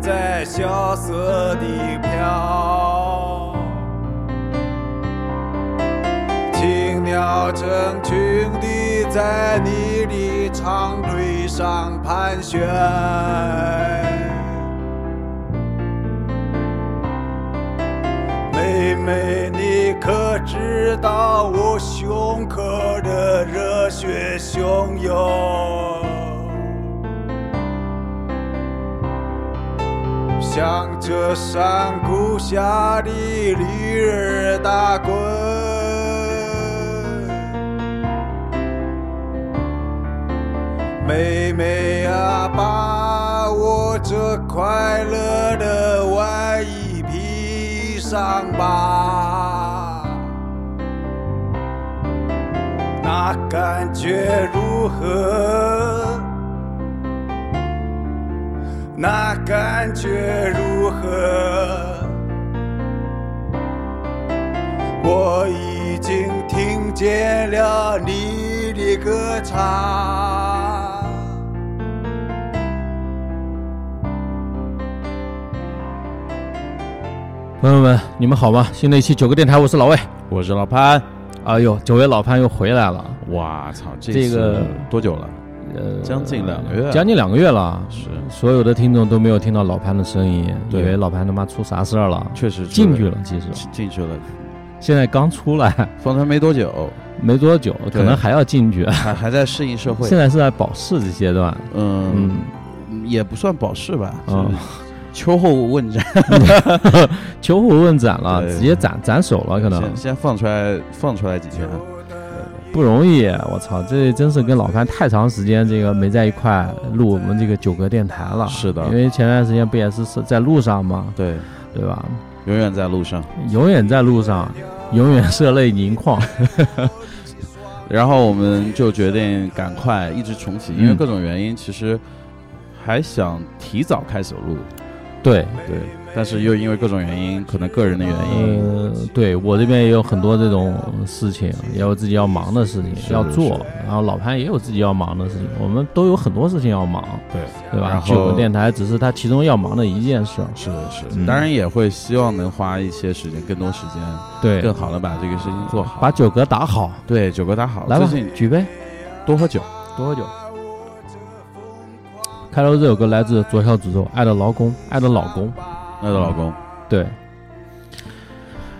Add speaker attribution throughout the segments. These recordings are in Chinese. Speaker 1: 在萧瑟地飘。青鸟成群地在你的长腿上盘旋。妹妹，你可知道我胸口的热血汹涌？像这山谷下的驴儿打滚，妹妹啊，把我这快乐的外衣披上吧，那感觉如何？那感觉如何？我已经听见了你的歌唱。
Speaker 2: 朋友们，你们好吗？新的一期九个电台，我是老魏。
Speaker 3: 我是老潘。
Speaker 2: 哎呦，九位老潘又回来了，
Speaker 3: 哇操，这
Speaker 2: 这
Speaker 3: 次
Speaker 2: 个
Speaker 3: 多久了？
Speaker 2: 呃，
Speaker 3: 将近两个月
Speaker 2: 将近两个月了。
Speaker 3: 是，
Speaker 2: 所有的听众都没有听到老潘的声音，以
Speaker 3: 对
Speaker 2: 为老潘他妈出啥事儿了，
Speaker 3: 确实
Speaker 2: 进去了。其实
Speaker 3: 进进去了，
Speaker 2: 现在刚出来
Speaker 3: 放出没多久，
Speaker 2: 没多久，可能还要进去。
Speaker 3: 还还在适应社会
Speaker 2: 现。在是在保释的阶段，
Speaker 3: 嗯，
Speaker 2: 嗯，
Speaker 3: 也不算保释吧，
Speaker 2: 嗯
Speaker 3: 就是秋后问斩。
Speaker 2: 求虎问斩了，
Speaker 3: 对
Speaker 2: 直接斩斩首了，可能
Speaker 3: 先先放出来，放出来几天。
Speaker 2: 不容易。我操，这真是跟老潘太长时间这个没在一块录我们这个九哥电台了。
Speaker 3: 是的
Speaker 2: 因为前段时间不也是是在路上嘛，
Speaker 3: 对，
Speaker 2: 对吧？
Speaker 3: 永远在路上。
Speaker 2: 永远在路上，永远热泪盈眶。
Speaker 3: 然后我们就决定赶快一直重启，因为
Speaker 2: 嗯
Speaker 3: 各种原因，其实还想提早开始录，
Speaker 2: 对，
Speaker 3: 对，但是又因为各种原因，可能个人的原因，
Speaker 2: 呃，对我这边也有很多这种事情，也有自己要忙的事情
Speaker 3: 是
Speaker 2: 要做
Speaker 3: 是，
Speaker 2: 然后老潘也有自己要忙的事情，我们都有很多事情要忙，
Speaker 3: 对
Speaker 2: 对
Speaker 3: 然
Speaker 2: 吧？
Speaker 3: 后
Speaker 2: 九个电台只是他其中要忙的一件事儿，
Speaker 3: 是是
Speaker 2: 嗯
Speaker 3: 当然也会希望能花一些时间，更多时间，
Speaker 2: 对
Speaker 3: 更，好的把这个事情做好。
Speaker 2: 把九格打好，
Speaker 3: 对九哥打好，
Speaker 2: 来吧
Speaker 3: 最近，
Speaker 2: 举杯，
Speaker 3: 多喝酒。
Speaker 2: 多喝酒。开头这首歌来自左小诅咒，《爱的劳工》，爱的老公，
Speaker 3: 那个老公，
Speaker 2: 对，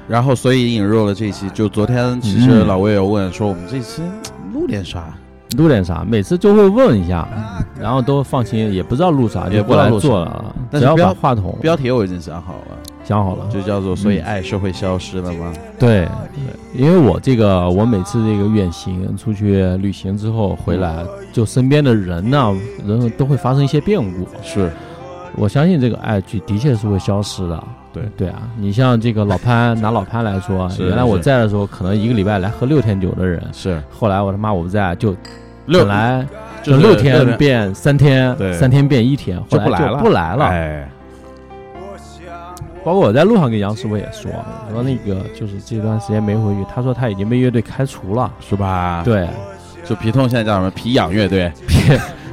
Speaker 3: 然后所以引入了这一期，就昨天其实
Speaker 2: 嗯
Speaker 3: 老魏有问说我们这一期嗯录点啥，
Speaker 2: 录点啥，每次就会问一下，然后都放心，也不知道录啥，
Speaker 3: 也
Speaker 2: 就
Speaker 3: 不知
Speaker 2: 过
Speaker 3: 道
Speaker 2: 来
Speaker 3: 录啥
Speaker 2: 做了，
Speaker 3: 但是
Speaker 2: 只要把
Speaker 3: 标
Speaker 2: 话筒
Speaker 3: 标题我已经想好了，
Speaker 2: 想好了。嗯
Speaker 3: 就叫做“所以爱是会消失的吗
Speaker 2: 对，因为我这个，我每次这个远行出去旅行之后回来，就身边的人呢、人都会发生一些变故。”？
Speaker 3: 是，
Speaker 2: 我相信这个爱剧的确是会消失的。
Speaker 3: 对
Speaker 2: 对啊，你像这个老潘，拿老潘来说，
Speaker 3: 是
Speaker 2: 原来我
Speaker 3: 是
Speaker 2: 在的时候，可能一个礼拜来喝六天酒的人，
Speaker 3: 是
Speaker 2: 后来我他妈我不在，就
Speaker 3: 六
Speaker 2: 本来
Speaker 3: 就
Speaker 2: 就是六天变三天，
Speaker 3: 对
Speaker 2: 三天变一天，后
Speaker 3: 就
Speaker 2: 来
Speaker 3: 不来
Speaker 2: 就
Speaker 3: 了，
Speaker 2: 不来了。
Speaker 3: 哎，
Speaker 2: 包括我在路上跟杨师傅也说，我说那个就是这段时间没回去，他说他已经被乐队开除了。
Speaker 3: 是吧？，
Speaker 2: 对，
Speaker 3: 就皮痛现在叫什么？皮痒乐队，
Speaker 2: 皮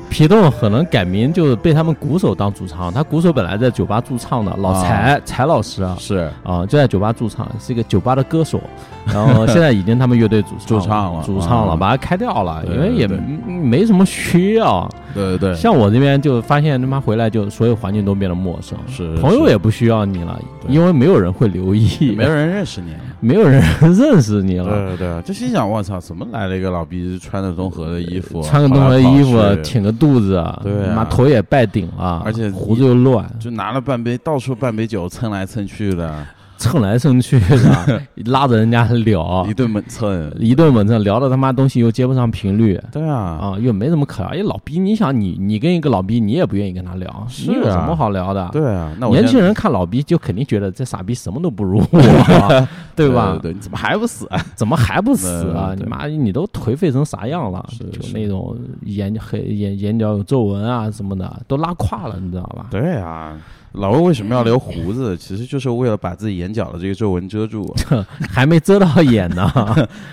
Speaker 2: 皮冻可能改名就是被他们鼓手当主唱，他鼓手本来在酒吧驻唱的，
Speaker 3: 啊
Speaker 2: 老柴、柴老师啊。
Speaker 3: 是
Speaker 2: 啊，就在酒吧驻唱，是一个酒吧的歌 手，然后现在已经他们乐队主
Speaker 3: 驻唱了
Speaker 2: 主唱了，
Speaker 3: 嗯
Speaker 2: 把他开掉了，
Speaker 3: 对
Speaker 2: 因为也
Speaker 3: 对
Speaker 2: 没什么需要。
Speaker 3: 对对对，
Speaker 2: 像我这边就发现他妈回来就所有环境都变得陌生，
Speaker 3: 是
Speaker 2: 朋友
Speaker 3: 是
Speaker 2: 也不需要你了，
Speaker 3: 对
Speaker 2: 因为没有人会留意，
Speaker 3: 没有人认识你。
Speaker 2: 没有人认识你了。
Speaker 3: 对对对，就心想我操，怎么来了一个老逼穿着综合的衣服，
Speaker 2: 呃穿个
Speaker 3: 跑来
Speaker 2: 综合衣
Speaker 3: 跑
Speaker 2: 服，
Speaker 3: 去
Speaker 2: 挺个肚子，
Speaker 3: 对啊
Speaker 2: 妈头也拜顶了，
Speaker 3: 而且
Speaker 2: 胡子又乱，
Speaker 3: 就拿了半杯，到处半杯酒蹭来蹭去的，
Speaker 2: 蹭来蹭去 的，拉着人家聊
Speaker 3: 一，顿猛蹭。
Speaker 2: 一顿猛蹭，聊的他妈东西又接不上频率
Speaker 3: 对啊，
Speaker 2: 啊，又没什么可聊。一老逼，你想你你跟一个老逼，你也不愿意跟他聊，
Speaker 3: 是
Speaker 2: 你有什
Speaker 3: 啊
Speaker 2: 么好聊的？
Speaker 3: 对啊，那我
Speaker 2: 年
Speaker 3: 现
Speaker 2: 轻
Speaker 3: 在
Speaker 2: 人看老逼就肯定觉得这傻逼什么都不 如我，对吧？
Speaker 3: 对，你怎么还不 死啊？
Speaker 2: 怎么还不死啊？
Speaker 3: 嗯对
Speaker 2: 你
Speaker 3: 对
Speaker 2: 妈，你都颓废成啥样了？
Speaker 3: 是
Speaker 2: 就是那种眼黑眼眼角有皱纹啊什么的，都拉胯了，你知道吧？
Speaker 3: 对啊，老魏为什么要留胡子？ 其实就是为了把自己眼角的这个皱纹遮住，啊
Speaker 2: 还没遮到眼 呢，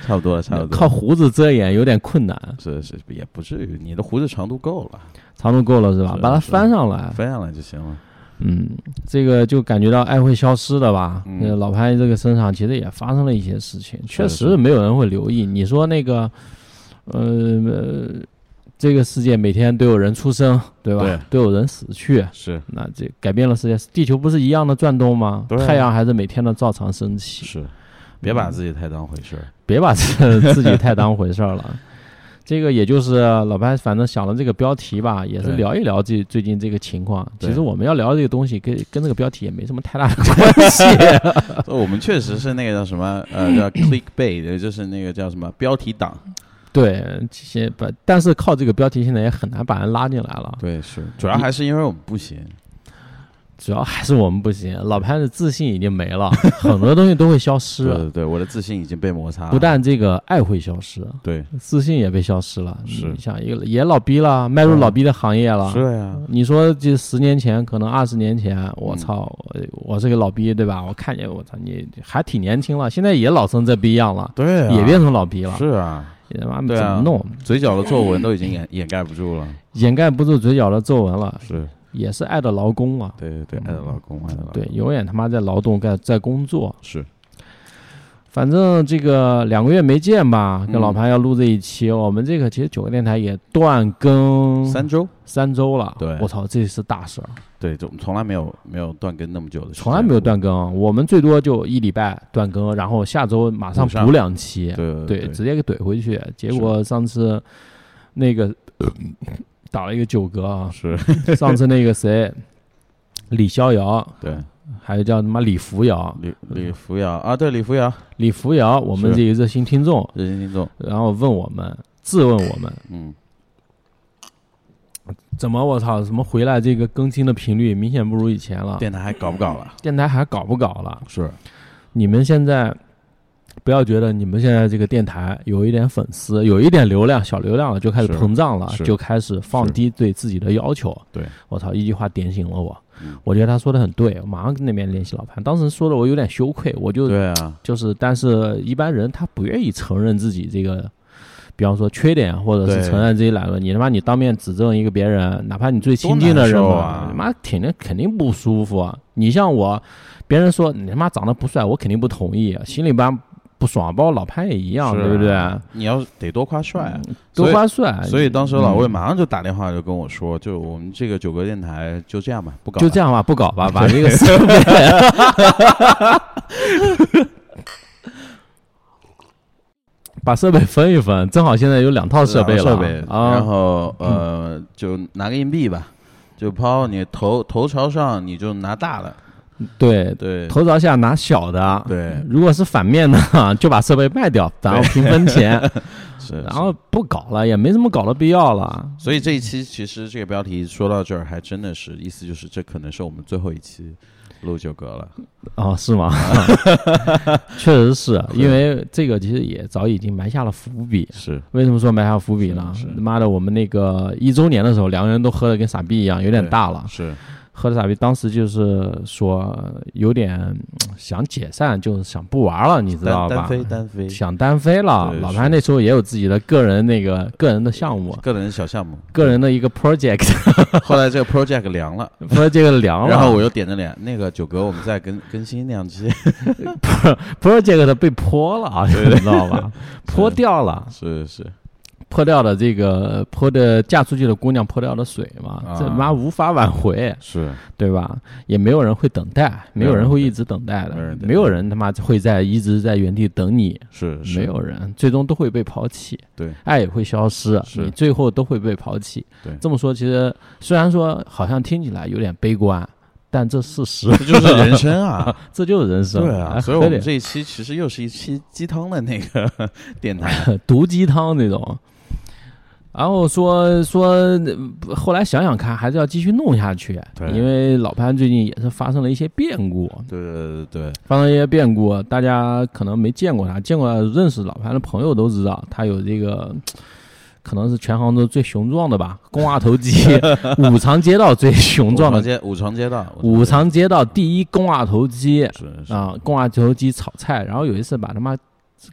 Speaker 3: 差不多，差不多。
Speaker 2: 靠胡子遮眼有点困难，
Speaker 3: 是是，也不至于，你的胡子长度够了，
Speaker 2: 啊长度够了是吧？
Speaker 3: 是
Speaker 2: 把它
Speaker 3: 是
Speaker 2: 翻上来，
Speaker 3: 分下来就行了。
Speaker 2: 嗯，这个就感觉到爱会消失的吧？
Speaker 3: 嗯
Speaker 2: 那个老潘这个身上其实也发生了一些事情，确
Speaker 3: 是
Speaker 2: 实没有人会留意。你说那个，呃呃，这个世界每天都有人出生，对吧？
Speaker 3: 对
Speaker 2: 都有人死去，
Speaker 3: 是
Speaker 2: 那这改变了世界，地球不是一样的转动吗？
Speaker 3: 对啊
Speaker 2: 太阳还是每天的照常升起。
Speaker 3: 是，别把自己太当回事儿。
Speaker 2: 别把自自己太当回事儿了。 这个也就是老潘，反正想了这个标题吧，也是
Speaker 3: 对
Speaker 2: 聊一聊这最近这个情况。
Speaker 3: 对
Speaker 2: 其实我们要聊这个东西跟跟这个标题也没什么太大的关系。
Speaker 3: 所呃以我们确实是那个叫什么呃叫 clickbait，也就是那个叫什么标题党。
Speaker 2: 对，这些把但是靠这个标题现在也很难把人拉进来了，
Speaker 3: 对，是主要还是因为我们不行。
Speaker 2: 主要还是我们不行，老潘的自信已经没了，很多东西都会消失
Speaker 3: 对
Speaker 2: 了。
Speaker 3: 对对，我的自信已经被摩擦了。
Speaker 2: 不但这个爱会消失，
Speaker 3: 对，
Speaker 2: 自信也被消失了。
Speaker 3: 是嗯
Speaker 2: 你想一个也老逼了，迈入老逼的行业了。
Speaker 3: 是啊呀，
Speaker 2: 你说这十年前，可能二十年前，我
Speaker 3: 嗯
Speaker 2: 操，我我是个老逼，对吧？我看见我操，你还挺年轻了，现在也老成这逼样了，
Speaker 3: 对啊，
Speaker 2: 也变成老逼了，
Speaker 3: 是啊，
Speaker 2: 你他妈
Speaker 3: 对
Speaker 2: 怎
Speaker 3: 啊
Speaker 2: 么弄？
Speaker 3: 嘴角的皱纹都已经 掩掩盖不住了。
Speaker 2: 掩盖不住嘴角的皱纹了，
Speaker 3: 是，
Speaker 2: 也是爱的劳工啊，
Speaker 3: 对对对，爱的老公，爱的老公。
Speaker 2: 对，永远他妈在劳动，在在工作。
Speaker 3: 是
Speaker 2: 反正这个两个月没见吧，跟
Speaker 3: 嗯
Speaker 2: 老潘要录这一期，我们这个其实九个电台也断更
Speaker 3: 三周。
Speaker 2: 三周了，
Speaker 3: 对
Speaker 2: 我操，这是大事儿，
Speaker 3: 对，从从来没有没有断更那么久的时间，
Speaker 2: 从来没有断更，我们最多就一礼拜断更，然后下周马上
Speaker 3: 补上
Speaker 2: 补两期，
Speaker 3: 对，
Speaker 2: 对，直接给怼回去。结果上次那个咳打了一个九格啊
Speaker 3: 是，
Speaker 2: 上次那个谁， 李逍遥，
Speaker 3: 对
Speaker 2: 还有叫什么李扶摇，
Speaker 3: 李李扶摇啊，对李扶摇，
Speaker 2: 李扶摇，我们
Speaker 3: 是
Speaker 2: 这一热心听众，
Speaker 3: 热心听众，
Speaker 2: 然后问我们，质问我们，
Speaker 3: 嗯，
Speaker 2: 怎么我操，怎么回来这个更新的频率明显不如以前了，
Speaker 3: 电台还搞不搞了？
Speaker 2: 电台还搞不搞了？
Speaker 3: 是，
Speaker 2: 你们现在不要觉得你们现在这个电台有一点粉丝，有一点流量、小流量了，就开始
Speaker 3: 是
Speaker 2: 膨胀了，
Speaker 3: 是
Speaker 2: 就开始放低对自己的要求。
Speaker 3: 对，
Speaker 2: 我操，一句话点醒了我
Speaker 3: 嗯。
Speaker 2: 我觉得他说的很对，我马上跟那边联系老潘。当时说的我有点羞愧，我就
Speaker 3: 对啊，
Speaker 2: 就是，但是一般人他不愿意承认自己这个。比方说缺点，或者是
Speaker 3: 对
Speaker 2: 承认自己懒惰，你他妈你当面指正一个别人，哪怕你最亲近的
Speaker 3: 难
Speaker 2: 人
Speaker 3: 受
Speaker 2: 嘛，
Speaker 3: 啊
Speaker 2: 你妈肯定肯定不舒服啊。你像我，别人说你他妈长得不帅，我肯定不同意，啊心里边不爽，包括老潘也一样，
Speaker 3: 是啊
Speaker 2: 对不对？
Speaker 3: 你要得多夸帅啊，
Speaker 2: 嗯多
Speaker 3: 所以
Speaker 2: 夸帅，
Speaker 3: 所以当时老
Speaker 2: 嗯
Speaker 3: 魏马上就打电话就跟我说，就我们这个九哥电台就这样吧，不搞，
Speaker 2: 就这
Speaker 3: 样，
Speaker 2: 样吧，不搞吧， 把这个设备。 把设备分一分，正好现在有两套设备了。
Speaker 3: 设备，然
Speaker 2: 啊，
Speaker 3: 后呃，就拿个硬币吧，就抛你头头朝上，你就拿大的，
Speaker 2: 对，
Speaker 3: 对
Speaker 2: 头嗯朝下拿小的。，
Speaker 3: 对
Speaker 2: 如果是反面的， 就把设备卖掉，然后平分 钱，
Speaker 3: 是，
Speaker 2: 然后不搞了，也没什么搞的必要了。
Speaker 3: 所以这一期其实这个标题说到这儿，还真的是意思就是这可能是我们最后一期录九哥了。
Speaker 2: 哦，是吗？
Speaker 3: 啊
Speaker 2: 确实是因为这个，其实也早已经埋下了伏笔。
Speaker 3: 是
Speaker 2: 为什么说埋下伏笔呢？
Speaker 3: 是是
Speaker 2: 他妈的，我们那个一周年的时候，两个人都喝的跟傻逼一样，有点大了。
Speaker 3: 是，
Speaker 2: 喝的傻逼，当时就是说有点嗯想解散，就是想不玩了，你知道
Speaker 3: 单
Speaker 2: 吧
Speaker 3: 单？飞单飞，
Speaker 2: 想单飞了。
Speaker 3: 对
Speaker 2: 老
Speaker 3: 是
Speaker 2: 潘那时候也有自己的个人那个个人的项目，
Speaker 3: 个人小项目。
Speaker 2: 个人的一个 project，
Speaker 3: 后来这个 project 凉了，
Speaker 2: project 凉了，
Speaker 3: 然后我又点着脸，那个九哥我们再更更新两期。
Speaker 2: project 被泼了 啊，你知道吧？泼掉了，
Speaker 3: 是 是，
Speaker 2: 泼掉了这个泼的嫁出去的姑娘泼掉的水嘛，
Speaker 3: 啊
Speaker 2: 这妈无法挽回，
Speaker 3: 是
Speaker 2: 对吧？也没有人会等待，没有人会一直等待的
Speaker 3: 没有人，等待
Speaker 2: 没有人他妈会在一直在原地等你，
Speaker 3: 是是，
Speaker 2: 没有人，最终都会被抛弃，
Speaker 3: 对，
Speaker 2: 爱也会消失，
Speaker 3: 是
Speaker 2: 你最后都会被抛弃。
Speaker 3: 对
Speaker 2: 这么说其实虽然说好像听起来有点悲观，但这事实，
Speaker 3: 这就是人生 啊，
Speaker 2: 这就是人生。
Speaker 3: 对
Speaker 2: 哎
Speaker 3: 啊。所以
Speaker 2: 喝
Speaker 3: 我们
Speaker 2: 点
Speaker 3: 这一期其实又是一期鸡汤的那个 电台。
Speaker 2: 毒鸡汤那种。然后说说，呃后来想想看，还是要继续弄下去，
Speaker 3: 对
Speaker 2: 因为老潘最近也是发生了一些变故，
Speaker 3: 对对对对，
Speaker 2: 发生一些变故，大家可能没见过他，见过他认识老潘的朋友都知道，他有这个，可能是全杭州最雄壮的吧，肱二 头肌，五常街道最雄
Speaker 3: 五
Speaker 2: 壮
Speaker 3: 常
Speaker 2: 的，
Speaker 3: 街五常街道
Speaker 2: 五常街道第一肱二头肌啊
Speaker 3: 是是
Speaker 2: 啊，肱二头肌炒菜，然后有一次把他妈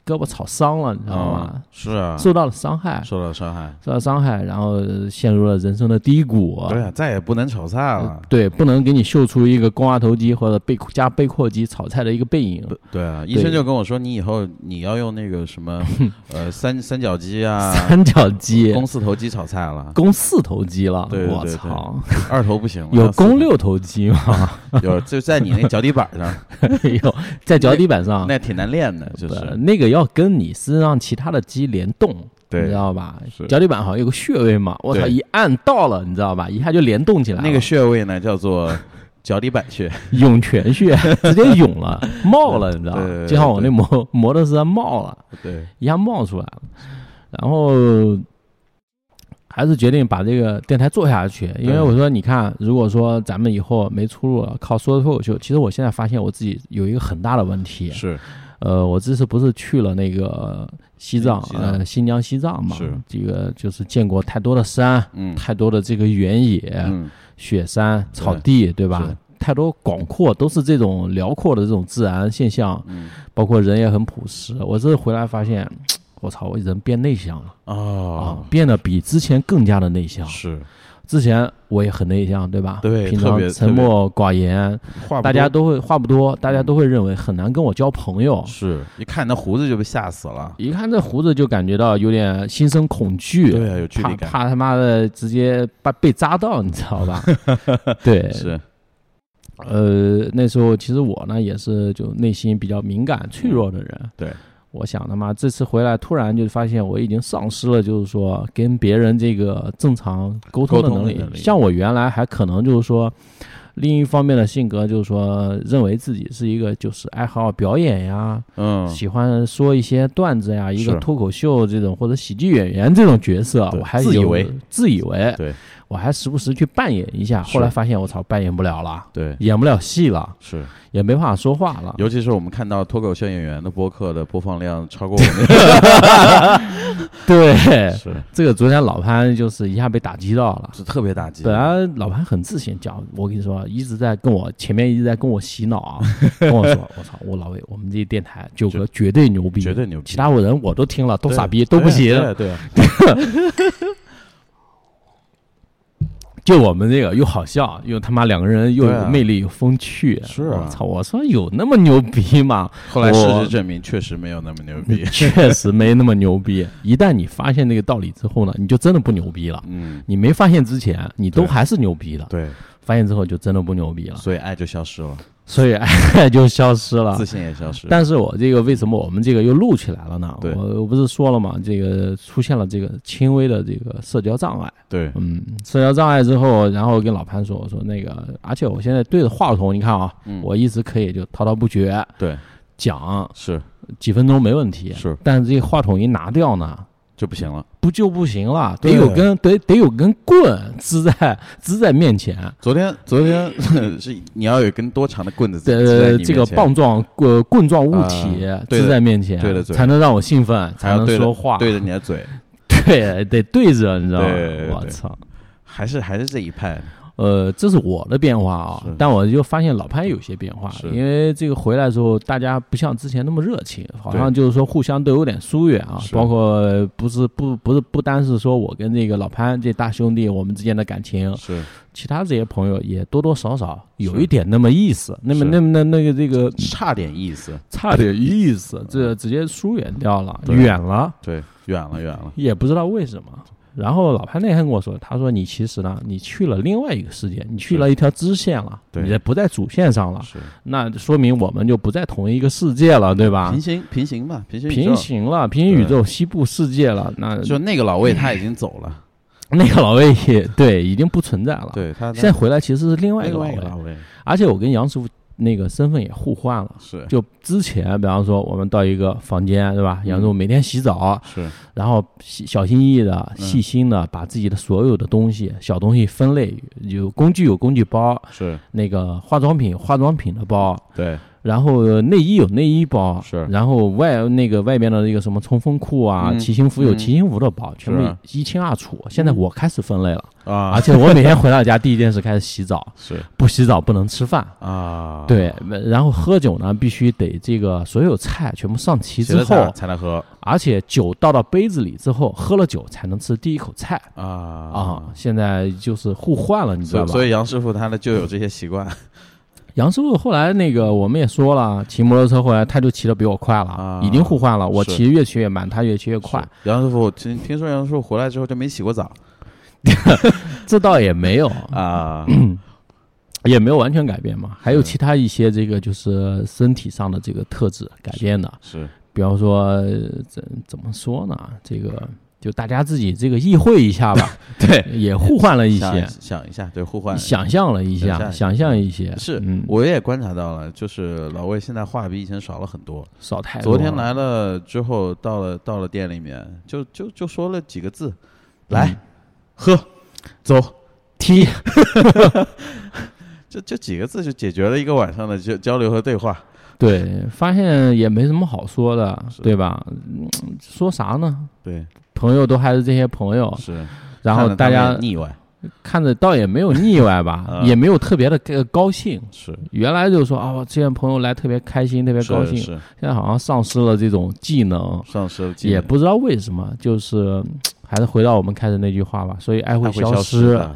Speaker 2: 胳膊炒伤了，你知道吗？
Speaker 3: 嗯是啊，
Speaker 2: 受到了伤害，
Speaker 3: 受到伤害，
Speaker 2: 受到伤害，然后陷入了人生的低谷。
Speaker 3: 对啊，啊再也不能炒菜
Speaker 2: 呃
Speaker 3: 了。
Speaker 2: 对，不能给你秀出一个肱二头肌或者背加背阔肌炒菜的一个背影。
Speaker 3: 对啊，医生就跟我说，你以后你要用那个什 么，呃，三三角肌啊，
Speaker 2: 三角肌、
Speaker 3: 肱四头肌炒菜了，
Speaker 2: 肱四头肌了，
Speaker 3: 对对
Speaker 2: 我
Speaker 3: 对
Speaker 2: 操！
Speaker 3: 二头不行了，
Speaker 2: 有
Speaker 3: 四头
Speaker 2: 肱，六头肌 吗？
Speaker 3: 有就在你那脚底板 上，
Speaker 2: 有，在脚底板上，
Speaker 3: 那挺难练的，就
Speaker 2: 呃
Speaker 3: 啊是
Speaker 2: 那个要跟你身上其他的肌联动，你
Speaker 3: 对
Speaker 2: 知道吧
Speaker 3: 是？
Speaker 2: 脚底板好像有个穴位嘛，我操，
Speaker 3: 对
Speaker 2: 一按到了，你知道吧？一下就联动起来了，
Speaker 3: 那个穴位呢叫做脚底板 穴，
Speaker 2: 涌泉 穴直接涌了，冒了，你知道
Speaker 3: 对对
Speaker 2: 吧？
Speaker 3: 对
Speaker 2: 就像我那摩摩托车冒了，
Speaker 3: 对，
Speaker 2: 一下冒出来了，
Speaker 3: 嗯
Speaker 2: 然后。还是决定把这个电台做下去，因为
Speaker 3: 对
Speaker 2: 我说，你看，如果说咱们以后没出路了，靠说脱口秀，其实我现在发现我自己有一个很大的问题，
Speaker 3: 是
Speaker 2: 呃，我这次不是去了那个西藏，
Speaker 3: 西藏
Speaker 2: 呃，新疆、西藏嘛，
Speaker 3: 是
Speaker 2: 这个就是见过太多的山，
Speaker 3: 嗯
Speaker 2: 太多的这个原野、
Speaker 3: 嗯
Speaker 2: 雪山、草地，对吧
Speaker 3: 是？
Speaker 2: 太多广阔，都是这种辽阔的这种自然现象，
Speaker 3: 嗯
Speaker 2: 包括人也很朴实。我这次回来发现，我操，我人变内向了啊
Speaker 3: 哦，，
Speaker 2: 变得比之前更加的内向。
Speaker 3: 是
Speaker 2: 之前我也很内向，对吧？
Speaker 3: 对
Speaker 2: 平
Speaker 3: 特
Speaker 2: 常
Speaker 3: 别
Speaker 2: 沉
Speaker 3: 特别
Speaker 2: 默寡言，
Speaker 3: 话不
Speaker 2: 大家
Speaker 3: 多
Speaker 2: 都会话不多，大家都会认为很难跟我交朋友。
Speaker 3: 是一看那胡子就被吓死了，
Speaker 2: 一看这胡子就感觉到有点心生恐惧，
Speaker 3: 对啊，有距
Speaker 2: 怕
Speaker 3: 离感，
Speaker 2: 怕他妈的直接把被扎到，你知道 吧？对，
Speaker 3: 是
Speaker 2: 呃，那时候其实我呢也是就内心比较敏感、脆弱的人。
Speaker 3: 嗯对，
Speaker 2: 我想他妈这次回来，突然就发现我已经丧失了，就是说跟别人这个正常沟通的
Speaker 3: 沟通
Speaker 2: 能
Speaker 3: 的
Speaker 2: 力。
Speaker 3: 能力
Speaker 2: 像我原来还可能就是说。另一方面的性格就是说，认为自己是一个就是爱好表演呀，
Speaker 3: 嗯
Speaker 2: 喜欢说一些段子呀，一个
Speaker 3: 是
Speaker 2: 脱口秀这种或者喜剧演员这种角色，
Speaker 3: 对
Speaker 2: 我还
Speaker 3: 自以
Speaker 2: 有
Speaker 3: 为
Speaker 2: 自以为，
Speaker 3: 对
Speaker 2: 我还时不时去扮演一下。
Speaker 3: 是
Speaker 2: 后来发现我操，扮演不了了，
Speaker 3: 对
Speaker 2: 演不了戏了，
Speaker 3: 是。
Speaker 2: 也没办法说话了。
Speaker 3: 尤其是我们看到脱口秀演员的播客的播放量超过我们，
Speaker 2: 对，
Speaker 3: 是
Speaker 2: 这个昨天老潘就是一下被打击到了。
Speaker 3: 是特别打击。
Speaker 2: 本来老潘很自信讲，我跟你说，一直在跟我前面一直在跟我洗脑 啊，跟我说，我操，我老魏，我们这电台九哥绝对牛逼，
Speaker 3: 绝对牛逼
Speaker 2: 其他我人我都听了，都
Speaker 3: 对
Speaker 2: 傻逼，都不行。
Speaker 3: 对啊对
Speaker 2: 就我们这个又好笑，又他妈两个人又
Speaker 3: 对
Speaker 2: 有
Speaker 3: 啊
Speaker 2: 魅力，有风趣。
Speaker 3: 是啊
Speaker 2: 我操！我说有那么牛逼吗？
Speaker 3: 后来事
Speaker 2: 我。
Speaker 3: 实证明，确实没有那么牛逼
Speaker 2: 确实没那么牛逼。一旦你发现这个道理之后呢，你就真的不牛逼了。
Speaker 3: 嗯，
Speaker 2: 你没发现之前，你都
Speaker 3: 对
Speaker 2: 还是牛逼的；
Speaker 3: 对，
Speaker 2: 发现之后，就真的不牛逼了。
Speaker 3: 所以爱就消失了，
Speaker 2: 所以爱就消失了
Speaker 3: 自。信也消失。
Speaker 2: 啊但是我这个为什么我们这个又录起来了呢？
Speaker 3: 对
Speaker 2: 我我不是说了吗？这个出现了这个轻微的这个社交障碍。
Speaker 3: 对，
Speaker 2: 嗯，社交障碍之后，然后跟老潘说，我说那个，而且我现在对着话筒，你看啊，
Speaker 3: 嗯
Speaker 2: 我一直可以就滔滔不绝
Speaker 3: 对
Speaker 2: 讲
Speaker 3: 是
Speaker 2: 几分钟没问题，
Speaker 3: 是
Speaker 2: 但是这个话筒一拿掉呢，
Speaker 3: 就不行了。
Speaker 2: 不就不行了，得
Speaker 3: 对
Speaker 2: 有根得得有根棍支在支在面前，
Speaker 3: 昨天昨天 是你要有一根多长的棍子在在
Speaker 2: 呃，
Speaker 3: 你面
Speaker 2: 这个
Speaker 3: 前
Speaker 2: 棒状棍棍状物体
Speaker 3: 啊对的
Speaker 2: 支在面前，
Speaker 3: 对的对的
Speaker 2: 才能让我兴奋，
Speaker 3: 还
Speaker 2: 才
Speaker 3: 要
Speaker 2: 能
Speaker 3: 对着
Speaker 2: 说话，
Speaker 3: 对着你的嘴，
Speaker 2: 对得对着，你知道吗
Speaker 3: 对对？对
Speaker 2: 我操！
Speaker 3: 还是还是这一派。
Speaker 2: 呃，这是我的变化啊、
Speaker 3: 是
Speaker 2: 但我就发现老潘有些变化，
Speaker 3: 是
Speaker 2: 因为这个回来之后，大家不像之前那么热情，好
Speaker 3: 对
Speaker 2: 像就是说互相都有点疏远啊。
Speaker 3: 是
Speaker 2: 包括不是不不是不单是说我跟这个老潘这大兄弟我们之间的感情，
Speaker 3: 是
Speaker 2: 其他这些朋友也多多少少有
Speaker 3: 是
Speaker 2: 一点那么意思，那么
Speaker 3: 是
Speaker 2: 那么那那个这个
Speaker 3: 差点意思，嗯
Speaker 2: 差点意思，这直接疏远掉了，
Speaker 3: 对
Speaker 2: 远了，
Speaker 3: 对，远了远了。
Speaker 2: 也不知道为什么。然后老潘那天跟我说，他说你其实呢，你去了另外一个世界，你去
Speaker 3: 是
Speaker 2: 了一条支线了，
Speaker 3: 对
Speaker 2: 你也不在主线上了，
Speaker 3: 是
Speaker 2: 那说明我们就不在同一个世界了，对吧
Speaker 3: 平？行平行嘛，平行宇宙
Speaker 2: 啊平行了，平行宇宙西部世界了，那
Speaker 3: 就那个老魏他已经走了，
Speaker 2: 那个老魏也对已经不存在了。，
Speaker 3: 对他
Speaker 2: 嗯现在回来其实是另
Speaker 3: 他
Speaker 2: 外一个
Speaker 3: 另
Speaker 2: 老
Speaker 3: 外一个
Speaker 2: 魏，
Speaker 3: 老魏
Speaker 2: 而且我跟杨师傅那个身份也互换了。
Speaker 3: 是
Speaker 2: 就之前，比方说我们到一个房间，对吧？
Speaker 3: 嗯
Speaker 2: 杨师傅每天洗澡，
Speaker 3: 是
Speaker 2: 然后细小心翼翼的、
Speaker 3: 嗯
Speaker 2: 细心的把自己的所有的东西、小东西分类，有工具有工具包，
Speaker 3: 是，
Speaker 2: 那个化妆品有化妆品的包，
Speaker 3: 对
Speaker 2: 然后内衣有内衣包，
Speaker 3: 是
Speaker 2: 然后外那个外边的那个什么冲锋裤啊、
Speaker 3: 嗯
Speaker 2: 骑行服有
Speaker 3: 嗯
Speaker 2: 骑行服的包，全
Speaker 3: 是嗯
Speaker 2: 部一清二楚。现在我开始分类了，
Speaker 3: 啊
Speaker 2: 而且我每天回到家第一件事开始洗澡，
Speaker 3: 是
Speaker 2: 不洗澡不能吃饭。
Speaker 3: 啊，
Speaker 2: 对，然后喝酒呢，必须得这个所有菜全部上齐
Speaker 3: 起
Speaker 2: 之
Speaker 3: 了菜，
Speaker 2: 后，
Speaker 3: 才能喝
Speaker 2: 而且酒倒到杯子里之后，喝了酒才能吃第一口菜
Speaker 3: 啊
Speaker 2: 啊。。现在就是互换了，你知
Speaker 3: 所
Speaker 2: 道
Speaker 3: 以
Speaker 2: 吧？
Speaker 3: 所以杨师傅他呢就有这些习惯
Speaker 2: 杨师傅后来那个我们也说了，骑摩托车回来他就骑得比我快了，
Speaker 3: 啊
Speaker 2: 已经互换了。我
Speaker 3: 是
Speaker 2: 骑越骑越慢，他越骑越快
Speaker 3: 是。杨师傅听听说杨师傅回来之后就没洗过澡
Speaker 2: 这倒也没 有，
Speaker 3: 啊，
Speaker 2: 嗯也没有完全改变嘛，还有其他一些这个就是身体上的这个特质改变的，
Speaker 3: 是
Speaker 2: 比方说呃怎怎么说呢？这个就大家自己这个意会一下吧，
Speaker 3: 对，
Speaker 2: 也互换了一
Speaker 3: 想
Speaker 2: 些，
Speaker 3: 想一下，对，互换
Speaker 2: 想象了一下，
Speaker 3: 想
Speaker 2: 想
Speaker 3: 象
Speaker 2: 象
Speaker 3: 一
Speaker 2: 一些，
Speaker 3: 是
Speaker 2: 嗯，
Speaker 3: 我也观察到了，就是老魏现在话比以前少了很多。
Speaker 2: 少太多
Speaker 3: 昨
Speaker 2: 了
Speaker 3: 天来了之后，到了到了店里面，就就就说了几个
Speaker 2: 嗯
Speaker 3: 字，来喝，走，
Speaker 2: 踢，
Speaker 3: 这这几个字就解决了一个晚上的交交流和对话。
Speaker 2: 对，发现也没什么好说的
Speaker 3: 是，
Speaker 2: 对吧？嗯说啥呢？
Speaker 3: 对，
Speaker 2: 朋友都还是这些朋友，
Speaker 3: 是。
Speaker 2: 然后
Speaker 3: 看着
Speaker 2: 大
Speaker 3: 他们
Speaker 2: 家
Speaker 3: 腻歪，
Speaker 2: 看着倒也没有腻歪 吧，
Speaker 3: 嗯
Speaker 2: 也没有特别的呃高兴。
Speaker 3: 是
Speaker 2: 原来就是说啊，我之前朋友来特别开心，特别高兴
Speaker 3: 是，是
Speaker 2: 现在好像丧失了这种技能，
Speaker 3: 丧失了技能
Speaker 2: 也不知道为什么，就是嗯还是回到我们开始那句话吧，所以爱
Speaker 3: 它
Speaker 2: 会
Speaker 3: 会消
Speaker 2: 失。
Speaker 3: 的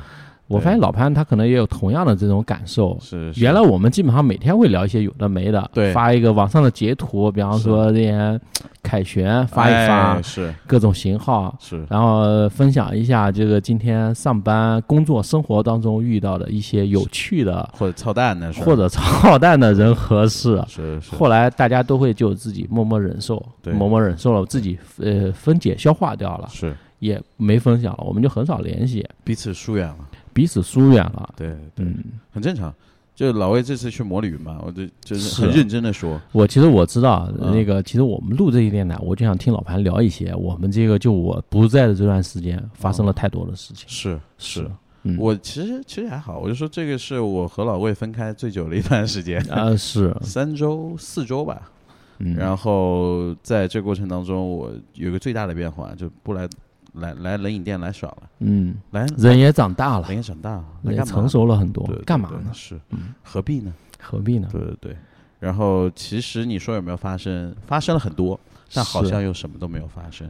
Speaker 2: 我发现老潘他可能也有同样的这种感受。
Speaker 3: 是是
Speaker 2: 原来我们基本上每天会聊一些有的没的，
Speaker 3: 对
Speaker 2: 发一个网上的截图，比方说这些呃凯旋发一发
Speaker 3: 哎是
Speaker 2: 各种型号，
Speaker 3: 是
Speaker 2: 然后分享一下这个今天上班、工作、生活当中遇到的一些有趣的
Speaker 3: 或者操蛋的事儿，
Speaker 2: 或者操蛋的人和事。
Speaker 3: 是是
Speaker 2: 后来大家都会就自己默默忍受，
Speaker 3: 对
Speaker 2: 默默忍受了，自己呃分解消化掉了，
Speaker 3: 是
Speaker 2: 也没分享了，我们就很少联系，
Speaker 3: 彼此疏远了，
Speaker 2: 彼此疏远了。
Speaker 3: 对对，
Speaker 2: 嗯，
Speaker 3: 很正常。就老魏这次去摩旅嘛，我就就是
Speaker 2: 是啊
Speaker 3: 很认真的说，
Speaker 2: 我其实我知道
Speaker 3: 嗯
Speaker 2: 那个，其实我们录这一电台，我就想听老盘聊一些我们这个就我不在的这段时间发生了太多的事情。
Speaker 3: 哦是
Speaker 2: 是，嗯，
Speaker 3: 我其实其实还好，我就说这个是我和老魏分开最久的一段时间，
Speaker 2: 啊是，
Speaker 3: 三周四周吧。
Speaker 2: 嗯，
Speaker 3: 然后在这过程当中，我有一个最大的变化，就不来来来冷饮店来少了，
Speaker 2: 嗯，
Speaker 3: 来
Speaker 2: 人也长大了
Speaker 3: 人，也长大了，来
Speaker 2: 也
Speaker 3: 干嘛
Speaker 2: 成熟了很多
Speaker 3: 对对，
Speaker 2: 干嘛
Speaker 3: 对
Speaker 2: 呢？
Speaker 3: 是
Speaker 2: 嗯，
Speaker 3: 何必呢？
Speaker 2: 何必呢？
Speaker 3: 对对对。然后其实你说有没有发生？发生了很多，但好
Speaker 2: 是
Speaker 3: 像又什么都没有发生。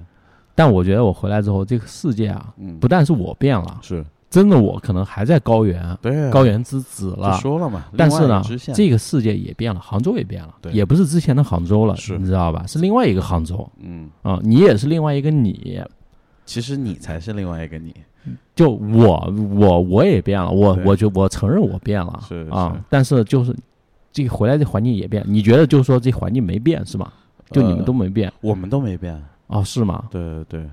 Speaker 2: 但我觉得我回来之后，这个世界啊，
Speaker 3: 嗯，
Speaker 2: 不但是我变了，
Speaker 3: 是
Speaker 2: 真的我可能还在高原，
Speaker 3: 对啊
Speaker 2: 高原之子
Speaker 3: 就
Speaker 2: 了。
Speaker 3: 说了嘛，
Speaker 2: 但是
Speaker 3: 另外
Speaker 2: 呢
Speaker 3: 一支线，
Speaker 2: 这个世界也变了，杭州也变了
Speaker 3: 对，
Speaker 2: 也不是之前的杭州了，
Speaker 3: 是
Speaker 2: 你知道吧？是另外一个杭州
Speaker 3: 嗯，
Speaker 2: 啊、你也是另外一个你。
Speaker 3: 其实你才是另外一个你，
Speaker 2: 就我，我我也变了，我
Speaker 3: 对
Speaker 2: 我就我承认我变了
Speaker 3: 是
Speaker 2: 啊、
Speaker 3: 是
Speaker 2: 但是就是这个回来这环境也变，你觉得就是说这环境没变是吗？就你们
Speaker 3: 呃
Speaker 2: 都没变、
Speaker 3: 我们都没变。？
Speaker 2: 哦，是吗
Speaker 3: 对对对，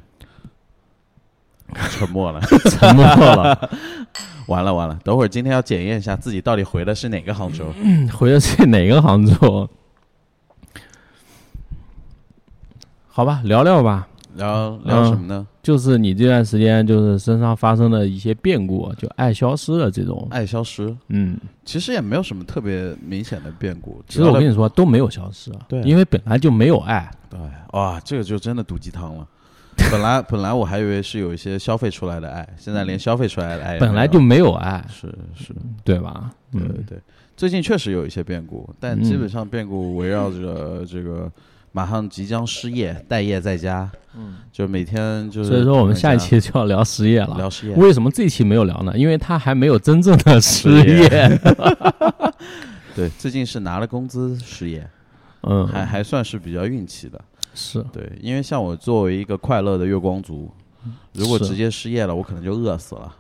Speaker 3: 沉默了，
Speaker 2: 沉默了，
Speaker 3: 完了完了，等会儿今天要检验一下自己到底回的是哪个杭州。
Speaker 2: 回的是哪个杭州？ 好吧，聊聊吧。
Speaker 3: 然后聊什么呢？
Speaker 2: 就是你这段时间就是身上发生的一些变故，就爱消失的这种。
Speaker 3: 爱消失，
Speaker 2: 嗯，
Speaker 3: 其实也没有什么特别明显的变故。
Speaker 2: 其实我跟
Speaker 3: 你
Speaker 2: 你说都没有消失，
Speaker 3: 对
Speaker 2: 因为本来就没有爱，
Speaker 3: 对哇，这个就真的毒鸡汤了。本来本来我还以为是有一些消费出来的爱，现在连消费出来的爱
Speaker 2: 嗯
Speaker 3: 也没有
Speaker 2: 本来就没有爱，
Speaker 3: 哎
Speaker 2: 嗯
Speaker 3: 是是，
Speaker 2: 对吧？
Speaker 3: 对对
Speaker 2: 嗯，
Speaker 3: 对，最近确实有一些变故，但基
Speaker 2: 嗯
Speaker 3: 本上变故围绕着这个马上即将失业、待业在家，嗯，就每天就是。
Speaker 2: 所以说我们下一期就要聊失业了。
Speaker 3: 聊失业，
Speaker 2: 为什么这一期没有聊呢？因为他还没有真正的失
Speaker 3: 失
Speaker 2: 业。
Speaker 3: 对，最近是拿了工资失业，
Speaker 2: 嗯，
Speaker 3: 还还算是比较运气的。
Speaker 2: 是
Speaker 3: 对，因为像我作为一个快乐的月光族，如果
Speaker 2: 是
Speaker 3: 直接失业了，我可能就饿死了。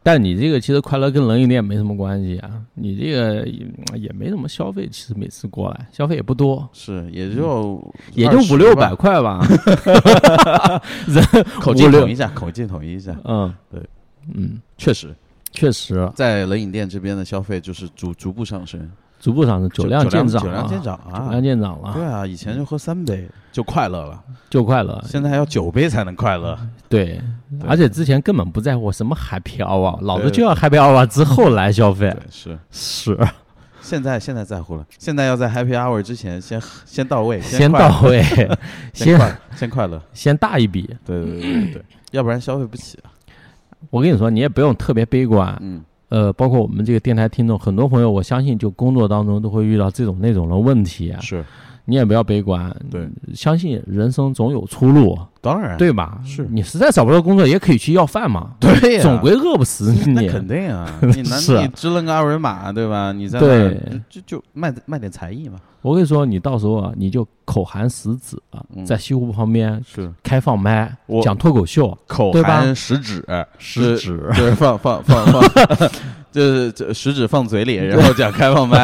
Speaker 2: 但你这个其实快乐跟冷饮店没什么关系啊，你这个也也没怎么消费，其实每次过来消费也不多，
Speaker 3: 是，也就
Speaker 2: 嗯也就
Speaker 3: 20
Speaker 2: 五六
Speaker 3: 吧
Speaker 2: 百，块 吧。
Speaker 3: 口
Speaker 2: 五
Speaker 3: 径
Speaker 2: 六
Speaker 3: 统一一下，口径统一一下。
Speaker 2: 嗯，
Speaker 3: 对，
Speaker 2: 嗯，
Speaker 3: 确实，
Speaker 2: 确实
Speaker 3: 在冷饮店这边的消费就是逐逐步上升，
Speaker 2: 逐步上升，酒量见
Speaker 3: 量
Speaker 2: 长
Speaker 3: 酒量
Speaker 2: 了，
Speaker 3: 见长
Speaker 2: 酒
Speaker 3: 啊，
Speaker 2: 量见长
Speaker 3: 对
Speaker 2: 了，
Speaker 3: 啊，以前就喝三杯就快乐了，
Speaker 2: 就快乐。
Speaker 3: 现在还要九杯才能快乐。
Speaker 2: 对，而且之前根本不在乎什么 happy hour，老子
Speaker 3: 对
Speaker 2: 就要 happy hour 之后来消费
Speaker 3: 对，，是
Speaker 2: 是
Speaker 3: 现在现在在乎了，现在要在 Happy Hour 之前先先到位，
Speaker 2: 先
Speaker 3: 快乐
Speaker 2: 到位，
Speaker 3: 先嗯
Speaker 2: 先
Speaker 3: 快先快乐，
Speaker 2: 先大一笔。
Speaker 3: 对对对对对，要不然消费不起啊。
Speaker 2: 我跟你说，你也不用特别悲观，
Speaker 3: 嗯，
Speaker 2: 呃，包括我们这个电台听众，很多朋友，我相信就工作当中都会遇到这种那种的问题啊，
Speaker 3: 是
Speaker 2: 你也不要悲观，
Speaker 3: 对，
Speaker 2: 相信人生总有出路，
Speaker 3: 当然啊
Speaker 2: 对吧？
Speaker 3: 是
Speaker 2: 你实在找不到工作，也可以去要饭嘛，
Speaker 3: 对呀啊
Speaker 2: 总归饿不死
Speaker 3: 那
Speaker 2: 你。
Speaker 3: 肯定 啊，你难
Speaker 2: 是啊
Speaker 3: 你支棱个二维码对吧？你在那儿
Speaker 2: 对
Speaker 3: 就就就卖卖点才艺嘛，
Speaker 2: 我跟你说，你到时候啊，你就口含食指啊
Speaker 3: 嗯，
Speaker 2: 在西湖旁边
Speaker 3: 是
Speaker 2: 开放麦
Speaker 3: 我，
Speaker 2: 讲脱口秀，
Speaker 3: 口
Speaker 2: 对吧
Speaker 3: 含食指，
Speaker 2: 食
Speaker 3: 指
Speaker 2: 指。
Speaker 3: 就是放放放放， 就是这食指放嘴里，然后讲开放麦。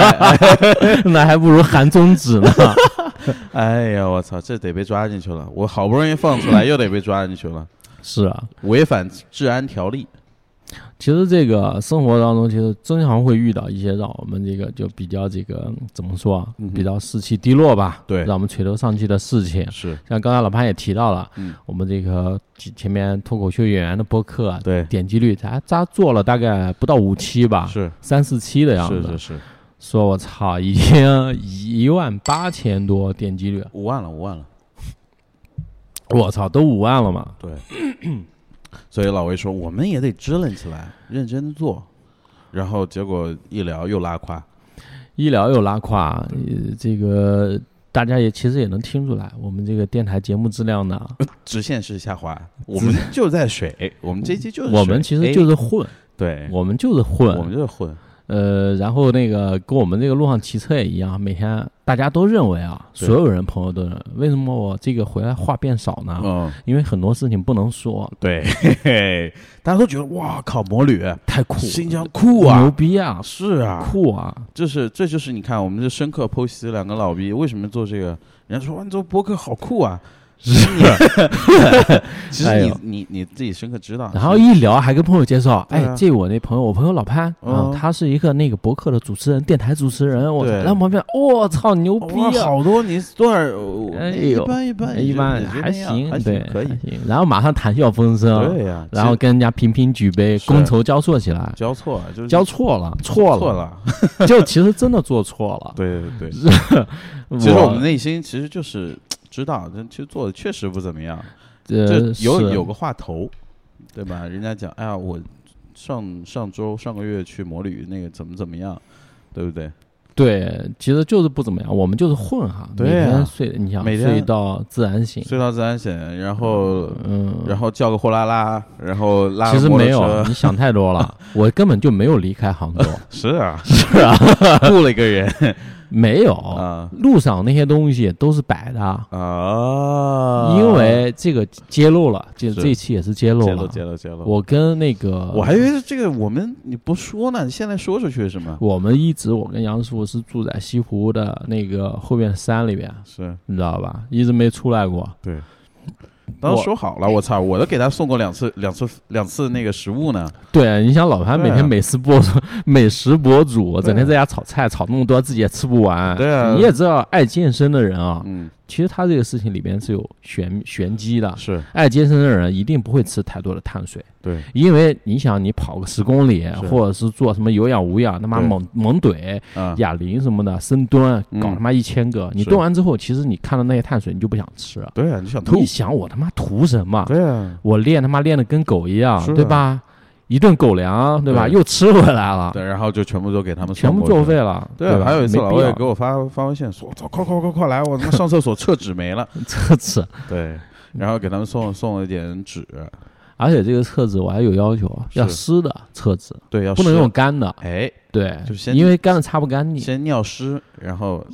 Speaker 2: 那还不如含中指呢。
Speaker 3: 哎呀，我操，这得被抓进去了！我好不容易放出来，又得被抓进去了，
Speaker 2: 是啊，
Speaker 3: 违反治安条例。
Speaker 2: 其实这个生活当中，其实经常会遇到一些让我们这个就比较这个嗯怎么说啊
Speaker 3: 嗯哼，
Speaker 2: 比较士气低落吧，
Speaker 3: 对
Speaker 2: 让我们垂头丧气的事情。
Speaker 3: 是
Speaker 2: 像刚才老潘也提到了，
Speaker 3: 嗯
Speaker 2: 我们这个前前面脱口秀演员的播客啊，
Speaker 3: 对，
Speaker 2: 点击率咱咱做了大概不到五期吧，
Speaker 3: 是
Speaker 2: 三四期的样
Speaker 3: 是
Speaker 2: 子。
Speaker 3: 是是，
Speaker 2: 说我操，已经一万八千多点击率，
Speaker 3: 五万了，五万了。
Speaker 2: 我操，都五万了嘛？
Speaker 3: 对， 所以老魏说，我们也得支棱起来，认真做。然后结果一聊又拉胯，
Speaker 2: 医疗又拉胯，呃这个大家也其实也能听出来，我们这个电台节目质量呢，
Speaker 3: 直线式下滑。我们就在水，我们这期呃就是
Speaker 2: 哎我们其实就是是混，
Speaker 3: 对，
Speaker 2: 我们就是
Speaker 3: 我
Speaker 2: 混
Speaker 3: 们，就是混。
Speaker 2: 呃，然后那个跟我们这个路上骑车也一样，每天大家都认为啊，
Speaker 3: 对
Speaker 2: 所有人朋友都认为，为什么我这个回来话变少呢？
Speaker 3: 嗯，
Speaker 2: 因为很多事情不能说，
Speaker 3: 对， 嘿嘿，大家都觉得哇靠，魔女
Speaker 2: 太酷，
Speaker 3: 新疆酷啊，
Speaker 2: 牛逼啊，
Speaker 3: 是啊，
Speaker 2: 酷啊，
Speaker 3: 这是这就是你看，我们就深刻剖析两个老逼为什么做这个。人家说哇，你做播客好 酷啊，是， 其实
Speaker 2: 哎
Speaker 3: 你
Speaker 2: 呦
Speaker 3: 你你自己深刻知道。
Speaker 2: 然后
Speaker 3: 是
Speaker 2: 一聊还跟朋友介绍，
Speaker 3: 对
Speaker 2: 哎
Speaker 3: 啊，
Speaker 2: 这我那朋友，我朋友老潘
Speaker 3: 嗯
Speaker 2: 啊，他是一个那个博客的主持人，电台主持人，我操
Speaker 3: 对
Speaker 2: 然后旁边，我操，牛逼
Speaker 3: 哦哇，
Speaker 2: 啊！
Speaker 3: 好多你多少？我
Speaker 2: 哎
Speaker 3: 一
Speaker 2: 呦
Speaker 3: 般一般，
Speaker 2: 一般
Speaker 3: 也就
Speaker 2: 还
Speaker 3: 那样
Speaker 2: 行
Speaker 3: 还，
Speaker 2: 对，
Speaker 3: 可以
Speaker 2: 还。行。然后马上谈笑风生，
Speaker 3: 对呀，
Speaker 2: 然后
Speaker 3: 其实
Speaker 2: 跟人家频频举杯，
Speaker 3: 是
Speaker 2: 觥筹交错起来，
Speaker 3: 交错啊，就是
Speaker 2: 交错了，错
Speaker 3: 错
Speaker 2: 了，
Speaker 3: 了，
Speaker 2: 就其实真的做错了。
Speaker 3: 对对对。
Speaker 2: 我
Speaker 3: 其实我们内心其实就是知道，这其实做的确实不怎么样。
Speaker 2: 呃
Speaker 3: 就有
Speaker 2: 是
Speaker 3: 有个话头，对吧？人家讲，哎呀，我上上周上个月去摩旅，那个怎么怎么样，对不对？
Speaker 2: 对，其实就是不怎么样，我们就是混哈，每
Speaker 3: 对啊
Speaker 2: 天睡，你想
Speaker 3: 每天
Speaker 2: 睡到自然醒，
Speaker 3: 隧道自然险，然后
Speaker 2: 嗯，
Speaker 3: 然后叫个货拉拉，然后拉
Speaker 2: 其
Speaker 3: 个
Speaker 2: 实
Speaker 3: 摩托
Speaker 2: 没有，啊
Speaker 3: 车，
Speaker 2: 你想太多 了。我根本就没有离开杭州，
Speaker 3: 是啊是啊，雇了一个人
Speaker 2: 没有。
Speaker 3: 啊
Speaker 2: 路上那些东西都是摆的，
Speaker 3: 啊，
Speaker 2: 因为这个揭露了，这
Speaker 3: 是
Speaker 2: 这一期也是揭露
Speaker 3: 揭露
Speaker 2: 了。
Speaker 3: 揭露揭露，
Speaker 2: 我跟那个，
Speaker 3: 我还以为是这个我们你不说呢，你现在说出去是吗？
Speaker 2: 我们一直我跟杨师傅是住在西湖的那个后面山里边，
Speaker 3: 是
Speaker 2: 你知道吧？一直没出来过。
Speaker 3: 对。当时
Speaker 2: 我
Speaker 3: 说好了，我操！我都给他送过两次、两次、两次那个食物呢。
Speaker 2: 对，你想老潘
Speaker 3: 对
Speaker 2: 每
Speaker 3: 啊
Speaker 2: 天美食博 主、美食博主，
Speaker 3: 对啊
Speaker 2: 整天在家炒菜，炒那么多自己也吃不完。
Speaker 3: 对啊
Speaker 2: 你也知道，爱健身的人啊，
Speaker 3: 嗯，
Speaker 2: 其实他这个事情里边是有玄玄机的。
Speaker 3: 是
Speaker 2: 爱健身的人一定不会吃太多的碳水，
Speaker 3: 对，
Speaker 2: 因为你想，你跑个十公里，
Speaker 3: 是
Speaker 2: 或者是做什么有氧无氧，他妈
Speaker 3: 对
Speaker 2: 猛猛怼、
Speaker 3: 啊，
Speaker 2: 哑铃什么的，深蹲，
Speaker 3: 嗯
Speaker 2: 搞他妈一千个，你
Speaker 3: 是
Speaker 2: 蹲完之后，其实你看到那些碳水，你就不想吃。
Speaker 3: 对啊，你想
Speaker 2: 你想我他妈图什么？
Speaker 3: 对啊，
Speaker 2: 我练他妈练的跟狗一样
Speaker 3: 是啊，
Speaker 2: 对吧？一顿狗粮，对吧？
Speaker 3: 对
Speaker 2: 又吃回来了，
Speaker 3: 对，然后就全部都给他们
Speaker 2: 啊全部
Speaker 3: 送过
Speaker 2: 作
Speaker 3: 去
Speaker 2: 废。了，
Speaker 3: 对
Speaker 2: 吧？
Speaker 3: 啊，还有一次
Speaker 2: 没
Speaker 3: 老
Speaker 2: 必
Speaker 3: 魏
Speaker 2: 要
Speaker 3: 给我发发微信说：“我操，快快快快来！我他妈上厕所厕 纸没了。
Speaker 2: 这次，”
Speaker 3: 对，然后给他们送送了一点纸，
Speaker 2: 而且这个厕纸我还有要求，要
Speaker 3: 是
Speaker 2: 湿的厕纸，
Speaker 3: 对，要
Speaker 2: 不能
Speaker 3: 湿
Speaker 2: 用。干的。
Speaker 3: 哎，
Speaker 2: 对
Speaker 3: 就先，
Speaker 2: 因为干的擦不干净，
Speaker 3: 先尿湿，然后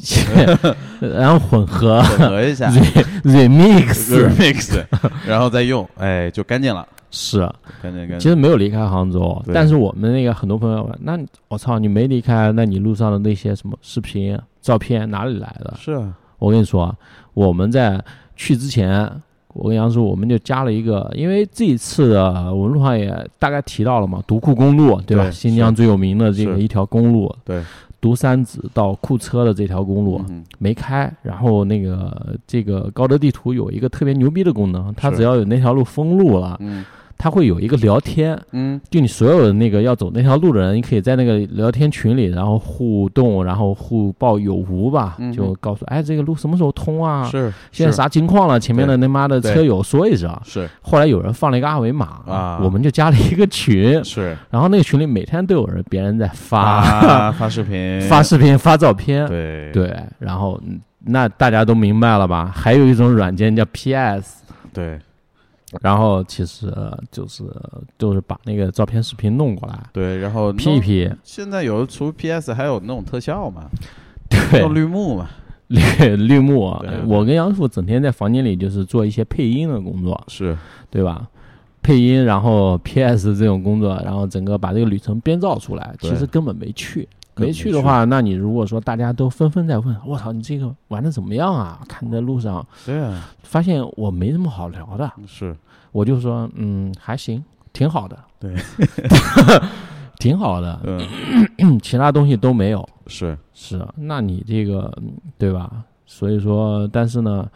Speaker 2: 然后混合
Speaker 3: 混合一下
Speaker 2: re- remix
Speaker 3: remix，然 后再用，哎，就干净了，
Speaker 2: 是，
Speaker 3: 干净干
Speaker 2: 其
Speaker 3: 净。
Speaker 2: 实没有离开杭州，
Speaker 3: 对
Speaker 2: 但是我们那个很多朋友问，那你我操，你没离开，那你路上的那些什么视频、啊照片哪里来的？
Speaker 3: 是啊，
Speaker 2: 我跟你说，我们在去之前，我跟杨叔我们就加了一个，因为这一次的我们路上也大概提到了嘛，独库公路对吧？
Speaker 3: 对
Speaker 2: 新疆最有名的这个
Speaker 3: 是
Speaker 2: 一条公路，
Speaker 3: 对，
Speaker 2: 独山子到库车的这条公路，
Speaker 3: 嗯哼
Speaker 2: 没开，然后那个这个高德地图有一个特别牛逼的功能，它
Speaker 3: 是
Speaker 2: 只要有那条路封路了，
Speaker 3: 嗯，
Speaker 2: 它会有一个聊天，
Speaker 3: 嗯
Speaker 2: 就你所有的那个要走那条路的人，你可以在那个聊天群里，然后互动，然后互报有无吧
Speaker 3: 嗯，哼
Speaker 2: 就告诉哎这个路什么时候通啊？
Speaker 3: 是
Speaker 2: 现在
Speaker 3: 是
Speaker 2: 啥情况了？前面的他妈的
Speaker 3: 对
Speaker 2: 车友说一声。
Speaker 3: 是
Speaker 2: 后来有人放了一个二维码
Speaker 3: 啊
Speaker 2: 我们就加了一个群，
Speaker 3: 是
Speaker 2: 然后那个群里每天都有人别人在发
Speaker 3: 发发视频
Speaker 2: 发视频、发照片，
Speaker 3: 对
Speaker 2: 对，然后嗯那大家都明白了吧？还有一种软件叫 PS，
Speaker 3: 对
Speaker 2: 然后其实就是就是把那个照片、视频弄过来
Speaker 3: 对，然后
Speaker 2: P 一 P，
Speaker 3: 现在有除 PS 还有那种特效嘛，
Speaker 2: 对
Speaker 3: 用，绿幕嘛，
Speaker 2: 绿 绿幕哎
Speaker 3: 对啊，
Speaker 2: 我跟杨师傅整天在房间里就是做一些配音的工作，
Speaker 3: 是
Speaker 2: 对吧？配音，然后 PS 这种工作，然后整个把这个旅程编造出来，
Speaker 3: 对
Speaker 2: 其实根本没趣。
Speaker 3: 根本
Speaker 2: 没
Speaker 3: 没
Speaker 2: 去的话，那你如果说大家都纷纷在问，我操，你这个玩的怎么样啊？看你在路上，
Speaker 3: 对啊，
Speaker 2: 发现我没什么好聊的，
Speaker 3: 是
Speaker 2: 我就说，嗯，还行，挺好的，
Speaker 3: 对，
Speaker 2: 挺好的，
Speaker 3: 嗯
Speaker 2: 其他东西都没有。
Speaker 3: 是
Speaker 2: 是，啊那你这个嗯对吧？所以说，但是呢，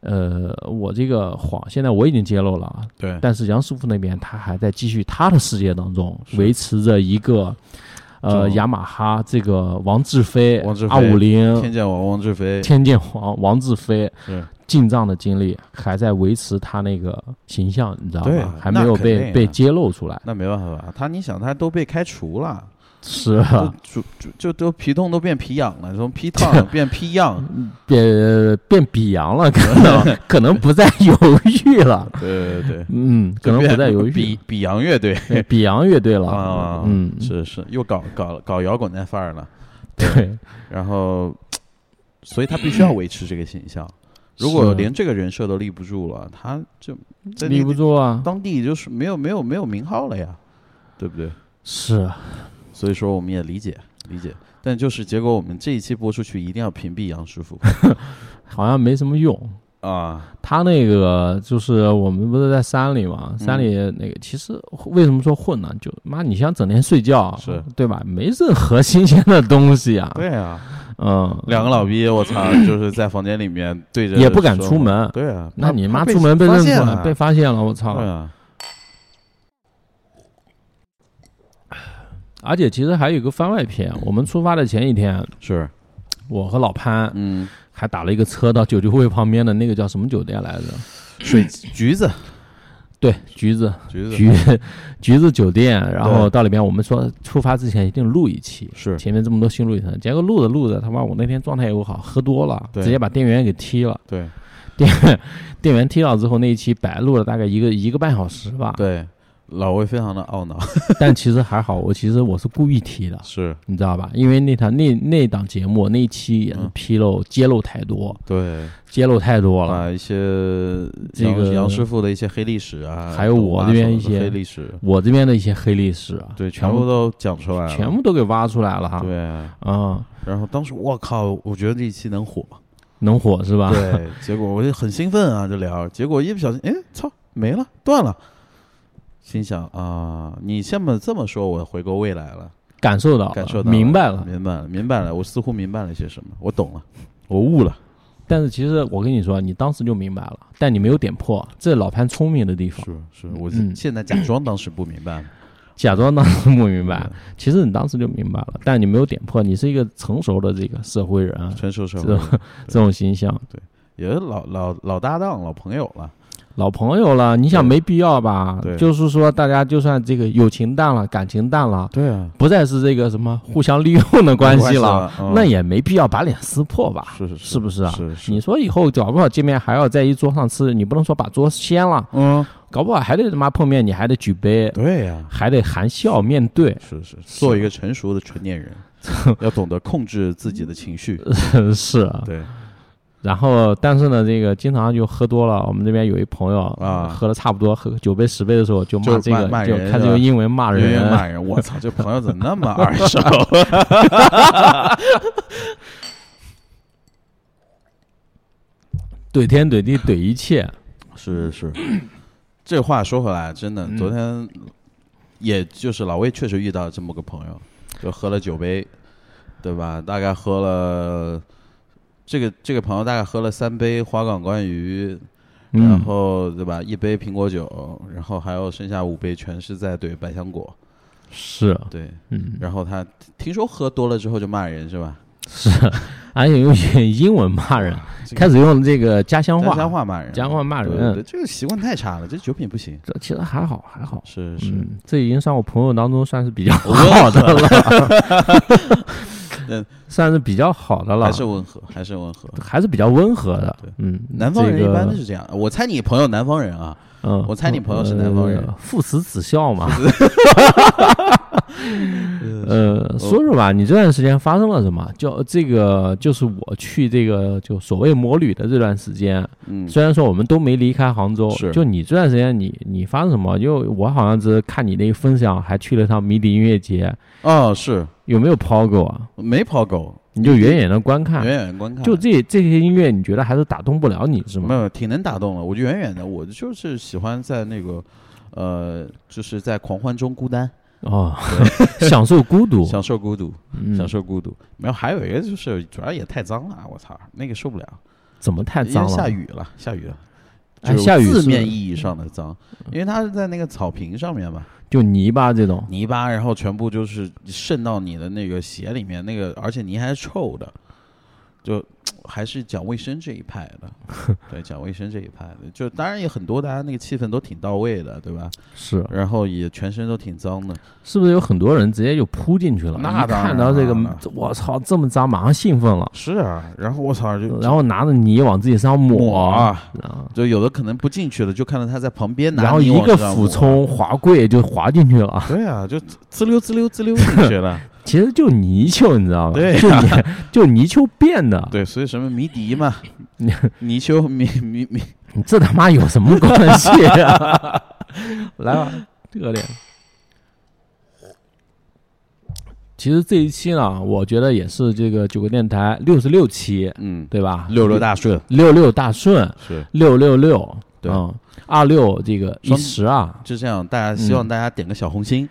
Speaker 2: 呃，我这个谎现在我已经揭露了啊，
Speaker 3: 对
Speaker 2: 但是杨师傅那边他还在继续他的世界当中
Speaker 3: 是
Speaker 2: 维持着一个。呃，
Speaker 3: 这种
Speaker 2: 雅马哈这个王志飞、
Speaker 3: 王志飞
Speaker 2: 二五零、
Speaker 3: 天剑王王志飞
Speaker 2: 天嗯剑皇王志飞
Speaker 3: 是
Speaker 2: 进藏的经历，还在维持他那个形象，你知道
Speaker 3: 对
Speaker 2: 吧
Speaker 3: 啊？
Speaker 2: 还
Speaker 3: 那
Speaker 2: 没有
Speaker 3: 肯定
Speaker 2: 被
Speaker 3: 啊
Speaker 2: 被揭露出来，
Speaker 3: 那没办法，他你想他都被开除了，
Speaker 2: 是
Speaker 3: 就就就就都皮痛都变皮痒了，从皮烫 变皮痒，
Speaker 2: 变变比洋了，可 能可能不再犹豫了。
Speaker 3: 对对对，
Speaker 2: 嗯，可能
Speaker 3: 就
Speaker 2: 不
Speaker 3: 变
Speaker 2: 再犹豫
Speaker 3: 比，比洋乐队
Speaker 2: 对比洋乐队了
Speaker 3: 啊，，
Speaker 2: 嗯，
Speaker 3: 是是又搞搞搞摇滚那范儿了，
Speaker 2: 对，
Speaker 3: 然后，所以他必须要维持这个形象。如果
Speaker 2: 是
Speaker 3: 连这个人设都立不住了，他就在
Speaker 2: 立
Speaker 3: 那
Speaker 2: 不
Speaker 3: 个
Speaker 2: 住啊，
Speaker 3: 当地就是没有没有没有名号了呀，对不对？
Speaker 2: 是
Speaker 3: 所以说我们也理解理解，但就是结果我们这一期播出去一定要屏蔽杨师傅
Speaker 2: 好像没什么用。
Speaker 3: 啊，
Speaker 2: 他那个就是我们不是在山里嘛，
Speaker 3: 嗯
Speaker 2: 山里那个其实为什么说混呢？就妈你想整天睡觉，
Speaker 3: 是
Speaker 2: 对吧？没任何新鲜的东西啊，
Speaker 3: 对啊，
Speaker 2: 嗯，
Speaker 3: 两个老逼，我 操，就是在房间里面对着
Speaker 2: 也不敢
Speaker 3: 说
Speaker 2: 出，门。
Speaker 3: 对啊，
Speaker 2: 那
Speaker 3: 怕
Speaker 2: 你
Speaker 3: 怕
Speaker 2: 妈
Speaker 3: 被
Speaker 2: 出门被
Speaker 3: 发
Speaker 2: 认出
Speaker 3: 现
Speaker 2: 来，
Speaker 3: 了，
Speaker 2: 被发现了，我操！
Speaker 3: 对啊，
Speaker 2: 而且其实还有一个番外篇，我们出发的前一天，
Speaker 3: 是，
Speaker 2: 我和老潘
Speaker 3: 嗯，
Speaker 2: 还打了一个车到九九会旁边的那个叫什么酒店来着？
Speaker 3: 水 橘子
Speaker 2: 对，橘子
Speaker 3: 橘子
Speaker 2: 橘橘子酒店。然后到里边，我们说出发之前一定录一期，
Speaker 3: 是
Speaker 2: 前面这么多新路一程，结果录着录着，他妈我那天状态也不好，喝多了，
Speaker 3: 对
Speaker 2: 直接把店员给踢了。
Speaker 3: 对
Speaker 2: 店店员踢了之后，那一期白录了大概一个一个半小时吧。
Speaker 3: 对，老魏非常的懊 恼，
Speaker 2: 但其实还好，我其实我是故意踢的。
Speaker 3: 是
Speaker 2: 你知道吧？因为那台那那档节目那一期也是
Speaker 3: 嗯
Speaker 2: 披露、揭露太多，
Speaker 3: 对，
Speaker 2: 揭露太多了。
Speaker 3: 把一些
Speaker 2: 这
Speaker 3: 杨
Speaker 2: 个
Speaker 3: 杨师傅的一些黑历史啊，
Speaker 2: 还有
Speaker 3: 抖
Speaker 2: 我
Speaker 3: 啊
Speaker 2: 这边
Speaker 3: 什么
Speaker 2: 一些
Speaker 3: 的黑历史，
Speaker 2: 我这边的一些黑历史啊，
Speaker 3: 对，
Speaker 2: 全
Speaker 3: 全部都讲出来了，
Speaker 2: 全部都给挖出来了哈。
Speaker 3: 对。
Speaker 2: 啊、
Speaker 3: 然后当时我靠，我觉得这一期能火，
Speaker 2: 能火是吧？
Speaker 3: 对，结果我就很兴奋啊，就聊，结果一不小心，哎，操，没了，断了。心想啊，你这么这么说，我回过味来了，
Speaker 2: 感受到了，
Speaker 3: 感受到
Speaker 2: 明白了。
Speaker 3: 明白了，明白了，我似乎明白了些什么，我懂了，我悟了，
Speaker 2: 但是其实我跟你说，你当时就明白了，但你没有点破，这是老潘聪明的地方，
Speaker 3: 是是，我
Speaker 2: 嗯
Speaker 3: 现在假装当时不明白了，
Speaker 2: 假装当时不明白
Speaker 3: 嗯，
Speaker 2: 其实你当时就明白了，但你没有点破，你是一个成熟的这个社会人啊，
Speaker 3: 成熟社
Speaker 2: 这
Speaker 3: 会
Speaker 2: 种
Speaker 3: 人
Speaker 2: 这种形象，
Speaker 3: 也是老老老搭档、老朋友了，
Speaker 2: 老朋友了，你想
Speaker 3: 对
Speaker 2: 没必要吧
Speaker 3: 对？
Speaker 2: 就是说，大家就算这个友情淡了，感情淡了，
Speaker 3: 对啊，
Speaker 2: 不再是这个什么互相利用的关系了，，那也没必要把脸撕破吧？
Speaker 3: 嗯是是
Speaker 2: 是不是啊
Speaker 3: 是是
Speaker 2: 你说以后搞不好见面还要在一桌上吃，你不能说把桌掀了，
Speaker 3: 嗯，
Speaker 2: 搞不好还得他妈碰面，你还得举杯，
Speaker 3: 对呀，
Speaker 2: 还得含笑面对，
Speaker 3: 是是，做一个成熟的成 年人，要懂得控制自己的情绪，
Speaker 2: 是啊。
Speaker 3: 对，
Speaker 2: 然后，但是呢，这个经常就喝多了，我们这边有一朋友
Speaker 3: 啊
Speaker 2: 喝的差不多，喝九杯十杯的时候就
Speaker 3: 就
Speaker 2: 骂这个，
Speaker 3: 骂骂
Speaker 2: 就
Speaker 3: 人
Speaker 2: 开始
Speaker 3: 是吧
Speaker 2: 用英文骂
Speaker 3: 人
Speaker 2: 人
Speaker 3: 人，骂人，我操，这朋友怎么那么耳 熟？
Speaker 2: 怼天怼地怼一 切，
Speaker 3: 是是，这话说回来，真的，昨天也就是老魏确实遇到这么个朋友，就喝了九杯，对吧？大概喝了这个这个朋友大概喝了三杯花岗关鱼，
Speaker 2: 嗯
Speaker 3: 然后对吧？一杯苹果酒，然后还有剩下五杯全是在怼百香果，
Speaker 2: 是，
Speaker 3: 对。
Speaker 2: 嗯，
Speaker 3: 然后他听说喝多了之后就骂人是吧？
Speaker 2: 是， 而且用英文骂人，开始用这个家乡
Speaker 3: 啊家
Speaker 2: 话，
Speaker 3: 乡话骂人，
Speaker 2: 家乡话骂人
Speaker 3: 对对对这个习惯太差了，这酒品不行。
Speaker 2: 这其实还好，还好。
Speaker 3: 是是，
Speaker 2: 嗯，这已经算我朋友当中算是比较
Speaker 3: 我
Speaker 2: 好 的了
Speaker 3: 嗯，
Speaker 2: 算是比较好的了，
Speaker 3: 还是温和，还是温和。
Speaker 2: 还是比较温和的
Speaker 3: 对。
Speaker 2: 嗯，
Speaker 3: 南方人
Speaker 2: 这
Speaker 3: 一
Speaker 2: 个
Speaker 3: 般都是这样，我猜你朋友南方人啊，
Speaker 2: 嗯，
Speaker 3: 我猜你朋友是南方人
Speaker 2: 呃父慈子孝嘛。
Speaker 3: 嗯
Speaker 2: 呃，说说吧，你这段时间发生了什么？就这个，就是我去这个就所谓魔旅的这段时间，
Speaker 3: 嗯，
Speaker 2: 虽然说我们都没离开杭州，
Speaker 3: 是
Speaker 2: 就你这段时间你你发生什么？就我好像只是看你那个分享，还去了趟迷笛音乐节，
Speaker 3: 哦，是
Speaker 2: 有没有抛狗啊？
Speaker 3: 没跑狗，
Speaker 2: 你就远远的观看，
Speaker 3: 远远观看，
Speaker 2: 啊就这这些音乐，你觉得还是打动不了你是
Speaker 3: 没
Speaker 2: 吗？
Speaker 3: 有挺能打动了。我就远远的，我就是喜欢在那个，呃，就是在狂欢中孤单，
Speaker 2: 哦，享受孤独，
Speaker 3: 享受孤独，
Speaker 2: 嗯
Speaker 3: 享，受孤独。没有，还有一个就是，主要也太脏了，啊我操，那个受不了，
Speaker 2: 怎么太
Speaker 3: 因
Speaker 2: 脏
Speaker 3: 为
Speaker 2: 了？
Speaker 3: 下雨了，下雨了。
Speaker 2: 哎
Speaker 3: 就是
Speaker 2: 下雨
Speaker 3: 字
Speaker 2: 是嗯
Speaker 3: 面意义上的脏，因为它是在那个草坪上面嘛，
Speaker 2: 就泥巴这种，
Speaker 3: 泥巴，然后全部就是渗到你的那个鞋里面，那个而且泥还是臭的，就还是讲卫生这一派的， 对，讲卫生这一派的，就当然也很多，大家那个气氛都挺到位的，对吧？
Speaker 2: 是
Speaker 3: 然后也全身都挺脏的，
Speaker 2: 是不是有很多人直接就扑进去了？
Speaker 3: 那
Speaker 2: 一
Speaker 3: 当然
Speaker 2: 看到这个
Speaker 3: 了，
Speaker 2: 我操，这么脏，马上兴奋了，
Speaker 3: 是啊，然后我操就
Speaker 2: 然后拿着泥往自己身上
Speaker 3: 抹
Speaker 2: 抹，
Speaker 3: 啊，
Speaker 2: 然后
Speaker 3: 就有的可能不进去了，就看到他在旁边拿
Speaker 2: 然后
Speaker 3: 泥
Speaker 2: 一
Speaker 3: 往
Speaker 2: 个
Speaker 3: 身上
Speaker 2: 俯
Speaker 3: 抹，啊
Speaker 2: 冲滑跪就滑进去了。
Speaker 3: 对啊，就滋溜滋溜滋溜进 去了，
Speaker 2: 其实就泥鳅，你知道吧？
Speaker 3: 对
Speaker 2: 就泥就泥鳅变的，
Speaker 3: 对，所以什么迷笛嘛
Speaker 2: 你，
Speaker 3: 泥鳅迷迷迷，
Speaker 2: 你这他妈有什么关系 啊？来吧，热脸。其实这一期呢，我觉得也是这个九个电台六十六期，
Speaker 3: 嗯，
Speaker 2: 对吧？
Speaker 3: 六六大顺
Speaker 2: 六六大顺，
Speaker 3: 是。
Speaker 2: 六六六，
Speaker 3: 对
Speaker 2: 嗯，二六这个一
Speaker 3: 双
Speaker 2: 十啊，
Speaker 3: 就这样，大家希望大家点个小红心，
Speaker 2: 嗯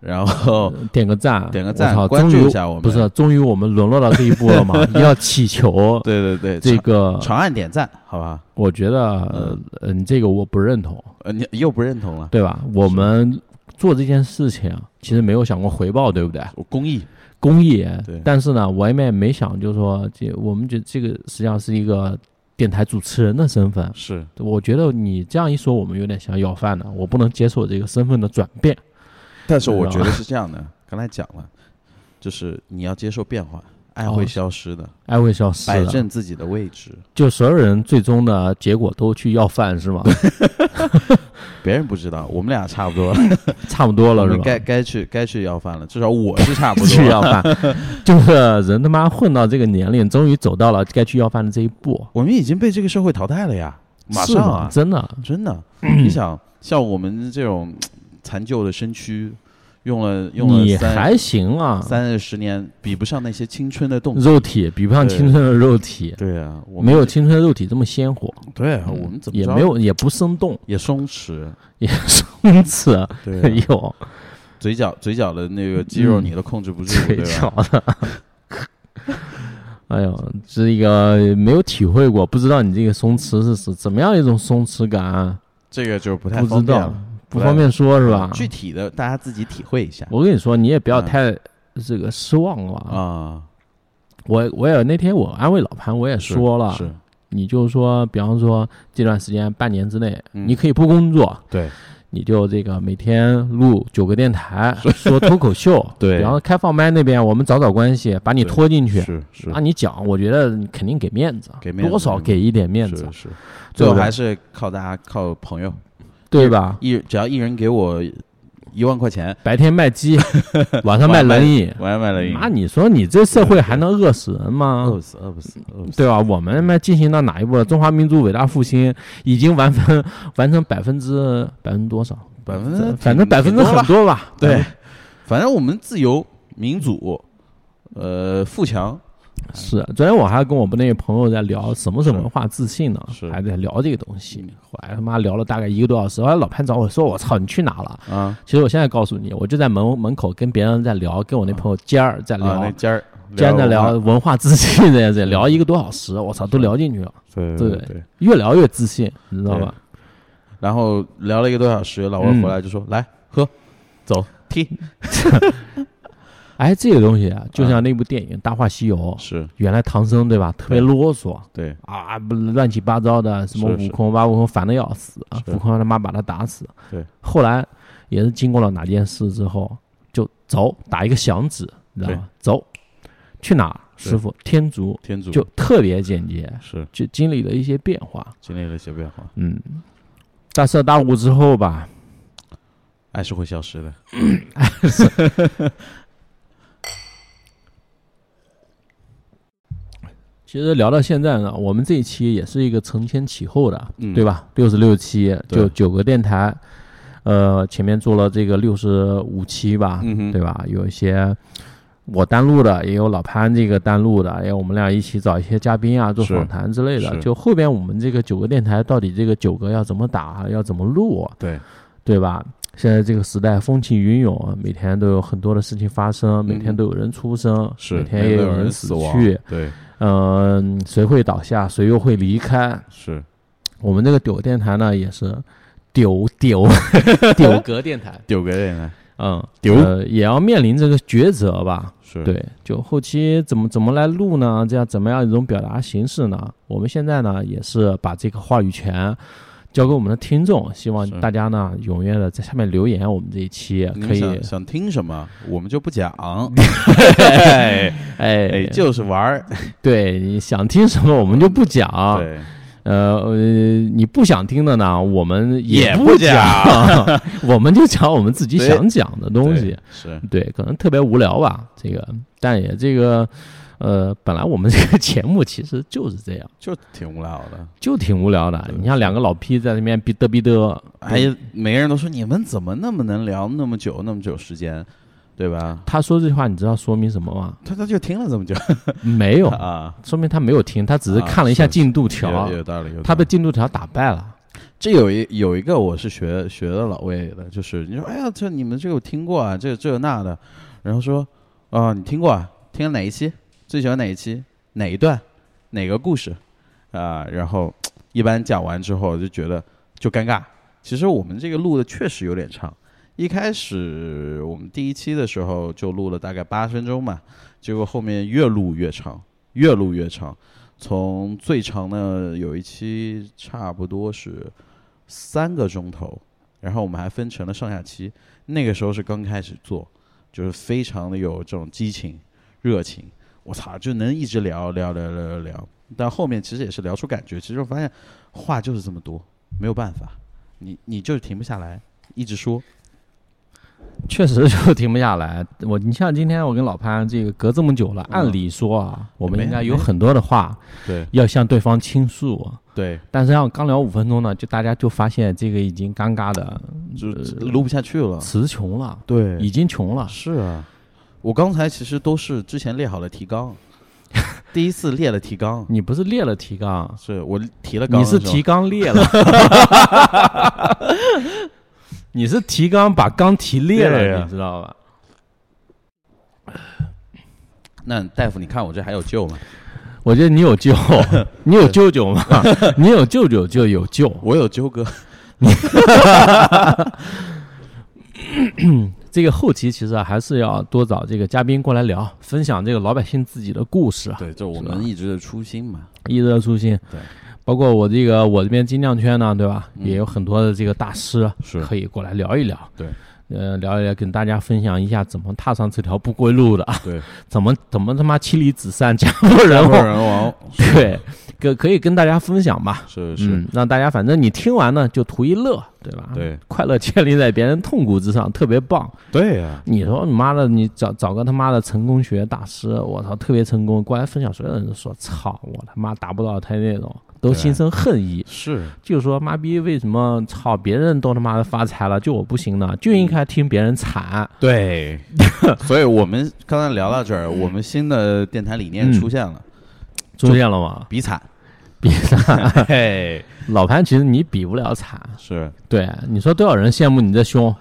Speaker 3: 然 后
Speaker 2: 点个赞，
Speaker 3: 点个
Speaker 2: 我
Speaker 3: 赞
Speaker 2: 操
Speaker 3: 关
Speaker 2: 终于
Speaker 3: 注一下我们
Speaker 2: 不是，终于我们沦落到这一步 了嘛？要祈求
Speaker 3: 对对对，
Speaker 2: 这
Speaker 3: 长
Speaker 2: 个，
Speaker 3: 长按点赞，好吧？
Speaker 2: 我觉得，嗯，这个我不认同，
Speaker 3: 呃，你又不认同了，
Speaker 2: 对吧？我们做这件事情，其实没有想过回报，对不对？
Speaker 3: 我公益，
Speaker 2: 公益
Speaker 3: 对，
Speaker 2: 但是呢，我也没没想，就是说，这我们觉得这个实际上是一个电台主持人的身份。
Speaker 3: 是
Speaker 2: 我觉得你这样一说，我们有点想要饭了，我不能接受这个身份的转变。
Speaker 3: 但是我
Speaker 2: 知
Speaker 3: 觉
Speaker 2: 道
Speaker 3: 得是这样的，刚才讲了，就是你要接受变化，爱
Speaker 2: 哦
Speaker 3: 会消失的，
Speaker 2: 爱会消失
Speaker 3: 摆
Speaker 2: 的，
Speaker 3: 正自己的位置，
Speaker 2: 就所有人最终的结果都去要饭是吗？
Speaker 3: 别人不知道，我们俩差不多了，
Speaker 2: 差不多
Speaker 3: 我
Speaker 2: 了是
Speaker 3: 们
Speaker 2: 吧？
Speaker 3: 该该去该去要饭了，至少我是差不 多
Speaker 2: 去要饭，就是人他妈混到这个年龄，终于走到了该去要饭的这一步。
Speaker 3: 我们已经被这个社会淘汰了呀，马
Speaker 2: 是
Speaker 3: 上
Speaker 2: 吗
Speaker 3: 啊，
Speaker 2: 真的，
Speaker 3: 真的，
Speaker 2: 嗯
Speaker 3: 你想像我们这种残旧的身躯，用了用了
Speaker 2: 你
Speaker 3: 三
Speaker 2: 还行啊，
Speaker 3: 三十年比不上那些青春的动作。
Speaker 2: 肉体比不上青春的肉体，
Speaker 3: 对啊，我
Speaker 2: 没有青春的肉体这么鲜活，
Speaker 3: 对啊，我们怎么
Speaker 2: 也
Speaker 3: 着
Speaker 2: 没有也不生 动，
Speaker 3: 也松弛，
Speaker 2: 也松弛，
Speaker 3: 对啊、
Speaker 2: 没有
Speaker 3: 嘴角嘴角的那个肌肉
Speaker 2: 嗯啊
Speaker 3: 你都控制不住，
Speaker 2: 嘴
Speaker 3: 对
Speaker 2: 角
Speaker 3: 吧？
Speaker 2: 的。 哎呦，这个没有体会过，不知道你这个松弛是是怎么样一种松弛感啊，
Speaker 3: 这个就不太
Speaker 2: 不
Speaker 3: 方
Speaker 2: 知
Speaker 3: 便
Speaker 2: 道
Speaker 3: 了，，
Speaker 2: 不方便说是吧？
Speaker 3: 具体的大家自己体会一下
Speaker 2: 我跟你说，你也不要
Speaker 3: 嗯
Speaker 2: 太这个失望了啊！
Speaker 3: 啊。
Speaker 2: 我我也那天我安慰老潘，我也
Speaker 3: 是
Speaker 2: 说了，
Speaker 3: 是
Speaker 2: 你就说，比方说这段时间半年之内，
Speaker 3: 嗯
Speaker 2: 你可以不工作，
Speaker 3: 对，
Speaker 2: 你就这个每天录九个电台，说脱口秀，
Speaker 3: 对
Speaker 2: 然后开放麦那边我们找找关系，把你
Speaker 3: 对
Speaker 2: 拖进去，
Speaker 3: 是是
Speaker 2: 那你讲，我觉得你肯定给面子，
Speaker 3: 给面子
Speaker 2: 多少给一点面子
Speaker 3: 是，是，最后
Speaker 2: 对吧
Speaker 3: 还是靠大家靠朋友，
Speaker 2: 对吧？
Speaker 3: 一只要一人给我一万块钱，
Speaker 2: 白天卖 鸡，晚上卖冷饮，
Speaker 3: 我也买了一。
Speaker 2: 那你啊说你这社会还能饿死人吗？
Speaker 3: 饿不死，饿不死，饿不死。
Speaker 2: 对吧？我们嘛进行到哪一步了？中华民族伟大复兴已经完成 完成百分之百分之多少？
Speaker 3: 百分之
Speaker 2: 反正百分之
Speaker 3: 挺多吧
Speaker 2: 很多吧。哎
Speaker 3: 对，反正我们自由、民主，呃，富强，
Speaker 2: 是。昨天我还跟我们那个朋友在聊什么是文化自信呢
Speaker 3: 是，
Speaker 2: 还在聊这个东西。后来他妈聊了大概一个多小时，后来老潘找我说：“我操，你去哪了
Speaker 3: 啊，
Speaker 2: 其实我现在告诉你，我就在门门口跟别人在聊，跟我那朋友尖儿在
Speaker 3: 啊，
Speaker 2: 聊。
Speaker 3: 那尖儿，
Speaker 2: 接着聊
Speaker 3: 文化嗯
Speaker 2: 文化自信这件事，聊一个多小时，我操，都聊进去了，
Speaker 3: 对
Speaker 2: 对
Speaker 3: 对对。
Speaker 2: 越聊越自信，你知道吧？
Speaker 3: 然后聊了一个多小时，老
Speaker 2: 嗯
Speaker 3: 温回来就说：“来喝，走踢。
Speaker 2: 哎，这个东西啊，就像那部电影《大话西游》，”
Speaker 3: 是，
Speaker 2: 原来唐僧对吧，特别
Speaker 3: 对
Speaker 2: 啰嗦
Speaker 3: 对，
Speaker 2: 啊，不乱七八糟的，什么
Speaker 3: 是
Speaker 2: 悟
Speaker 3: 是
Speaker 2: 空把悟空烦的要死，啊
Speaker 3: 是
Speaker 2: 悟空他妈把他打死。
Speaker 3: 对，
Speaker 2: 后来也是经过了哪件事之后，就走打一个响指，你知道吗？走，去哪儿？
Speaker 3: 对
Speaker 2: 师傅，天竺
Speaker 3: 天竺
Speaker 2: 就特别简洁，
Speaker 3: 是
Speaker 2: 就经历了一些变化。
Speaker 3: 经历了一些变化，
Speaker 2: 嗯，大彻大悟之后吧，
Speaker 3: 爱是会消失的。
Speaker 2: 其实聊到现在呢，我们这一期也是一个承前启后的，
Speaker 3: 嗯
Speaker 2: 对吧？六十六期，
Speaker 3: 对
Speaker 2: 就九个电台，呃，前面做了这个六十五期吧，
Speaker 3: 嗯哼
Speaker 2: 对吧？有一些我单录的，也有老潘这个单录的，也有哎我们俩一起找一些嘉宾啊，做
Speaker 3: 是
Speaker 2: 访谈之类的。
Speaker 3: 是
Speaker 2: 就后边我们这个九个电台到底这个九个要怎么打，要怎么录，啊
Speaker 3: 对，
Speaker 2: 对吧？现在这个时代风起云涌，每天都有很多的事情发生，每天都有人出生，
Speaker 3: 嗯是
Speaker 2: 每天也
Speaker 3: 有
Speaker 2: 人
Speaker 3: 人
Speaker 2: 死
Speaker 3: 死亡
Speaker 2: 去，，
Speaker 3: 对，
Speaker 2: 嗯，谁会倒下，谁又会离开。
Speaker 3: 是
Speaker 2: 我们这个丢电台呢，也是丢丢 丢格电台，
Speaker 3: 丢给人呢，
Speaker 2: 嗯，
Speaker 3: 丢
Speaker 2: 呃也要面临这个抉择吧。
Speaker 3: 是，
Speaker 2: 对，就后期怎么怎么来录呢？这样怎么样一种表达形式呢？我们现在呢，也是把这个话语权。交给我们的听众，希望
Speaker 3: 是
Speaker 2: 大家呢踊跃的在下面留言。我们这一期
Speaker 3: 你
Speaker 2: 啊可
Speaker 3: 们
Speaker 2: 以，
Speaker 3: 想想听什么，我们就不 讲，哎
Speaker 2: 哎，
Speaker 3: 哎，就是玩儿，
Speaker 2: 对，你想听什么我们就不讲，
Speaker 3: 对，
Speaker 2: 呃，呃你不想听的呢，我们
Speaker 3: 也
Speaker 2: 不
Speaker 3: 不
Speaker 2: 讲， 我们就讲我们自己
Speaker 3: 对
Speaker 2: 想讲的东西
Speaker 3: 对。是
Speaker 2: 对，可能特别无聊吧，这个，但也这个，呃，本来我们这个节目其实就是这样，
Speaker 3: 就挺无聊的。
Speaker 2: 就挺无聊的。你像两个老批在那边逼嘚逼嘚，
Speaker 3: 哎呀，每个人都说你们怎么那么能聊那么久，那么久时间，对吧？
Speaker 2: 他说这句话，你知道说明什么 吗？
Speaker 3: 他他就听了这么久
Speaker 2: 没有，
Speaker 3: 啊，
Speaker 2: 说明他没有听，他只是
Speaker 3: 啊
Speaker 2: 看了一下
Speaker 3: 是
Speaker 2: 进度条
Speaker 3: 有，有道理，有道理
Speaker 2: 他被进度条打败了。
Speaker 3: 这有一有一个我是学学的老魏的，就是你说哎呀，这你们这个我听过啊，这这那的，然后说啊、你听过啊，听了哪一期？最喜欢哪一期？哪一段？哪个故事？啊、然后一般讲完之后就觉得就尴尬。其实我们这个录的确实有点长，一开始我们第一期的时候就录了大概八分钟嘛，结果后面越录越长，越录越长。从最长的有一期差不多是三个钟头，然后我们还分成了上下期。那个时候是刚开始做，就是非常的有这种激情、热情。我操，就能一直聊聊聊聊聊聊。但后面其实也是聊出感觉，其实我发现话就是这么多，没有办法，你你就是停不下来，一直说。
Speaker 2: 确实就停不下来。我你像今天我跟老潘这个隔这么久了，
Speaker 3: 嗯
Speaker 2: 按理说啊，我们
Speaker 3: 没
Speaker 2: 应该有
Speaker 3: 没
Speaker 2: 很多的话
Speaker 3: 对
Speaker 2: 要向对方倾诉，
Speaker 3: 对，
Speaker 2: 但是要刚聊五分钟呢，就大家就发现这个已经尴尬的
Speaker 3: 就录不下去了。
Speaker 2: 词穷了，
Speaker 3: 呃对
Speaker 2: 已经穷了。
Speaker 3: 是啊，我刚才其实都是之前列好了提 纲，第一次列了提纲，
Speaker 2: 你不是列了提纲，
Speaker 3: 是我提了纲
Speaker 2: 你
Speaker 3: 的时候，
Speaker 2: 是提纲列 了。你是提纲把纲提裂
Speaker 3: 对呀
Speaker 2: 了，你知道吧？
Speaker 3: 那大夫，你看我这还有救吗？
Speaker 2: 我觉得你有救，你有舅舅吗？你有舅舅就有救。
Speaker 3: 我有纠 葛，
Speaker 2: 这个后期其实啊还是要多找这个嘉宾过来聊，分享这个老百姓自己的故事啊，
Speaker 3: 对，这我
Speaker 2: 是吧
Speaker 3: 们一直的初心嘛。
Speaker 2: 一热初心。
Speaker 3: 对，
Speaker 2: 包括我这个我这边精酿圈呢，对吧？
Speaker 3: 嗯
Speaker 2: 也有很多的这个大师啊
Speaker 3: 是
Speaker 2: 可以过来聊一聊。
Speaker 3: 对。
Speaker 2: 呃，聊一聊，跟大家分享一下怎么踏上这条不归路的，
Speaker 3: 对，
Speaker 2: 怎么怎么他妈妻离子散，家破人
Speaker 3: 人
Speaker 2: 亡，
Speaker 3: 人 亡
Speaker 2: 对，可可以跟大家分享吧，
Speaker 3: 是是，
Speaker 2: 嗯，让大家反正你听完呢就图一乐，对吧？，
Speaker 3: 对
Speaker 2: 快乐建立在别人痛苦之上，特别棒。
Speaker 3: 对呀，
Speaker 2: 你说你妈的，你找找个他妈的成功学大师，我操，特别成功，过来分享，所有人都说操，我他妈达不到他那种，都
Speaker 3: 对
Speaker 2: 心生恨意，
Speaker 3: 是
Speaker 2: 就说妈逼为什么操别人都他妈的发财了，就我不行呢？就应该听别人惨。
Speaker 3: 对， 所以我们刚才聊到这儿，我们新的电台理念
Speaker 2: 嗯
Speaker 3: 出现了，
Speaker 2: 出现了吗？
Speaker 3: 比惨，
Speaker 2: 比惨，
Speaker 3: 嘿，
Speaker 2: 老潘，其实你比不了惨。
Speaker 3: 是
Speaker 2: 对，你说多少人羡慕你这胸，。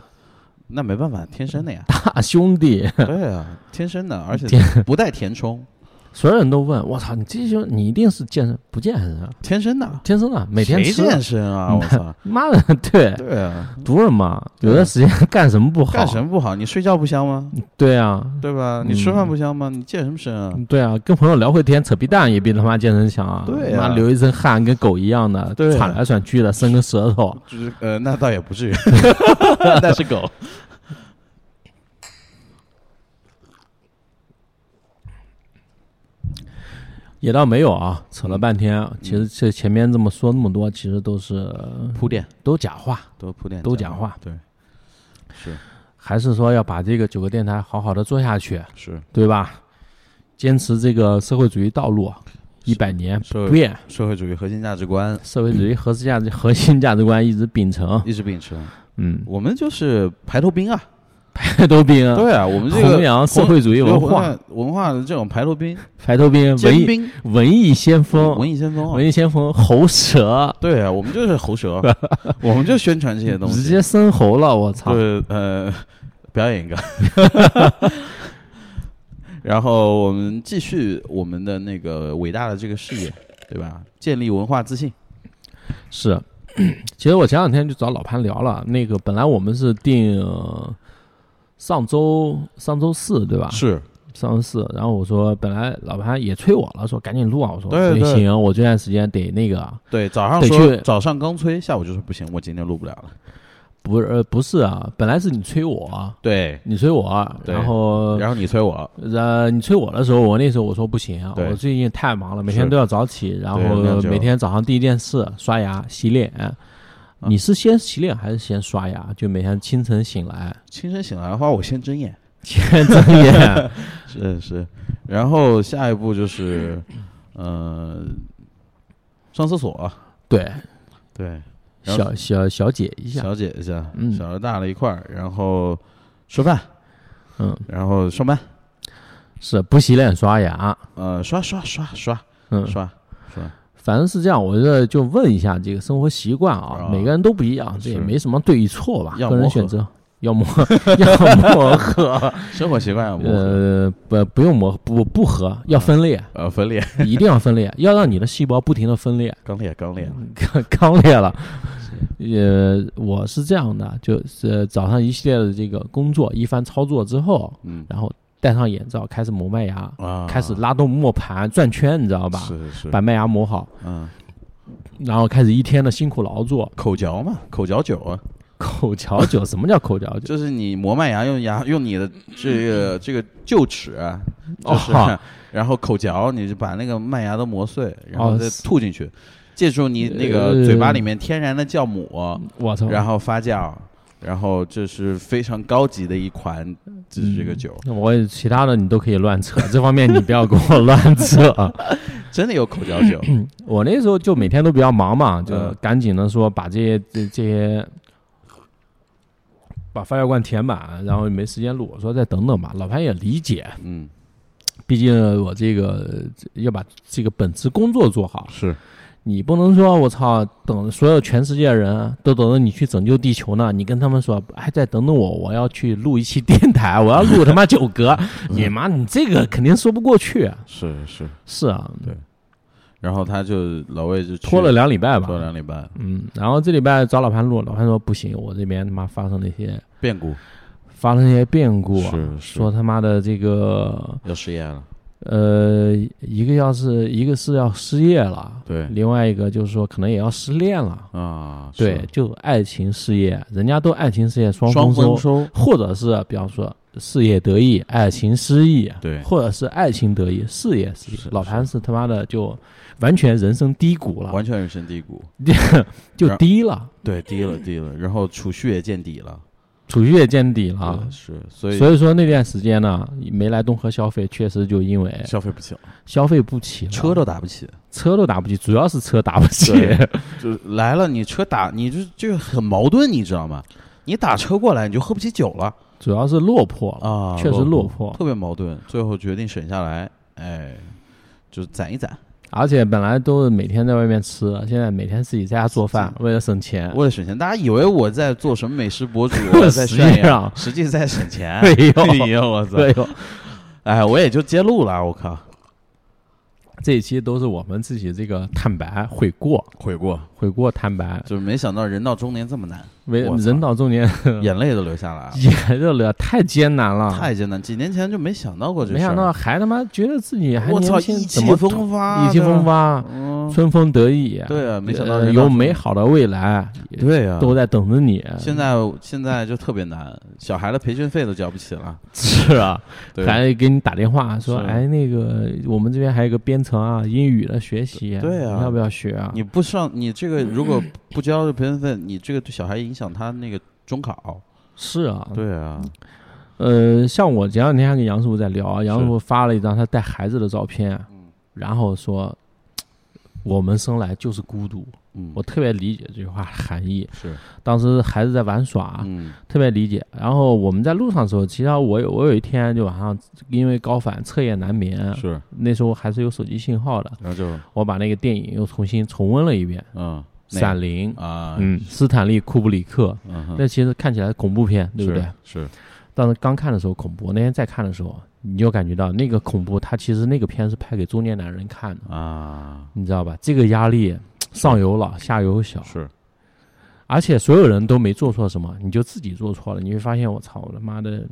Speaker 3: 那没办法，天生的 呀
Speaker 2: 大兄弟，
Speaker 3: 对啊，天生的，而且不带填充，
Speaker 2: 所有人都问我操，你这就你一定是健身不健身啊？
Speaker 3: 天生 的。
Speaker 2: 天生的，每天
Speaker 3: 谁
Speaker 2: 吃。
Speaker 3: 健身 啊！我操，
Speaker 2: 妈的，对，
Speaker 3: 对 啊，
Speaker 2: 毒人嘛，有的时间干什么不好？
Speaker 3: 干什么不好？你睡觉不香吗？
Speaker 2: 对啊，
Speaker 3: 对吧？
Speaker 2: 嗯
Speaker 3: 你吃饭不香吗？你健什么身啊？
Speaker 2: 对啊，跟朋友聊会天，扯皮蛋也比他妈健身强啊！
Speaker 3: 对啊
Speaker 2: 妈流一身汗跟狗一样的，
Speaker 3: 对啊
Speaker 2: 喘来喘去的，伸个舌头。
Speaker 3: 就是呃，那倒也不至于， 那是狗。
Speaker 2: 也倒没有啊，扯了半天
Speaker 3: 嗯
Speaker 2: 啊，其实这前面这么说那么多，其实都是
Speaker 3: 铺垫，
Speaker 2: 都假话，
Speaker 3: 多铺垫，
Speaker 2: 都讲话。
Speaker 3: 对，是
Speaker 2: 还是说要把这个九个电台好好的做下去，
Speaker 3: 是，
Speaker 2: 对吧？坚持这个社会主义道路一百年
Speaker 3: 社
Speaker 2: 不
Speaker 3: 会
Speaker 2: 变，
Speaker 3: 社会主义核心价值观
Speaker 2: 社会主义核心价值核心价值观一直秉承，
Speaker 3: 一直秉持。
Speaker 2: 嗯，
Speaker 3: 我们就是排头兵啊，
Speaker 2: 排头兵啊，
Speaker 3: 对啊，我们这个
Speaker 2: 弘扬社会主义文化，
Speaker 3: 对文化的这种排头兵、
Speaker 2: 排头兵、文
Speaker 3: 尖
Speaker 2: 艺
Speaker 3: 兵、
Speaker 2: 文艺先锋、
Speaker 3: 文艺先锋啊。
Speaker 2: 文艺先锋、喉舌，
Speaker 3: 对啊，我们就是喉 舌，我们就宣传这些东西。
Speaker 2: 直接生喉了，我操！
Speaker 3: 对，呃，表演一个。然后我们继续我们的那个伟大的这个事业，对吧？建立文化自信。
Speaker 2: 是， 其实我前两天就找老潘聊了，那个本来我们是定呃上周上周四对吧？
Speaker 3: 是，
Speaker 2: 上周四，然后我说本来老潘也催我了，说赶紧录啊，我说
Speaker 3: 对
Speaker 2: 不
Speaker 3: 对
Speaker 2: 行，我这段时间得那个，
Speaker 3: 对，早上
Speaker 2: 得
Speaker 3: 说
Speaker 2: 去
Speaker 3: 早上刚催，下午就说不行，我今天录不了了。
Speaker 2: 不是、呃、不是啊，本来是你催我，
Speaker 3: 对，
Speaker 2: 你催我，
Speaker 3: 对
Speaker 2: 然后。
Speaker 3: 然后你催我，
Speaker 2: 呃，你催我的时候，我那时候我说不行啊，
Speaker 3: 对
Speaker 2: 我最近太忙了，每天
Speaker 3: 是
Speaker 2: 都要早起，然
Speaker 3: 对那
Speaker 2: 后
Speaker 3: 就
Speaker 2: 每天早上第一件事刷牙洗脸。
Speaker 3: 啊
Speaker 2: 你是先洗脸还是先刷牙？就每天清晨醒 来，
Speaker 3: 清晨醒来的话，我先睁眼。
Speaker 2: 先睁 眼，
Speaker 3: 是是，然后下一步就是，呃，上厕所。
Speaker 2: 对，
Speaker 3: 对，然后
Speaker 2: 小小小解一下，
Speaker 3: 小解一下，
Speaker 2: 嗯
Speaker 3: 小的大了一块儿，然后吃饭，
Speaker 2: 嗯，
Speaker 3: 然后上班，
Speaker 2: 是不洗脸刷牙，
Speaker 3: 呃，刷刷刷刷
Speaker 2: 嗯，
Speaker 3: 刷刷，
Speaker 2: 反正是这样，我这就问一下这个生活习惯啊
Speaker 3: 啊，
Speaker 2: 每个人都不一样，这也
Speaker 3: 是
Speaker 2: 没什么对与错吧，
Speaker 3: 要
Speaker 2: 个人
Speaker 3: 磨合
Speaker 2: 选择。要磨， 要磨合，
Speaker 3: 生活习惯 要磨合
Speaker 2: 呃，不，不用磨，不不合，要分裂，
Speaker 3: 呃，分裂，
Speaker 2: 一定要分裂，要让你的细胞不停的分裂，
Speaker 3: 刚裂刚裂，
Speaker 2: 刚刚裂了。呃，我是这样的，就是早上一系列的这个工作一番操作之后，
Speaker 3: 嗯
Speaker 2: 然后戴上眼罩，开始磨麦芽，
Speaker 3: 啊，
Speaker 2: 开始拉动磨盘转圈，你知道吧？
Speaker 3: 是是，
Speaker 2: 把麦芽磨好，
Speaker 3: 嗯，
Speaker 2: 然后开始一天的辛苦劳作。
Speaker 3: 口嚼嘛，口嚼酒啊，
Speaker 2: 口嚼酒，什么叫口嚼酒？
Speaker 3: 就是你磨麦芽用牙用你的这个这个臼齿啊，就是
Speaker 2: 嗯哦，
Speaker 3: 然后口嚼，你就把那个麦芽都磨碎，然后
Speaker 2: 哦
Speaker 3: 再
Speaker 2: 是
Speaker 3: 吐进去，借助你那个
Speaker 2: 呃
Speaker 3: 嘴巴里面天然的酵母，
Speaker 2: 我操！
Speaker 3: 然后发酵，然后这是非常高级的一款，就是这个酒，
Speaker 2: 那我也其他的你都可以乱扯，这方面你不要跟我乱扯。
Speaker 3: 真的有口嚼 酒，
Speaker 2: 我那时候就每天都比较忙嘛，就
Speaker 3: 嗯
Speaker 2: 赶紧的说把这些这这些把发酵罐填满，然后也没时间录，我说再等等吧。老潘也理解，
Speaker 3: 嗯，
Speaker 2: 毕竟我这个要把这个本职工作做好，
Speaker 3: 是
Speaker 2: 你不能说我操，等所有全世界人都等着你去拯救地球呢，你跟他们说，哎，再等等我，我要去录一期电台， 我要录他妈九格，你妈你这个肯定说不过去。啊
Speaker 3: 是是。
Speaker 2: 是啊，
Speaker 3: 然后他就老魏就去
Speaker 2: 拖了两礼拜吧，
Speaker 3: 拖了两礼拜，
Speaker 2: 嗯，然后这礼拜找老潘录，老潘说不行，我这边他妈发生了一些
Speaker 3: 变故
Speaker 2: 发生了一些变故啊，
Speaker 3: 是是
Speaker 2: 说他妈的这个
Speaker 3: 要失业了，
Speaker 2: 呃，一个要是一个是要失业了，
Speaker 3: 对
Speaker 2: 另外一个就是说可能也要失恋了，
Speaker 3: 啊，是
Speaker 2: 对，就爱情事业，人家都爱情事业双
Speaker 3: 双
Speaker 2: 收，
Speaker 3: 丰收，
Speaker 2: 或者是比方说事业得意，爱情失意，
Speaker 3: 对
Speaker 2: 或者是爱情得意，事业失意
Speaker 3: 是，
Speaker 2: 老潘是他妈的就完全人生低谷了，
Speaker 3: 完全人生低谷，
Speaker 2: 就
Speaker 3: 然
Speaker 2: 低了，
Speaker 3: 啊对，低了低了，然后储蓄也见底了
Speaker 2: 储蓄也见底了。
Speaker 3: 对是，啊所以
Speaker 2: 所以说那段时间呢，没来东河消费，确实就因为
Speaker 3: 消费不起了，
Speaker 2: 消费不起了，
Speaker 3: 车都打不起，
Speaker 2: 车都打不起，主要是车打不起。
Speaker 3: 对就是来了你车打你就就很矛盾，你知道吗？你打车过来你就喝不起酒了
Speaker 2: 主要是落魄了，
Speaker 3: 啊，
Speaker 2: 确实落魄。
Speaker 3: 特别矛盾，最后决定省下来，哎，就攒一攒，
Speaker 2: 而且本来都是每天在外面吃，现在每天自己在家做饭，为了省钱。
Speaker 3: 为了省钱，大家以为我在做什么美食 博主，我在
Speaker 2: 实际
Speaker 3: 炫耀
Speaker 2: 上，
Speaker 3: 实际在 省钱。
Speaker 2: 没有
Speaker 3: 哎呦我操！
Speaker 2: 对哦，
Speaker 3: 哎，我也就揭露了，我靠，
Speaker 2: 这一期都是我们自己这个坦白悔过，
Speaker 3: 悔过，
Speaker 2: 悔过坦白，
Speaker 3: 就是没想到人到中年这么难，
Speaker 2: 为
Speaker 3: 我操
Speaker 2: 人到中年
Speaker 3: 眼泪都流下来了，
Speaker 2: 也热了，太艰难了，
Speaker 3: 太艰难。几年前就没想到过这事儿，
Speaker 2: 没想到还他妈觉得自己还
Speaker 3: 我操，
Speaker 2: 年轻，
Speaker 3: 意
Speaker 2: 怎
Speaker 3: 气
Speaker 2: 么突
Speaker 3: 风发，
Speaker 2: 意气风
Speaker 3: 发，
Speaker 2: 发，
Speaker 3: 嗯，
Speaker 2: 春风得意，
Speaker 3: 对啊，没想到
Speaker 2: 呃
Speaker 3: 人到
Speaker 2: 有
Speaker 3: 中
Speaker 2: 美
Speaker 3: 年，
Speaker 2: 好的未来，
Speaker 3: 对呀，
Speaker 2: 都在等着你。
Speaker 3: 现在现在就特别难，小孩的培训费都交不起了，
Speaker 2: 是啊，
Speaker 3: 对，
Speaker 2: 还给你打电话说，
Speaker 3: 是
Speaker 2: 哎，那个我们这边还有个编程啊，英语的学习，
Speaker 3: 对啊
Speaker 2: 你要不要学啊？
Speaker 3: 你不上，你这个如果不交这培训费，你这个对小孩影响他那个中考。
Speaker 2: 是啊，
Speaker 3: 对啊，
Speaker 2: 呃，像我前两天还跟杨师傅在聊，杨师傅发了一张他带孩子的照片，
Speaker 3: 嗯
Speaker 2: 然后说，我们生来就是孤独，
Speaker 3: 嗯，
Speaker 2: 我特别理解这句话的含义。
Speaker 3: 是，
Speaker 2: 当时孩子在玩耍，
Speaker 3: 嗯
Speaker 2: 特别理解。然后我们在路上的时候，其实我有我有一天就晚上因为高反彻夜难眠，
Speaker 3: 是，
Speaker 2: 那时候还是有手机信号的，
Speaker 3: 然后就
Speaker 2: 我把那个电影又重新重温了一遍，
Speaker 3: 嗯，
Speaker 2: 《
Speaker 3: 那
Speaker 2: 闪灵》，
Speaker 3: 啊，
Speaker 2: 嗯，斯坦利·库布里克，
Speaker 3: 嗯哼，
Speaker 2: 那其实看起来是恐怖片，对不对？
Speaker 3: 是？是，
Speaker 2: 当时刚看的时候恐怖，那天再看的时候，你就感觉到那个恐怖，它其实那个片是拍给中年男人看的，
Speaker 3: 啊，
Speaker 2: 你知道吧？这个压力上有老下有小，
Speaker 3: 是，
Speaker 2: 而且所有人都没做错什么，你就自己做错了，你会发现我操，我他妈的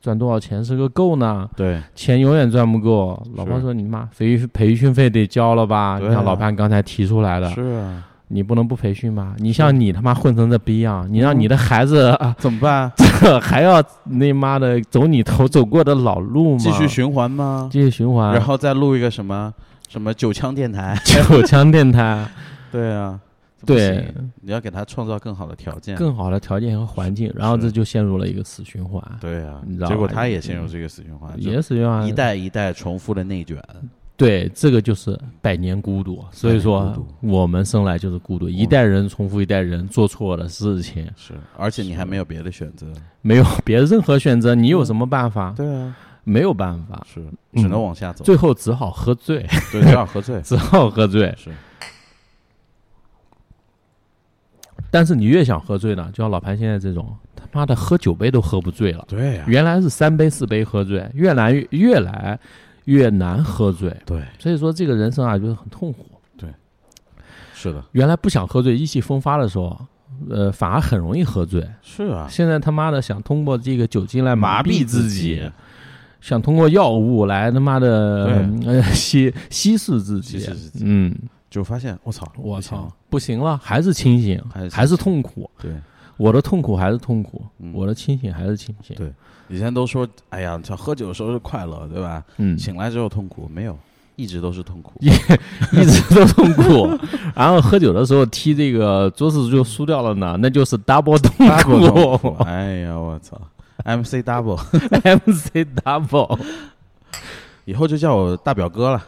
Speaker 2: 赚多少钱是个够呢？
Speaker 3: 对，
Speaker 2: 钱永远赚不够。老婆
Speaker 3: 是
Speaker 2: 说你妈培训培训费得交了吧？
Speaker 3: 对啊
Speaker 2: 你像老潘刚才提出来的
Speaker 3: 是，啊，
Speaker 2: 你不能不培训吧？你像你他妈混成这逼样，你让你的孩子、啊
Speaker 3: 怎么办？
Speaker 2: 还要那妈的走你头走过的老路吗？
Speaker 3: 继续循环吗？
Speaker 2: 继续循环，
Speaker 3: 然后再录一个什么什么九腔电台？
Speaker 2: 口腔电台，
Speaker 3: 对啊，这不
Speaker 2: 对
Speaker 3: 行，你要给他创造更好的条件。
Speaker 2: 更好的条件和环境，然后
Speaker 3: 是
Speaker 2: 这就陷入了一个死循环，
Speaker 3: 对啊
Speaker 2: 你知，道
Speaker 3: 结果
Speaker 2: 吧
Speaker 3: 他也陷入这个死循环，
Speaker 2: 也是死循
Speaker 3: 就
Speaker 2: 环
Speaker 3: 一。代一代重复的内卷。
Speaker 2: 对，这个就是百年孤独。嗯所以说，我们生来就是孤独，一代人重复一代人做错的事情，
Speaker 3: 是，而且你还没有别的选择。
Speaker 2: 没有别的任何选择，你有什么办法？
Speaker 3: 对啊，
Speaker 2: 没有办法，
Speaker 3: 是，只能
Speaker 2: 嗯
Speaker 3: 往下走。
Speaker 2: 最后只好喝醉，。
Speaker 3: 对，只好喝醉
Speaker 2: 只好喝醉。
Speaker 3: 是，
Speaker 2: 但是你越想喝醉呢，就像老潘现在这种，他妈的喝九杯都喝不醉了。
Speaker 3: 对啊呀，
Speaker 2: 原来是三杯四杯喝醉，越来越越来越难喝醉。
Speaker 3: 对，
Speaker 2: 所以说这个人生啊，就是很痛苦。
Speaker 3: 是的，
Speaker 2: 原来不想喝醉、意气风发的时候，呃，反而很容易喝醉。
Speaker 3: 是啊，
Speaker 2: 现在他妈的想通过这个酒精来
Speaker 3: 麻
Speaker 2: 痹
Speaker 3: 痹自
Speaker 2: 己，
Speaker 3: 己
Speaker 2: 想通过药物来他妈的呃稀稀释自己。
Speaker 3: 稀释自己
Speaker 2: 嗯，
Speaker 3: 就发现我操，
Speaker 2: 我
Speaker 3: 不行
Speaker 2: 操，，不行了，还是清醒，
Speaker 3: 还是
Speaker 2: 还是痛苦。
Speaker 3: 对。
Speaker 2: 我的痛苦还是痛苦，
Speaker 3: 嗯
Speaker 2: 我的清醒还是清醒。
Speaker 3: 对以前都说，哎呀，像喝酒的时候是快乐，对吧？
Speaker 2: 嗯，
Speaker 3: 醒来之后痛苦，没有，一直都是痛苦。
Speaker 2: 一直都痛苦。 然后喝酒的时候踢这个桌子就输掉了呢，那就是 double
Speaker 3: 大过
Speaker 2: 痛苦
Speaker 3: 痛苦，哎呀，我操！MC Double，
Speaker 2: ，MC double。
Speaker 3: 以后就叫我大表哥了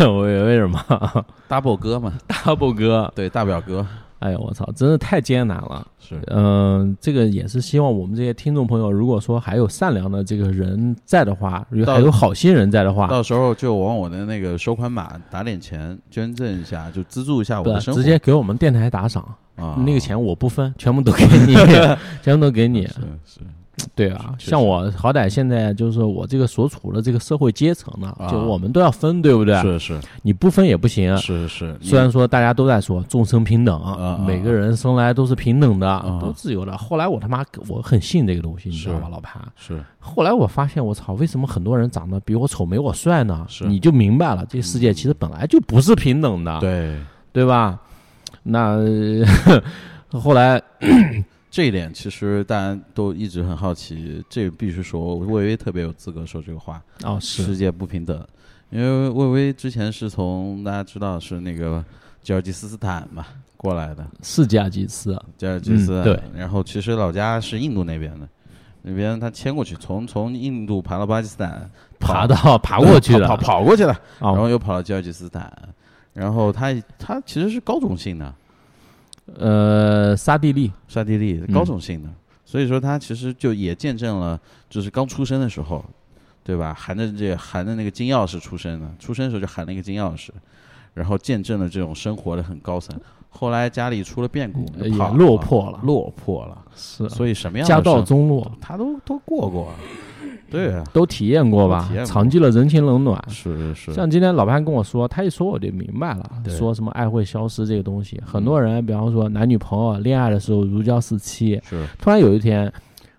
Speaker 2: 我为什么
Speaker 3: ，Double 哥嘛，
Speaker 2: double 哥？
Speaker 3: 对，大表 哥
Speaker 2: 哎呀，我操，真的太艰难了。
Speaker 3: 是
Speaker 2: 嗯、这个也是希望我们这些听众朋友，如果说还有善良的这个人在的话，有
Speaker 3: 到
Speaker 2: 还有好心人在的话，
Speaker 3: 啊到时候就往我的那个收款码打点钱，捐赠一下，就资助一下我
Speaker 2: 不
Speaker 3: 的生活。
Speaker 2: 直接给我们电台打赏，
Speaker 3: 啊，
Speaker 2: 那个钱我不分，全部都给 你，全部都给你。
Speaker 3: 是是
Speaker 2: 对啊，
Speaker 3: 确实
Speaker 2: 像我好歹现在就是我这个所处的这个社会阶层呢，
Speaker 3: 啊
Speaker 2: 就我们都要分，对不对？
Speaker 3: 是是
Speaker 2: 你不分也不行。
Speaker 3: 是是，
Speaker 2: 虽然说大家都在说众生平等，
Speaker 3: 啊
Speaker 2: 每个人生来都是平等的，
Speaker 3: 啊
Speaker 2: 都自由的。后来我他妈我很信这个东西，你
Speaker 3: 是
Speaker 2: 知道吧，老潘？
Speaker 3: 是
Speaker 2: 后来我发现，我操，为什么很多人长得比我丑没我帅呢？
Speaker 3: 是嗯
Speaker 2: 你就明白了，这世界其实本来就不是平等的，
Speaker 3: 对
Speaker 2: 对吧？那 呃后来
Speaker 3: 这一点，其实大家都一直很好奇。这必须说，魏巍特别有资格说这个话。
Speaker 2: 哦是
Speaker 3: 世界不平等，因为魏巍之前是从大家知道是那个吉尔吉斯斯坦嘛过来的，
Speaker 2: 是加几次，
Speaker 3: 吉尔吉斯、
Speaker 2: 嗯对，
Speaker 3: 然后其实老家是印度那边的，那边他迁过去，从从印度爬到巴基斯坦，
Speaker 2: 爬 到爬过啊去的
Speaker 3: 跑跑跑过去的，
Speaker 2: 啊
Speaker 3: 然后又跑到吉尔吉斯斯坦，然后他他其实是高种姓的，
Speaker 2: 呃，沙地利，
Speaker 3: 沙地
Speaker 2: 嗯
Speaker 3: 利高种姓的，所以说他其实就也见证了，就是刚出生的时候，对吧？含着这含着那个金钥匙出生的，出生的时候就含了一个金钥匙，然后见证了这种生活的很高层。后来家里出了变故，
Speaker 2: 也
Speaker 3: 嗯跑了
Speaker 2: 哎落魄了
Speaker 3: 落魄了。
Speaker 2: 是
Speaker 3: 所以什么样的
Speaker 2: 家道
Speaker 3: 生
Speaker 2: 中嗯落，
Speaker 3: 他都都过过，对啊，
Speaker 2: 都体验过吧
Speaker 3: 都体验？过
Speaker 2: 尝尽了人情冷暖。
Speaker 3: 是是是，
Speaker 2: 像今天老潘跟我说，他一说我就明白了，
Speaker 3: 对嗯
Speaker 2: 说什么爱会消失这个东西，很多人，比方说男女朋友啊恋爱的时候如胶似漆，
Speaker 3: 是
Speaker 2: 突然有一天，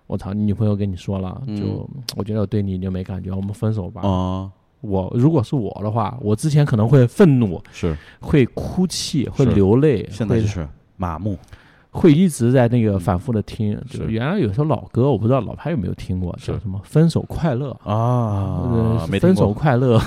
Speaker 2: 我操，你女朋友跟你说了，
Speaker 3: 嗯
Speaker 2: 就我觉得我对你已经没感觉，我们分手吧。
Speaker 3: 啊，
Speaker 2: 我如果是我的话，我之前可能会愤怒，
Speaker 3: 是
Speaker 2: 会哭泣，会
Speaker 3: 是
Speaker 2: 流泪，
Speaker 3: 现在
Speaker 2: 会
Speaker 3: 就是嗯麻木，
Speaker 2: 会一直在那个反复的听。
Speaker 3: 是
Speaker 2: 就原来有首老歌，我不知道老潘有没有听过，
Speaker 3: 是
Speaker 2: 叫什么《分手快乐》。
Speaker 3: 啊
Speaker 2: 呃，
Speaker 3: 没
Speaker 2: 分
Speaker 3: 听
Speaker 2: 手
Speaker 3: 过
Speaker 2: 快 乐，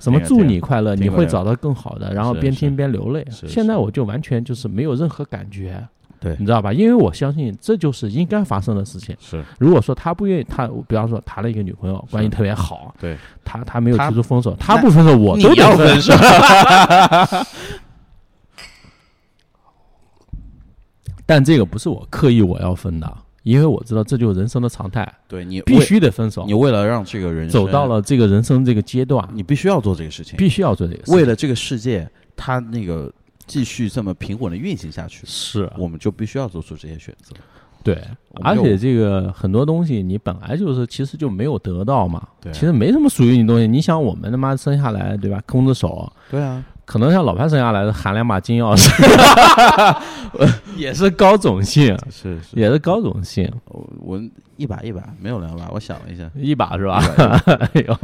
Speaker 2: 什么祝你快乐，
Speaker 3: 听
Speaker 2: 你
Speaker 3: 过
Speaker 2: 会
Speaker 3: 这个
Speaker 2: 找到更好的。然后
Speaker 3: 是
Speaker 2: 边
Speaker 3: 是
Speaker 2: 听边流泪。
Speaker 3: 是
Speaker 2: 现在
Speaker 3: 是
Speaker 2: 我就完全就是没有任何感觉，
Speaker 3: 对
Speaker 2: 你知道吧？因为我相信这就是应该发生的事情。
Speaker 3: 是
Speaker 2: 如果说他不愿意，他比方说谈了一个女朋友，关系
Speaker 3: 是
Speaker 2: 特别好，
Speaker 3: 对，
Speaker 2: 他他没有
Speaker 3: 他
Speaker 2: 提出分手，他
Speaker 3: 那
Speaker 2: 不分手，我
Speaker 3: 你
Speaker 2: 都得
Speaker 3: 要分
Speaker 2: 手。 但这个不是我刻意我要分的，因为我知道这就是人生的常态，
Speaker 3: 对你
Speaker 2: 必
Speaker 3: 为
Speaker 2: 须得分手
Speaker 3: 你。为了让这个人
Speaker 2: 走
Speaker 3: 生
Speaker 2: 到，了这个人生这个阶段，
Speaker 3: 你必须要做这个事情，
Speaker 2: 必须要做这个事情。
Speaker 3: 为了这个世界，它那个继续这么平稳的运行下去，
Speaker 2: 是啊
Speaker 3: 我们就必须要做出这些选择。
Speaker 2: 对，
Speaker 3: 啊我们
Speaker 2: 而
Speaker 3: 就
Speaker 2: 且这个很多东西你本来就是其实就没有得到嘛，
Speaker 3: 对啊
Speaker 2: 其实没什么属于你东西。你想我们他妈生下来对吧，空着手，
Speaker 3: 对啊，
Speaker 2: 可能像老潘生下来的含两把金钥匙， 也是高种姓，
Speaker 3: 是是，
Speaker 2: 也是高种姓，
Speaker 3: 我我一把一把没有两把，我想了一下，
Speaker 2: 一把是吧？哎呦，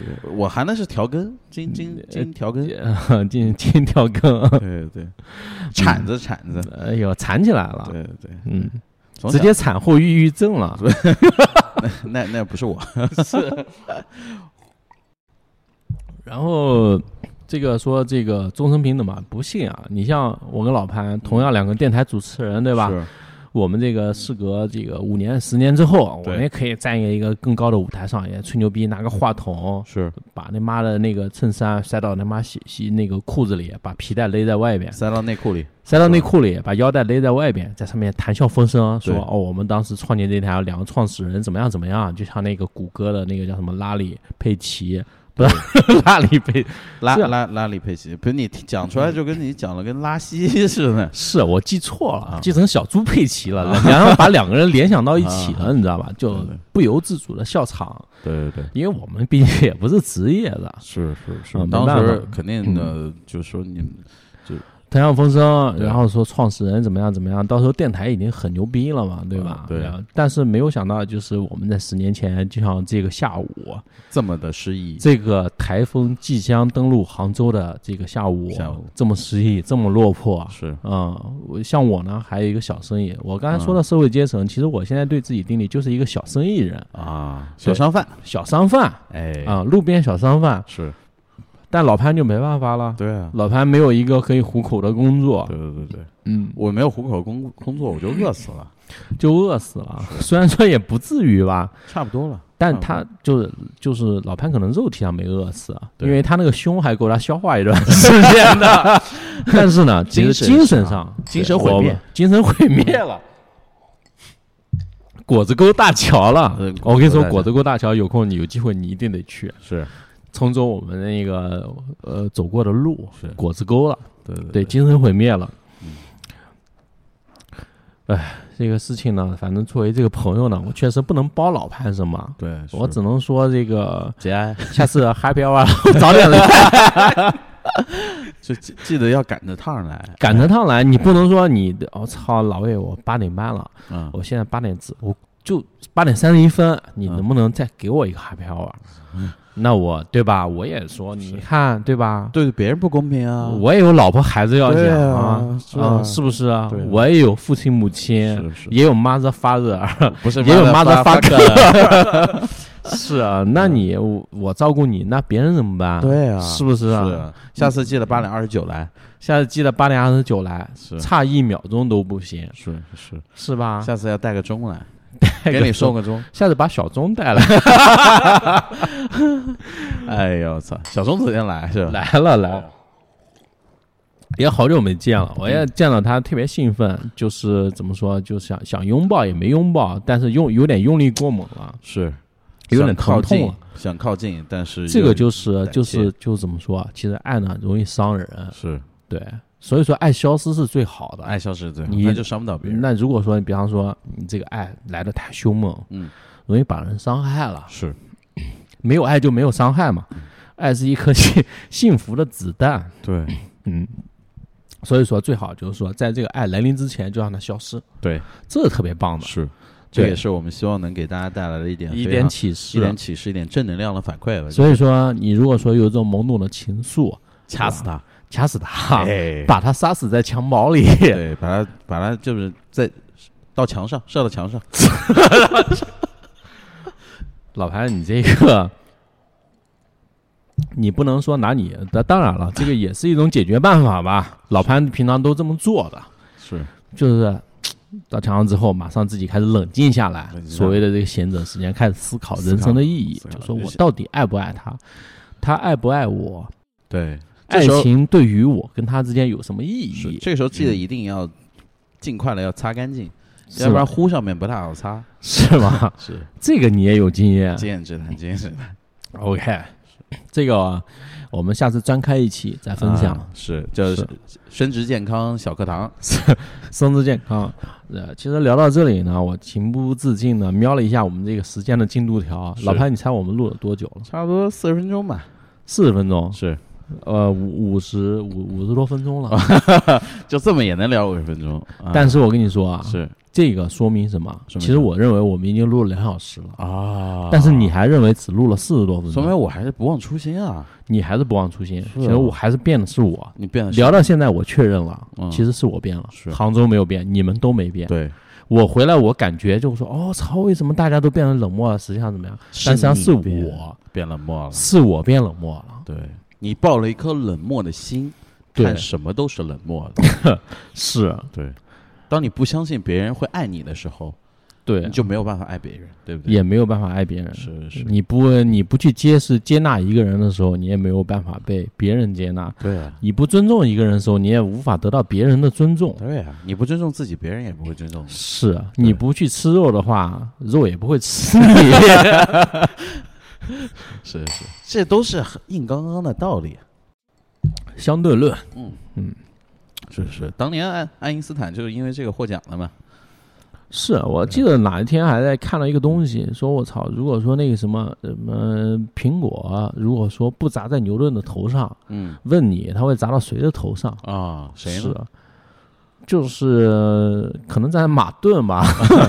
Speaker 3: 对我含的是调羹，金金金调羹，
Speaker 2: 也哎进进跳坑，
Speaker 3: 对对，铲子铲子，
Speaker 2: 哎呦，缠起来了，
Speaker 3: 对对，
Speaker 2: 嗯，
Speaker 3: 从
Speaker 2: 直
Speaker 3: 小
Speaker 2: 接产后抑郁症了。
Speaker 3: 那那不是我，
Speaker 2: 然后这个说这个终身平等嘛，不信啊！你像我跟老潘，同样两个电台主持人，对吧？
Speaker 3: 是？
Speaker 2: 我们这个事隔这个五年、十年之后，啊我
Speaker 3: 对
Speaker 2: 们也可以站一个更高的舞台上，也吹牛逼，拿个话筒，
Speaker 3: 是
Speaker 2: 把那妈的那个衬衫塞到他妈洗洗那个裤子里，把皮带勒在外边，
Speaker 3: 塞到内裤里，
Speaker 2: 塞到内裤里，把腰带勒在外边，在上面谈笑风生，说
Speaker 3: 对
Speaker 2: 哦，我们当时创建这台两个创始人怎么样怎么样，就像那个谷歌的那个叫什么拉里佩奇，不是 拉里佩，
Speaker 3: 拉
Speaker 2: 是啊
Speaker 3: 拉拉里佩奇，不是你讲出来就跟你讲了跟拉稀似的，
Speaker 2: 是我记错了
Speaker 3: 啊，
Speaker 2: 记成小猪佩奇了，然后把两个人联想到一起了，你知道吧？就
Speaker 3: 啊对对
Speaker 2: 不由自主的笑场，
Speaker 3: 对对对。
Speaker 2: 因为我们毕竟也不是职业的，
Speaker 3: 是是
Speaker 2: 啊没
Speaker 3: 嗯当
Speaker 2: 办
Speaker 3: 时
Speaker 2: 法
Speaker 3: 肯定的，就是说你
Speaker 2: 谈笑风生，
Speaker 3: 对
Speaker 2: 然后说创始人怎么样怎么样，到时候电台已经很牛逼了嘛，对吧
Speaker 3: 啊？对
Speaker 2: 然后但是没有想到，就是我们在十年前，就像这个下午，
Speaker 3: 这么的失意，
Speaker 2: 这个台风即将登陆杭州的这个下午，
Speaker 3: 下午
Speaker 2: 这么失意，这么落魄。
Speaker 3: 是
Speaker 2: 嗯，我像我呢，还有一个小生意。我刚才
Speaker 3: 嗯
Speaker 2: 说到社会阶层，其实我现在对自己定义就是一个小生意人、
Speaker 3: 啊，
Speaker 2: 对
Speaker 3: 小商贩，
Speaker 2: 小商贩
Speaker 3: 哎，
Speaker 2: 啊、路边小商贩。
Speaker 3: 是
Speaker 2: 但老潘就没办法了，
Speaker 3: 对啊，
Speaker 2: 老潘没有一个可以糊口的工作，
Speaker 3: 对对对对，
Speaker 2: 嗯，
Speaker 3: 我没有糊口工工作，我就饿死 了，
Speaker 2: 就饿死了。虽然说也不至于吧，
Speaker 3: 差不多了，
Speaker 2: 但
Speaker 3: 嗯
Speaker 2: 他就是就是老潘可能肉体上没饿死，啊
Speaker 3: 对
Speaker 2: 因为他那个胸还够他消化 一段时间的。但是呢，其实
Speaker 3: 精神上
Speaker 2: 精神上
Speaker 3: 精神毁灭，嗯
Speaker 2: 对我精神毁灭了。果子沟大桥了
Speaker 3: 嗯，
Speaker 2: 我跟你说，
Speaker 3: 果
Speaker 2: 果
Speaker 3: 子
Speaker 2: 子沟大桥有空你有机会你一定得去，
Speaker 3: 是
Speaker 2: 冲走我们那个呃走过的路
Speaker 3: 是，
Speaker 2: 果子沟了，
Speaker 3: 对对嗯
Speaker 2: 对，精神毁灭了。哎，这个事情呢，反正作为这个朋友呢，我确实不能帮老潘什么，
Speaker 3: 对，
Speaker 2: 我只能说这 个
Speaker 3: 节哀，
Speaker 2: 下次 happy hour 早点来，
Speaker 3: 就记记得要赶着趟来，
Speaker 2: 赶着趟来。你不能说你的，我、操，老魏，我八点半了，
Speaker 3: 嗯，
Speaker 2: 我现在八点几，我就八点三十一分，你能不能再给我一个 happy hour？、那
Speaker 3: 嗯
Speaker 2: 我对吧？我也说，你看对吧？
Speaker 3: 对别人不公平啊，
Speaker 2: 我也有老婆孩子要
Speaker 3: 对
Speaker 2: 养
Speaker 3: 啊是啊
Speaker 2: 是不是啊
Speaker 3: 对啊？
Speaker 2: 我也有父亲母亲，
Speaker 3: 是是
Speaker 2: 也有 mother father，
Speaker 3: 不是
Speaker 2: 也有
Speaker 3: motherfucker
Speaker 2: 是啊，那你我我照顾你，那别人怎么办？
Speaker 3: 对啊，
Speaker 2: 是不是啊？
Speaker 3: 是，下次记得八点二十九来，
Speaker 2: 下次记得八点二十九来，
Speaker 3: 是
Speaker 2: 差一秒钟都不行，
Speaker 3: 是是，
Speaker 2: 是吧？
Speaker 3: 下次要带个钟来，
Speaker 2: 带个
Speaker 3: 给你
Speaker 2: 钟
Speaker 3: 送个钟，
Speaker 2: 下次把小钟带来，
Speaker 3: 哎呦我操，小钟昨天来是 吧？
Speaker 2: 来了来了，嗯也好久没见了，我也见到他特别兴奋，就是怎么说，就想想拥抱也没拥抱，但是用有点用力过猛了，
Speaker 3: 是
Speaker 2: 有点
Speaker 3: 想靠
Speaker 2: 疼痛
Speaker 3: 近
Speaker 2: 了。
Speaker 3: 想靠近，但是
Speaker 2: 这
Speaker 3: 又
Speaker 2: 个就是
Speaker 3: 胆
Speaker 2: 就是
Speaker 3: 怯
Speaker 2: 就是怎么说啊？其实爱呢容易伤人，
Speaker 3: 是
Speaker 2: 对，所以说爱消失是最好的。
Speaker 3: 爱消失最好，
Speaker 2: 你
Speaker 3: 那就伤不到别人。
Speaker 2: 那如果说你比方说你这个爱来的太凶猛，
Speaker 3: 嗯，
Speaker 2: 容易把人伤害了。
Speaker 3: 是
Speaker 2: 没有爱就没有伤害嘛，爱是一颗幸 幸福的子弹，
Speaker 3: 对
Speaker 2: 嗯，所以说最好就是说，在这个爱来临之前就让它消失，
Speaker 3: 对
Speaker 2: 这是特别棒的，
Speaker 3: 是，这
Speaker 2: 对
Speaker 3: 也是我们希望能给大家带来的一点
Speaker 2: 一
Speaker 3: 非
Speaker 2: 点
Speaker 3: 常
Speaker 2: 启
Speaker 3: 一
Speaker 2: 示啊
Speaker 3: 点。启示、一点正能量的反馈吧。
Speaker 2: 所以说，你如果说有这种懵懂的情愫，
Speaker 3: 掐死他，
Speaker 2: 掐死啊他，
Speaker 3: 哎，
Speaker 2: 把他杀死在襁褓里，
Speaker 3: 对，把他把他就是在到墙上射到墙上，
Speaker 2: 老牌，你这个，你不能说拿你，当当然了，这个也是一种解决办法吧。老潘平常都这么做的，
Speaker 3: 是
Speaker 2: 就是到墙上之后，马上自己开始冷静下来，
Speaker 3: 冷静下
Speaker 2: 所
Speaker 3: 来
Speaker 2: 谓的这个闲者时间，开始思考人生的意义
Speaker 3: 思，考
Speaker 2: 就说
Speaker 3: 就
Speaker 2: 我
Speaker 3: 是
Speaker 2: 到底爱不爱他，他爱不爱我，
Speaker 3: 对。这
Speaker 2: 爱
Speaker 3: 时候
Speaker 2: 情对于我跟他之间有什么意
Speaker 3: 是
Speaker 2: 义？
Speaker 3: 这个时候记得一定要尽快的要擦干净，
Speaker 2: 嗯是
Speaker 3: 要不然
Speaker 2: 吧
Speaker 3: 糊上面不太好擦。
Speaker 2: 是嗯吗？
Speaker 3: 是
Speaker 2: 这个你也有经验
Speaker 3: 经验之谈，经验之谈。
Speaker 2: ？OK，这个啊我们下次专开一期再分享。
Speaker 3: 啊是就是
Speaker 2: 是
Speaker 3: 生殖健康小课堂，
Speaker 2: 生殖健康。呃，其实聊到这里呢，我情不自禁的瞄了一下我们这个时间的进度条啊。
Speaker 3: 是
Speaker 2: 老潘，你猜我们录了多久了？
Speaker 3: 差不多四十分钟吧。
Speaker 2: 四十分钟，
Speaker 3: 是，
Speaker 2: 呃，五五十五五十多分钟了。
Speaker 3: 就这么也能聊五十分钟。啊
Speaker 2: 但是我跟你说啊，
Speaker 3: 是
Speaker 2: 这个说明什么？
Speaker 3: 说
Speaker 2: 其
Speaker 3: 明
Speaker 2: 实我认为我们已经录了两小时了，
Speaker 3: 啊
Speaker 2: 但是你还认为只录了四十多分
Speaker 3: 说明
Speaker 2: 钟，
Speaker 3: 我还是不忘初心啊！
Speaker 2: 你还是不忘初心。
Speaker 3: 是
Speaker 2: 其实我还是变的是我。
Speaker 3: 你变得
Speaker 2: 聊到现在，我确认了
Speaker 3: 嗯，
Speaker 2: 其实是我变了
Speaker 3: 是，
Speaker 2: 杭州没有变，你们都没变。
Speaker 3: 对，
Speaker 2: 我回来，我感觉就说，哦操，为什么大家都变得冷漠了？实际上怎么样？但实际上是
Speaker 3: 你变
Speaker 2: 我，
Speaker 3: 变冷漠了。
Speaker 2: 是我变冷漠了。
Speaker 3: 对你抱了一颗冷漠的心，
Speaker 2: 对
Speaker 3: 看什么都是冷漠 的。
Speaker 2: 是，
Speaker 3: 对，当你不相信别人会爱你的时候，
Speaker 2: 对啊
Speaker 3: 你，就没有办法爱别人，对不对？
Speaker 2: 也没嗯有办法爱别人。
Speaker 3: 是是，
Speaker 2: 你不你不去接是接纳一个人的时候，你也没有办法被别人接纳；
Speaker 3: 对啊，
Speaker 2: 你不尊重一个人的时候，你也无法得到别人的尊重。
Speaker 3: 对啊，你不尊重自己，别人也不会尊重你。
Speaker 2: 是啊你不去吃肉的话，肉也不会吃你。
Speaker 3: 是是，这都是很硬刚刚的道理。啊
Speaker 2: 相对论，
Speaker 3: 是是，当年爱爱因斯坦就是因为这个获奖了嘛。
Speaker 2: 是啊我记得哪一天还在看到一个东西，说我操，如果说那个什么什么苹果，如果说不砸在牛顿的头上，
Speaker 3: 嗯
Speaker 2: 问你它会砸到谁的头上？
Speaker 3: 啊，谁
Speaker 2: 是
Speaker 3: 呢？
Speaker 2: 啊，就是可能在马顿 吧，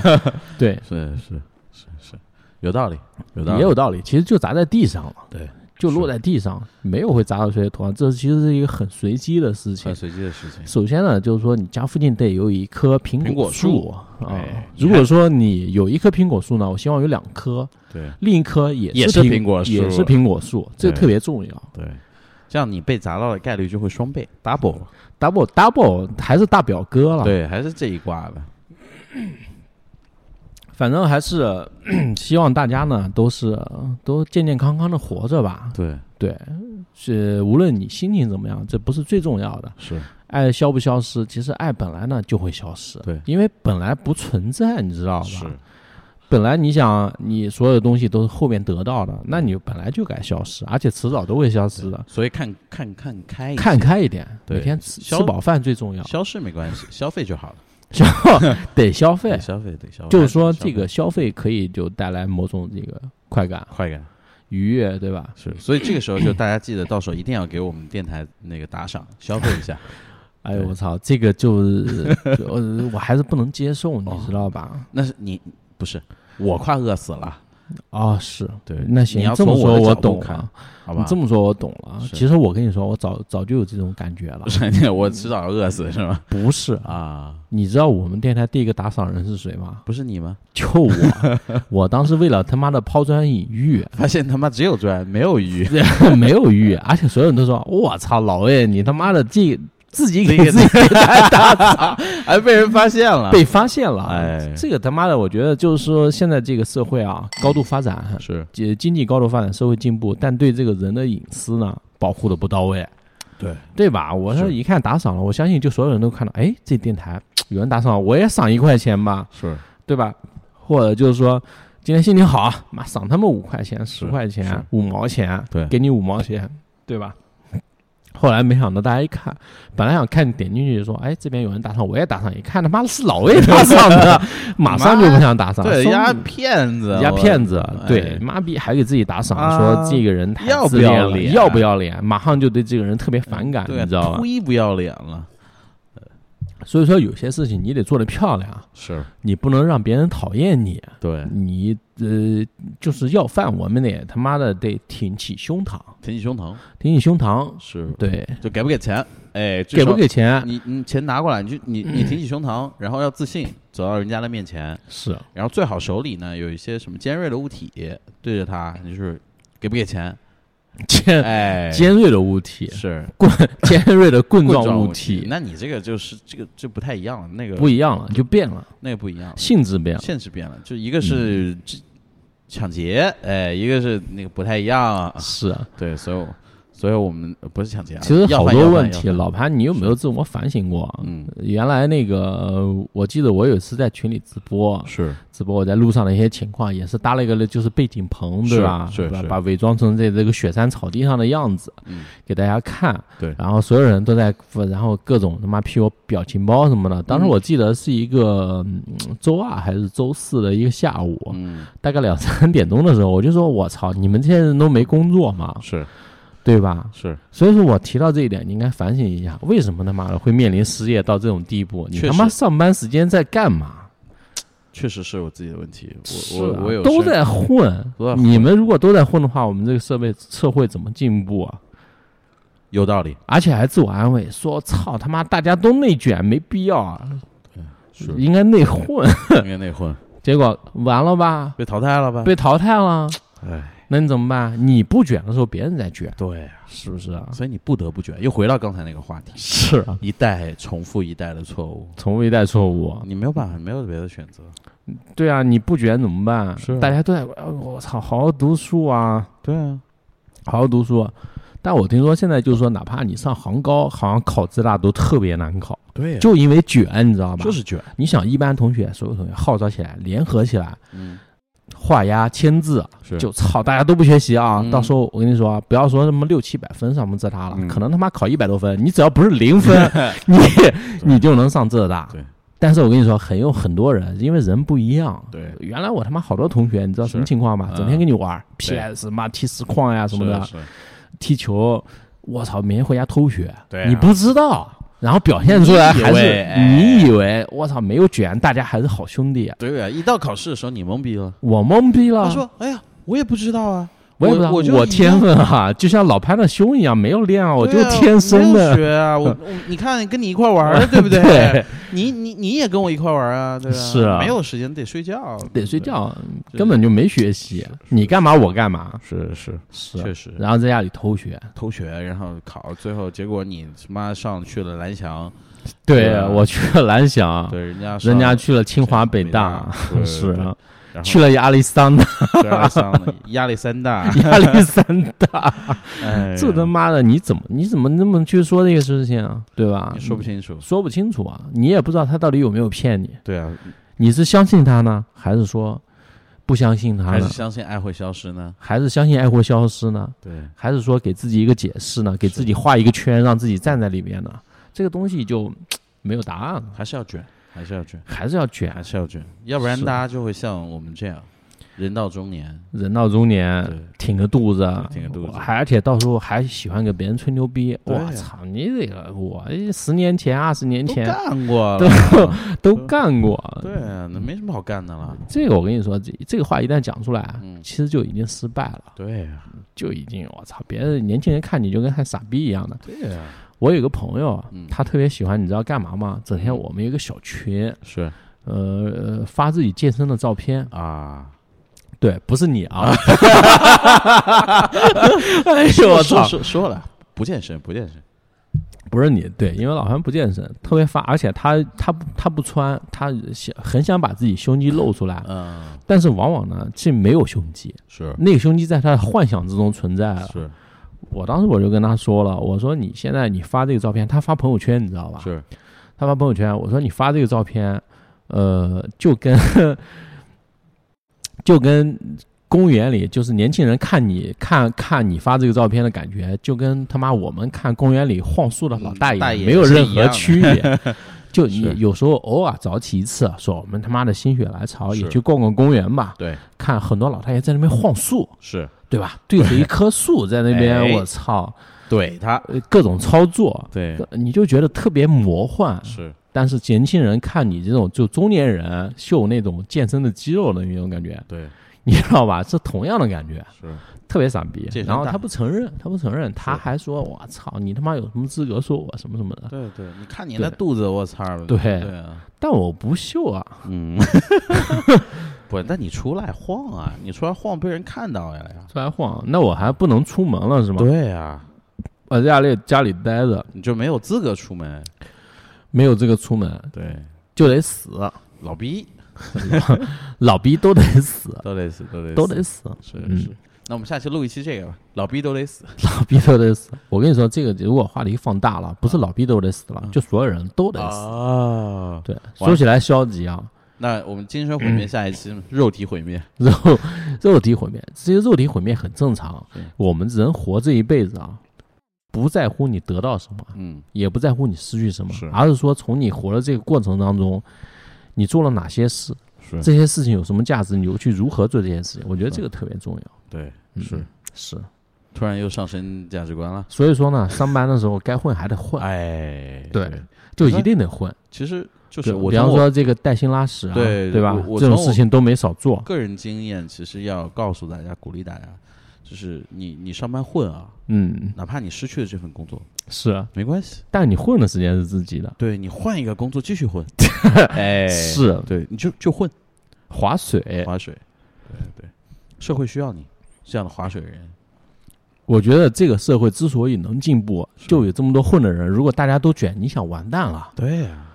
Speaker 2: 对，
Speaker 3: 是是是是，有道理，有道
Speaker 2: 也
Speaker 3: 理，
Speaker 2: 有道理。其实就砸在地上了，
Speaker 3: 对，
Speaker 2: 就是落在地上，没有会砸到谁的头上。这其实是一个很随机的事情
Speaker 3: 很。随机的事情。
Speaker 2: 首先呢，就是说你家附近得有一棵苹
Speaker 3: 苹果
Speaker 2: 树
Speaker 3: 树
Speaker 2: 啊
Speaker 3: 哎。
Speaker 2: 如果说你有一棵苹果树呢，我希望有两棵，
Speaker 3: 对
Speaker 2: 另一棵也
Speaker 3: 也
Speaker 2: 是
Speaker 3: 是苹果树
Speaker 2: 也是苹果树，这个
Speaker 3: 对
Speaker 2: 特别重要。
Speaker 3: 对，这样你被砸到的概率就会双倍，double 了。
Speaker 2: Double Double 还是大表哥了，
Speaker 3: 对，还是这一挂的。
Speaker 2: 反正还是 咳希望大家呢都是都健健康康的活着吧。
Speaker 3: 对，
Speaker 2: 对，是无论你心情怎么样，这不是最重要的。
Speaker 3: 是
Speaker 2: 爱消不消失，其实爱本来呢就会消失，
Speaker 3: 对
Speaker 2: 因为本来不存在，你知道吧？
Speaker 3: 是，
Speaker 2: 本来你想你所有东西都是后面得到的，那你本来就该消失，而且迟早都会消失的。
Speaker 3: 所以看看看开一些，
Speaker 2: 看开一点，
Speaker 3: 对
Speaker 2: 每天吃
Speaker 3: 消
Speaker 2: 吃饱饭最重要，
Speaker 3: 消失没关系，消费就 好了。
Speaker 2: 消得消费
Speaker 3: 得。消费得消费，
Speaker 2: 就是说，
Speaker 3: 还消
Speaker 2: 这
Speaker 3: 费
Speaker 2: 个消费可以就带来某种这个快感、
Speaker 3: 快感。
Speaker 2: 愉悦，对吧？
Speaker 3: 是，所以这个时候就大家记得，到时候一定要给我们电台那个打赏，消费一下。
Speaker 2: 哎呦
Speaker 3: 对
Speaker 2: 我操，这个就是就呃我还是不能接受，
Speaker 3: 哦
Speaker 2: 你知道吧？
Speaker 3: 那是你不是我快饿死了，
Speaker 2: 啊，是
Speaker 3: 对
Speaker 2: 那
Speaker 3: 你
Speaker 2: 行
Speaker 3: 要，
Speaker 2: 这么
Speaker 3: 从我
Speaker 2: 说
Speaker 3: 的角度
Speaker 2: 懂
Speaker 3: 看
Speaker 2: 了，
Speaker 3: 好
Speaker 2: 你
Speaker 3: 吧？
Speaker 2: 这么说我懂了。啊
Speaker 3: 是
Speaker 2: 其实我跟你说，我早早就有这种感觉了
Speaker 3: 不。是 我迟早要饿死是吗？
Speaker 2: 不是，
Speaker 3: 啊，
Speaker 2: 你知道我们电台第一个打赏人是谁吗？
Speaker 3: 不是你吗？
Speaker 2: 就 我，我当时为了他妈的抛砖引玉，
Speaker 3: 发现他妈只有砖没有 鱼，
Speaker 2: 没有玉，而且所有人都说我操老魏，你他妈的这自己
Speaker 3: 这
Speaker 2: 给
Speaker 3: 个
Speaker 2: 自己
Speaker 3: 哎，被人发现了，
Speaker 2: 被发现了。
Speaker 3: 哎
Speaker 2: 这个他妈的，我觉得就是说现在这个社会啊，高度发展，
Speaker 3: 是
Speaker 2: 呃经济高度发展，社会进步，但对这个人的隐私呢，保护的不到位，
Speaker 3: 对
Speaker 2: 对吧？我说
Speaker 3: 是
Speaker 2: 一看打赏了，我相信就所有人都看到，哎，这电台有人打赏，我也赏一块钱吧，
Speaker 3: 是
Speaker 2: 对吧？或者就是说，今天心情好啊，妈赏他们五块钱、十块钱
Speaker 3: 是、
Speaker 2: 五毛钱，
Speaker 3: 对
Speaker 2: 给你五毛钱，对吧？ 后来没想到，大家一看，本来想看点进去说，哎，这边有人打赏，我也打赏。一看他妈的是老 魏打赏的，马上就不想打赏，
Speaker 3: 对，
Speaker 2: 说
Speaker 3: 丫骗子，
Speaker 2: 人家
Speaker 3: 我
Speaker 2: 骗子，啊
Speaker 3: 哎
Speaker 2: 对，妈逼还给自己打赏，
Speaker 3: 啊
Speaker 2: 说这个人太
Speaker 3: 要不
Speaker 2: 自恋
Speaker 3: 要
Speaker 2: 了
Speaker 3: 脸啊
Speaker 2: 要不要脸？马上就对这个人特别反感，
Speaker 3: 对啊
Speaker 2: 你知道吧？
Speaker 3: 忒不要脸了，
Speaker 2: 所以说有些事情你得做得漂亮，
Speaker 3: 是
Speaker 2: 你不能让别人讨厌你，啊
Speaker 3: 对，
Speaker 2: 你呃就是要饭，我们得他妈的得挺起胸膛，
Speaker 3: 挺起胸膛，
Speaker 2: 挺起胸膛，
Speaker 3: 是
Speaker 2: 对，
Speaker 3: 就给不给钱？哎，嗯至
Speaker 2: 给不
Speaker 3: 少
Speaker 2: 给钱啊
Speaker 3: 你你钱拿过来，你就你你挺起胸膛， 然后要自信，走到人家的面前，
Speaker 2: 是啊
Speaker 3: 然后最好手里呢有一些什么尖锐的物体对着它，你就是给不给钱？
Speaker 2: 尖
Speaker 3: 哎，
Speaker 2: 尖锐的物体，
Speaker 3: 是
Speaker 2: 尖锐的棍
Speaker 3: 棍
Speaker 2: 状
Speaker 3: 状
Speaker 2: 物
Speaker 3: 体，
Speaker 2: 体
Speaker 3: 那你这个就是这个这不太一样了，那个
Speaker 2: 不一啊样了，就变了，
Speaker 3: 那个不一样，
Speaker 2: 性质变了，
Speaker 3: 嗯性质变了，就一个
Speaker 2: 嗯
Speaker 3: 是这抢劫，哎，一个是那个不太一样，
Speaker 2: 是啊。
Speaker 3: 对，所以我所以我们呃不是抢劫啊，
Speaker 2: 其实
Speaker 3: 要
Speaker 2: 好
Speaker 3: 饭
Speaker 2: 多
Speaker 3: 要饭
Speaker 2: 问
Speaker 3: 要
Speaker 2: 题，
Speaker 3: 饭
Speaker 2: 老潘，你有没有自我反省过啊？
Speaker 3: 嗯
Speaker 2: 原来那个，呃我记得我有一次在群里直播，
Speaker 3: 是
Speaker 2: 直播我在路上的一些情况，也是搭了一个就是背景棚，对
Speaker 3: 是
Speaker 2: 吧？
Speaker 3: 是
Speaker 2: 把
Speaker 3: 是
Speaker 2: 把伪装成在这个雪山草地上的样子
Speaker 3: 嗯
Speaker 2: 给大家看，
Speaker 3: 对
Speaker 2: 然后所有人都在，然后各种他妈 P 我表情包什么的。当时
Speaker 3: 嗯
Speaker 2: 我记得是一个、嗯周二还是周四的一个下午，
Speaker 3: 嗯
Speaker 2: 大概两三点钟的时候，我就说我操，你们这些人都没工作吗？
Speaker 3: 是
Speaker 2: 对吧？
Speaker 3: 是，
Speaker 2: 所以说我提到这一点，你应该反省一下，为什么他妈的会面临失业到这种地步？你
Speaker 3: 确
Speaker 2: 他妈
Speaker 3: 实
Speaker 2: 上班时间在干嘛？
Speaker 3: 确实是我自己的问题，
Speaker 2: 是
Speaker 3: 我
Speaker 2: 啊
Speaker 3: 我我有
Speaker 2: 都
Speaker 3: 深
Speaker 2: 在混
Speaker 3: 都在，混
Speaker 2: 你们如果都在混的话，我们这个设备社会怎么进步啊？
Speaker 3: 有道理，
Speaker 2: 而且还自我安慰说：“操他妈，大家都内卷，没必要啊，
Speaker 3: 是
Speaker 2: 应该内混。
Speaker 3: 应该内混”
Speaker 2: 结果完了吧，
Speaker 3: 被淘汰了吧？
Speaker 2: 被淘汰了。
Speaker 3: 哎，
Speaker 2: 那你怎么办？你不卷的时候，别人在卷，
Speaker 3: 对啊，
Speaker 2: 是不是啊？
Speaker 3: 所以你不得不卷，又回到刚才那个话题，
Speaker 2: 是啊，
Speaker 3: 一代重复一代的错误，
Speaker 2: 从未带错误。
Speaker 3: 你没有办法，没有别的选择，
Speaker 2: 对啊，你不卷怎么办？
Speaker 3: 是啊
Speaker 2: 大家都在，哎呦我操，好好读书啊，
Speaker 3: 对啊，
Speaker 2: 好好读书。啊但我听说现在就是说，哪怕你上杭高，好像考浙大都特别难考，
Speaker 3: 对就
Speaker 2: 就因为卷，你知道吧？
Speaker 3: 嗯就是卷，
Speaker 2: 你想，一班同学，所有同学号召起来，联合起来，
Speaker 3: 嗯，
Speaker 2: 画押签字，啊
Speaker 3: 是
Speaker 2: 就操，大家都不学习啊！
Speaker 3: 嗯
Speaker 2: 到时候我跟你说啊，不要说什么六七百分上不浙大了，
Speaker 3: 嗯
Speaker 2: 可能他妈考一百多分，你只要不是零 分，你你就能上浙大。
Speaker 3: 对。
Speaker 2: 但是我跟你说，很有很多人，因为人不一样。
Speaker 3: 对
Speaker 2: 原来我他妈好多同学，你知道什么
Speaker 3: 是
Speaker 2: 情况吗？
Speaker 3: 嗯
Speaker 2: 整天跟你玩儿
Speaker 3: 对
Speaker 2: PS 嘛，踢实况呀什么的，
Speaker 3: 是是
Speaker 2: 踢球。我操，每天回家偷学，
Speaker 3: 对啊
Speaker 2: 你不知道，然后表现出来
Speaker 3: 你以
Speaker 2: 还
Speaker 3: 为
Speaker 2: 是
Speaker 3: 哎
Speaker 2: 你以为我操没有卷，大家还是好兄弟啊。
Speaker 3: 对啊，一到考试的时候你懵逼了，
Speaker 2: 我懵逼了，
Speaker 3: 他说，哎呀，我也不知道啊，
Speaker 2: 我也不知道，
Speaker 3: 我
Speaker 2: 我
Speaker 3: 就一
Speaker 2: 天
Speaker 3: 样
Speaker 2: 分啊，就像老潘的胸一样，没有练啊，我就
Speaker 3: 对啊
Speaker 2: 天生
Speaker 3: 没有
Speaker 2: 的。
Speaker 3: 学 啊，我我你看跟你一块玩儿，对不对？
Speaker 2: 对
Speaker 3: 你你你也跟我一块玩儿啊，对吧？
Speaker 2: 是啊
Speaker 3: 没有时间得睡觉，
Speaker 2: 得睡觉，
Speaker 3: 对
Speaker 2: 根本就没学习，你干嘛我干嘛，
Speaker 3: 是是
Speaker 2: 是啊
Speaker 3: 确实
Speaker 2: 然后在家里偷学，
Speaker 3: 偷学，然后考，最后结果你他妈上去了蓝翔，
Speaker 2: 对
Speaker 3: 对啊
Speaker 2: 我去了蓝翔，
Speaker 3: 对人家上
Speaker 2: 啊人家去了清华北
Speaker 3: 大，对
Speaker 2: 是
Speaker 3: 对
Speaker 2: 啊，
Speaker 3: 然后
Speaker 2: 去了亚历 山大，
Speaker 3: 对亚历山大亚历山大，
Speaker 2: 亚历 山大，
Speaker 3: 哎呀
Speaker 2: 这他妈的你怎么你怎么那么去说这个事情啊，对吧
Speaker 3: 你？说不清楚，
Speaker 2: 说不清楚啊，你也不知道他到底有没有骗你，
Speaker 3: 对啊，
Speaker 2: 你是相信他呢，还是说不相信他
Speaker 3: 还
Speaker 2: 呢
Speaker 3: 是？相信爱会消失呢？
Speaker 2: 还是相信爱会消失呢？
Speaker 3: 对，
Speaker 2: 还是说给自己一个解释呢？给自己画一个圈，让自己站在里面呢？这个东西就没有答案了，
Speaker 3: 还是要卷，还是要卷，
Speaker 2: 还是要卷
Speaker 3: 还。是要卷，要不然
Speaker 2: 是
Speaker 3: 大家就会像我们这样，人到中年，
Speaker 2: 人到中年，
Speaker 3: 对，
Speaker 2: 挺个肚子，
Speaker 3: 挺个肚子
Speaker 2: 还而且到时候还喜欢给别人吹牛逼。
Speaker 3: 对
Speaker 2: 我
Speaker 3: 呀
Speaker 2: 操，你这个我十年前、二十年
Speaker 3: 都
Speaker 2: 前
Speaker 3: 干过了，
Speaker 2: 都干过。
Speaker 3: 对啊，那没什么好干的了。
Speaker 2: 这个我跟你说，这这个话一旦讲出来，
Speaker 3: 嗯
Speaker 2: 其实就已经失败了，
Speaker 3: 对啊，
Speaker 2: 就已经我操，别人年轻人看你就跟看傻逼一样的。
Speaker 3: 对啊，
Speaker 2: 我有个朋友
Speaker 3: 嗯，
Speaker 2: 他特别喜欢，你知道干嘛吗？整天我们有个小群，
Speaker 3: 是
Speaker 2: 呃，呃发自己健身的照片，
Speaker 3: 啊，
Speaker 2: 对，不是你 啊！ 哎呦我
Speaker 3: 说
Speaker 2: 操，
Speaker 3: 说说了，不健身，不健身，
Speaker 2: 不是你，对，因为老韩不健身，特别发，而且他他不他不穿，他想很想把自己胸肌露出来，
Speaker 3: 嗯，
Speaker 2: 但是往往呢，这没有胸肌，
Speaker 3: 是
Speaker 2: 那个胸肌在他的幻想之中存在了。
Speaker 3: 是
Speaker 2: 我当时我就跟他说了，我说你现在你发这个照片，他发朋友圈，你知道吧？
Speaker 3: 是，
Speaker 2: 他发朋友圈，我说你发这个照片，呃，就跟 就跟公园里就是年轻人看你看看你发这个照片的感觉，就跟他妈我们看公园里晃树的老大
Speaker 3: 嗯大
Speaker 2: 爷
Speaker 3: 爷
Speaker 2: 没有
Speaker 3: 是
Speaker 2: 任
Speaker 3: 一
Speaker 2: 何
Speaker 3: 样的
Speaker 2: 区别。 就你
Speaker 3: 是
Speaker 2: 有时候偶尔早起一次，说我们他妈的心血来潮也
Speaker 3: 是
Speaker 2: 去逛逛公园吧，
Speaker 3: 对，
Speaker 2: 看很多老太爷在那边晃树，
Speaker 3: 是
Speaker 2: 对 吧？对着一棵树在那边，
Speaker 3: 哎
Speaker 2: 我操，
Speaker 3: 怼他，嗯
Speaker 2: 呃各种操作，
Speaker 3: 对，
Speaker 2: 你就觉得特别魔幻。
Speaker 3: 哎是
Speaker 2: 但是年轻人看你这种就中年人秀那种健身的肌肉的那种感觉，
Speaker 3: 对，
Speaker 2: 你知道吧？是同样的感觉，
Speaker 3: 是
Speaker 2: 特别傻逼
Speaker 3: 健。身
Speaker 2: 然后
Speaker 3: 大嗯
Speaker 2: 他不承认，他不承认，他还说：“我操，你他妈有什么资格说我什么什么的
Speaker 3: 对对，你看你
Speaker 2: 对
Speaker 3: 那肚子，我操，？”
Speaker 2: 对，
Speaker 3: 对啊，
Speaker 2: 但我不秀啊，
Speaker 3: 嗯，不，但你出来晃啊，你出来晃被人看到呀，
Speaker 2: 出来晃，那我还不能出门了是吗？
Speaker 3: 对啊，
Speaker 2: 我在家里家里待着，
Speaker 3: 你就没有资格出门，
Speaker 2: 没有这个出门
Speaker 3: 对，
Speaker 2: 就得死，
Speaker 3: 老逼
Speaker 2: 老逼都得 死，
Speaker 3: 都得死，都得死
Speaker 2: 都得死，
Speaker 3: 是
Speaker 2: 嗯
Speaker 3: 是。那我们下期录一期这个吧，老逼都得死，
Speaker 2: 老逼都得死。我跟你说，这个如果话题放大了，不是老逼都得死了，就所有人都得死。
Speaker 3: 嗯啊！
Speaker 2: 对，说起来消极啊，
Speaker 3: 那我们精神毁灭下一期肉体毁灭，
Speaker 2: 肉肉体毁灭，其实肉体毁灭很正常
Speaker 3: 对。
Speaker 2: 我们人活这一辈子啊，不在乎你得到什么，
Speaker 3: 嗯，
Speaker 2: 也不在乎你失去什么
Speaker 3: 是，
Speaker 2: 而是说从你活的这个过程当中，你做了哪些事，
Speaker 3: 是
Speaker 2: 这些事情有什么价值，你又去如何做这件事情。我觉得这个特别重要。
Speaker 3: 对，
Speaker 2: 嗯
Speaker 3: 是
Speaker 2: 是，
Speaker 3: 突然又上升价值观了。
Speaker 2: 所以说呢，上班的时候该混还得混，
Speaker 3: 哎，
Speaker 2: 对，就一定得混。
Speaker 3: 其实就是
Speaker 2: 对
Speaker 3: 我
Speaker 2: 比
Speaker 3: 从
Speaker 2: 方
Speaker 3: 我
Speaker 2: 说这个带薪拉屎啊，
Speaker 3: 对
Speaker 2: 吧
Speaker 3: 我？我
Speaker 2: 这种
Speaker 3: 从
Speaker 2: 事情都没少做。
Speaker 3: 个人经验，其实要告诉大家，鼓励大家，就是你你上班混啊，
Speaker 2: 嗯，
Speaker 3: 哪怕你失去了这份工作，
Speaker 2: 是，
Speaker 3: 没关系，
Speaker 2: 但你混的时间是自己的，
Speaker 3: 对你换一个工作继续混，哎，
Speaker 2: 是
Speaker 3: 对，你就就混
Speaker 2: 划水。
Speaker 3: 划水，对对，社会需要你这样的划水人，
Speaker 2: 我觉得这个社会之所以能进步，
Speaker 3: 是
Speaker 2: 就有这么多混的人。如果大家都卷，你想完蛋了。
Speaker 3: 对呀，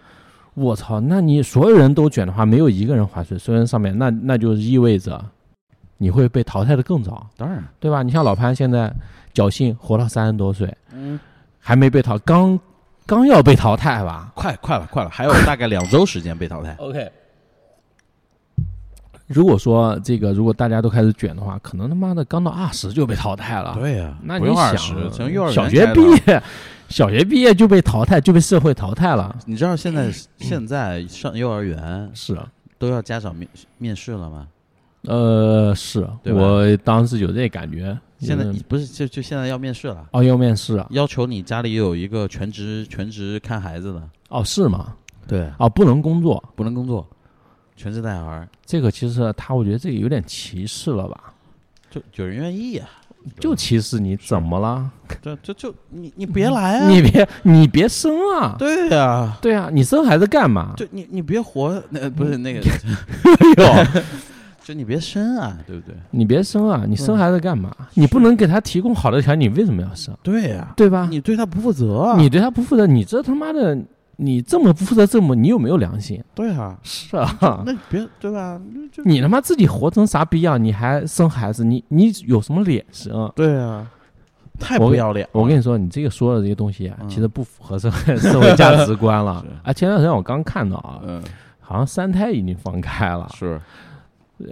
Speaker 2: 我操，那你所有人都卷的话，没有一个人划水，所有人上面，那那就意味着你会被淘汰的更早，
Speaker 3: 当然，
Speaker 2: 对吧？你像老潘现在侥幸活到三十多岁，
Speaker 3: 嗯，
Speaker 2: 还没被淘，刚刚要被淘汰吧？
Speaker 3: 快快了，快了，还有大概两周时间被淘汰，
Speaker 2: OK。如果说这个，如果大家都开始卷的话，可能他妈的刚到二十就被淘汰了。，
Speaker 3: 对呀，
Speaker 2: 那
Speaker 3: 啊不
Speaker 2: 你
Speaker 3: 用
Speaker 2: 想
Speaker 3: 二十，从幼儿园
Speaker 2: 小学
Speaker 3: 开啊
Speaker 2: 毕
Speaker 3: 了
Speaker 2: 业，小学毕业就被淘汰，就被社会淘汰了。
Speaker 3: 你知道现 在现在上幼儿园
Speaker 2: 是啊，
Speaker 3: 都要家长面面试了吗？
Speaker 2: 呃，是
Speaker 3: 对吧
Speaker 2: 我当时有这感觉。
Speaker 3: 现在
Speaker 2: 因为
Speaker 3: 不是就就现在要面试了，
Speaker 2: 哦，要面试啊？
Speaker 3: 要求你家里有一个全职全职看孩子的，
Speaker 2: 哦，是吗？
Speaker 3: 对，
Speaker 2: 哦，不能工作，
Speaker 3: 不能工作，全职带小孩，
Speaker 2: 这个其实他，我觉得这个有点歧视了吧？
Speaker 3: 就有人愿意呀、
Speaker 2: 就歧视你怎么了？
Speaker 3: 对，这就你你别来啊，
Speaker 2: 你别你别生啊！
Speaker 3: 对呀、
Speaker 2: 对啊，嗯哎你生孩子干嘛？
Speaker 3: 就你你别活，那不是 那个， 就你别生啊，对不对？
Speaker 2: 你别生啊！你
Speaker 3: 嗯
Speaker 2: 生孩子干嘛？你不能给他提供好的条件，你为什么要生？
Speaker 3: 对呀、
Speaker 2: 对吧？
Speaker 3: 你对他不负责、啊，
Speaker 2: 你对他不负责，你这他妈的，你这么不负责，这么你有没有良心？
Speaker 3: 对啊，
Speaker 2: 是啊，
Speaker 3: 那你别对吧？就
Speaker 2: 你他妈自己活成啥逼样？你还生孩子？你你有什么脸生？
Speaker 3: 对啊，太
Speaker 2: 我
Speaker 3: 不要脸了，
Speaker 2: 我跟你说，你这个说的这些东西啊，
Speaker 3: 嗯
Speaker 2: 其实不符合社会 社会价值观了
Speaker 3: 是。
Speaker 2: 啊，前段时间我刚看到啊，
Speaker 3: 嗯，
Speaker 2: 好像三胎已经放开了，
Speaker 3: 是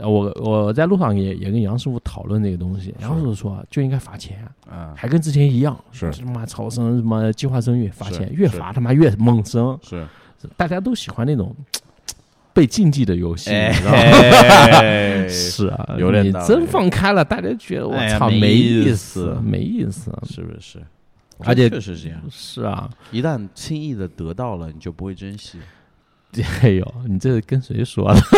Speaker 2: 我我在路上也也跟杨师傅讨论这个东西，杨师傅说就应该罚钱，
Speaker 3: 啊，
Speaker 2: 还跟之前一样，
Speaker 3: 是
Speaker 2: 他妈超生什么计划生育罚
Speaker 3: 是
Speaker 2: 钱，越
Speaker 3: 是
Speaker 2: 罚他妈越猛生，
Speaker 3: 是，
Speaker 2: 大家都喜欢那种被禁忌的游戏，你知道吗？
Speaker 3: 哎
Speaker 2: 是啊，
Speaker 3: 有点
Speaker 2: 你
Speaker 3: 道理
Speaker 2: 真放开了，大家觉得我
Speaker 3: 哎呀
Speaker 2: 操
Speaker 3: 没
Speaker 2: 意
Speaker 3: 意
Speaker 2: 思
Speaker 3: 思，
Speaker 2: 没意思，
Speaker 3: 是不是？
Speaker 2: 而且
Speaker 3: 确实是这样，
Speaker 2: 是啊，
Speaker 3: 一旦轻易的得到了，你就不会珍惜。
Speaker 2: 哎呦，你这是跟谁说的？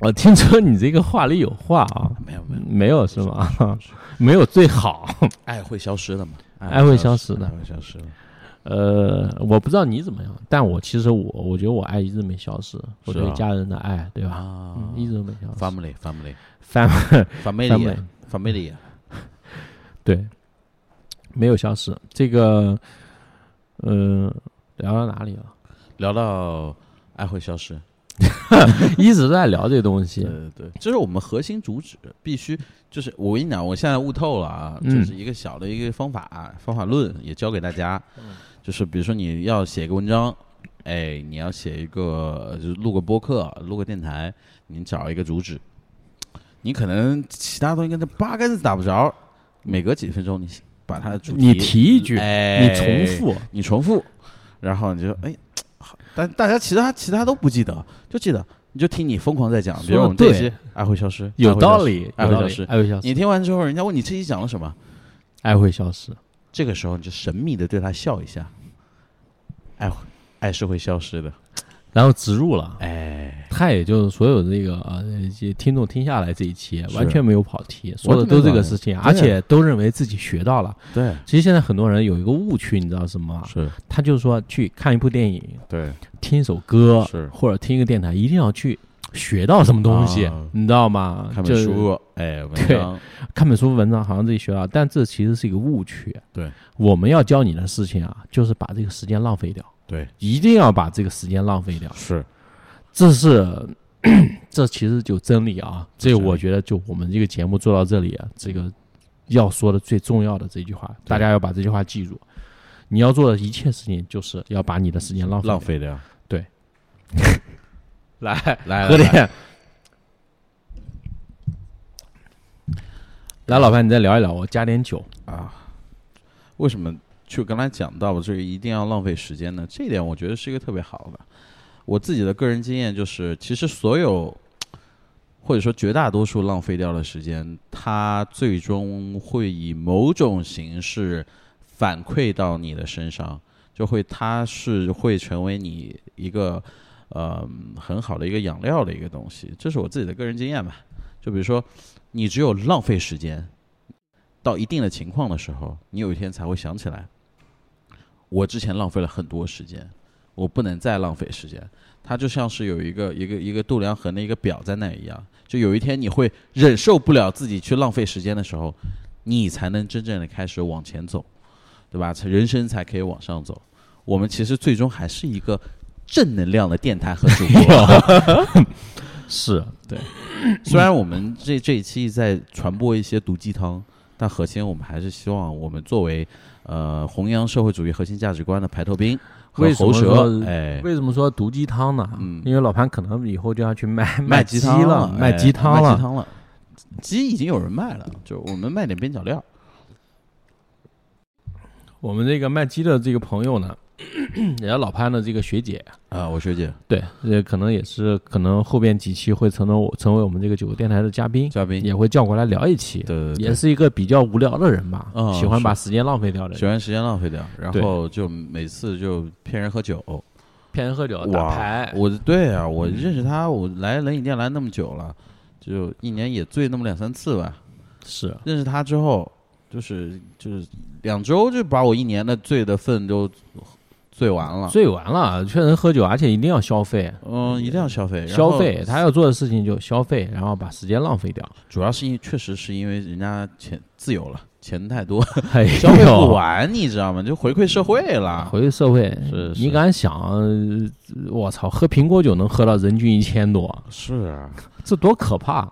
Speaker 2: 我听说你这个话里有话啊，
Speaker 3: 没有没有，
Speaker 2: 没有是吗？
Speaker 3: 是
Speaker 2: 没有最好。
Speaker 3: 爱会消失的嘛，
Speaker 2: 爱会消失的
Speaker 3: 爱会消失的。
Speaker 2: 呃，我不知道你怎么样，但我其实我我觉得我爱一直没消失，我
Speaker 3: 是
Speaker 2: 对
Speaker 3: 啊
Speaker 2: 家人的爱，对吧？
Speaker 3: 啊
Speaker 2: 嗯，一直都没消失。
Speaker 3: ，family family
Speaker 2: 翻
Speaker 3: family family，
Speaker 2: 对，没有消失。这个，呃，聊到哪里了？
Speaker 3: 聊到爱会消失，
Speaker 2: 一直在聊这东西
Speaker 3: 对。对对，这是我们核心主旨，必须就是我跟你讲，我现在悟透了啊，
Speaker 2: 嗯
Speaker 3: 就是一个小
Speaker 2: 嗯
Speaker 3: 的一个方法方法论，也教给大家，就是比如说你要写一个文章，哎，你要写一个，就是录个播客，录个电台，你找一个主旨，你可能其他东西跟这八竿子打不着，每隔几分钟你把它的主题，
Speaker 2: 你提一句，
Speaker 3: 哎，
Speaker 2: 你重，复，
Speaker 3: 你重复，然后你就哎，好但大家其他其他都不记得，就记得你就听你疯狂在讲，比如
Speaker 2: 说得
Speaker 3: 我们这
Speaker 2: 对
Speaker 3: 期爱会消失，
Speaker 2: 有道
Speaker 3: 理。
Speaker 2: 理，
Speaker 3: 爱
Speaker 2: 有
Speaker 3: 会
Speaker 2: 道
Speaker 3: 消
Speaker 2: 理
Speaker 3: 失。
Speaker 2: 爱会消失，
Speaker 3: 哎你听完之后，人家问你这期讲了什么，
Speaker 2: 爱会消失。
Speaker 3: 这个时候你就神秘的对他笑一下，爱会爱是会消失的，
Speaker 2: 然后植入了，
Speaker 3: 哎，
Speaker 2: 他也就是所有这个呃这听众听下来这一期
Speaker 3: 是
Speaker 2: 完全没有跑题，
Speaker 3: 我
Speaker 2: 说的
Speaker 3: 都没
Speaker 2: 都这
Speaker 3: 跑
Speaker 2: 个
Speaker 3: 题
Speaker 2: 事情，
Speaker 3: 对
Speaker 2: 而且都认为自己学到了。
Speaker 3: 对，
Speaker 2: 其实现在很多人有一个误区，你知道是什么吗？
Speaker 3: 是，
Speaker 2: 他就是说去看一部电影，
Speaker 3: 对，
Speaker 2: 听一首歌
Speaker 3: 是，
Speaker 2: 或者听一个电台，一定要去学到什么东西
Speaker 3: 啊，
Speaker 2: 你知道吗？
Speaker 3: 看
Speaker 2: 就
Speaker 3: 本
Speaker 2: 是
Speaker 3: 书，哎，文
Speaker 2: 对
Speaker 3: 章，
Speaker 2: 看本书文章好像自己学到，但这其实是一个误区。
Speaker 3: 对，
Speaker 2: 我们要教你的事情啊，就是把这个时间浪费掉，
Speaker 3: 对，
Speaker 2: 一定要把这个时间浪费掉。
Speaker 3: 是，
Speaker 2: 这是 这其实就真理啊，这
Speaker 3: 是
Speaker 2: 我觉得就我们这个节目做到这里啊，这个要说的最重要的这句话，
Speaker 3: 对
Speaker 2: 大家要把这句话记住。你要做的一切事情，就是要把你的时间浪费
Speaker 3: 浪
Speaker 2: 掉
Speaker 3: 费掉，
Speaker 2: 来
Speaker 3: 来
Speaker 2: 喝
Speaker 3: 来来
Speaker 2: 点。来，老潘，你再聊一聊，我加点酒。
Speaker 3: 啊，为什么就刚才讲到这个一定要浪费时间呢？这一点我觉得是一个特别好的。我自己的个人经验就是，其实所有或者说绝大多数浪费掉的时间，它最终会以某种形式反馈到你的身上，就会它是会成为你一个呃很好的一个养料的一个东西。这是我自己的个人经验吧。就比如说，你只有浪费时间，到一定的情况的时候，你有一天才会想起来，我之前浪费了很多时间，我不能再浪费时间。它就像是有一个一个一个度量衡的一个表在那一样，就有一天你会忍受不了自己去浪费时间的时候，你才能真正的开始往前走，对吧？才人生才可以往上走。我们其实最终还是一个正能量的电台和 主播。
Speaker 2: 是对，
Speaker 3: 虽然我们这这一期在传播一些毒鸡汤，但核心我们还是希望我们作为呃弘扬社会主义核心价值观的排头兵和
Speaker 2: 为什
Speaker 3: 喉
Speaker 2: 么
Speaker 3: 舌，
Speaker 2: 说
Speaker 3: 哎，
Speaker 2: 为什么说毒鸡汤呢？
Speaker 3: 嗯
Speaker 2: 因为老潘可能以后就要去卖
Speaker 3: 卖
Speaker 2: 鸡
Speaker 3: 鸡汤
Speaker 2: 了，
Speaker 3: 哎
Speaker 2: 卖鸡汤
Speaker 3: 卖
Speaker 2: 了
Speaker 3: 鸡。汤了，鸡已经有人卖了，就我们卖点边角料。
Speaker 2: 我们这个卖鸡的这个朋友呢， 人家老潘的这个学姐，
Speaker 3: 啊，我学姐，
Speaker 2: 对，也可能也是可能后边几期会成了我成为我们这个九个电台的嘉宾，
Speaker 3: 嘉宾，
Speaker 2: 也会叫过来聊一期。
Speaker 3: 对对
Speaker 2: 也
Speaker 3: 对，
Speaker 2: 是一个比较无聊的人吧，
Speaker 3: 嗯
Speaker 2: 喜欢
Speaker 3: 是
Speaker 2: 把时间浪费掉的
Speaker 3: 喜
Speaker 2: 人，
Speaker 3: 欢时间浪费掉，然
Speaker 2: 对
Speaker 3: 后就每次就骗人喝酒。
Speaker 2: 骗人喝酒、啊
Speaker 3: 哇
Speaker 2: 打牌，嗯
Speaker 3: 我对啊，我认识他，我来冷饮店来那么久了，就一年也醉那么两三次吧。
Speaker 2: 是
Speaker 3: 认识他之后，就是就是两周就把我一年的醉的份都醉完了。
Speaker 2: 醉完了，劝人喝酒，而且一定要消费，
Speaker 3: 嗯，一定要消费，
Speaker 2: 消费，。他要做的事情就消费，然后把时间浪费 掉，
Speaker 3: 主要是因为确实是因为人家钱自由了，钱太多，
Speaker 2: 哎
Speaker 3: 消费
Speaker 2: 呦
Speaker 3: 不完，你知道吗？就回馈社会了。
Speaker 2: 回社会，
Speaker 3: 是
Speaker 2: 你
Speaker 3: 是
Speaker 2: 敢想，呃我操，喝苹果酒能喝到人均一千多，
Speaker 3: 是啊，
Speaker 2: 这多可怕！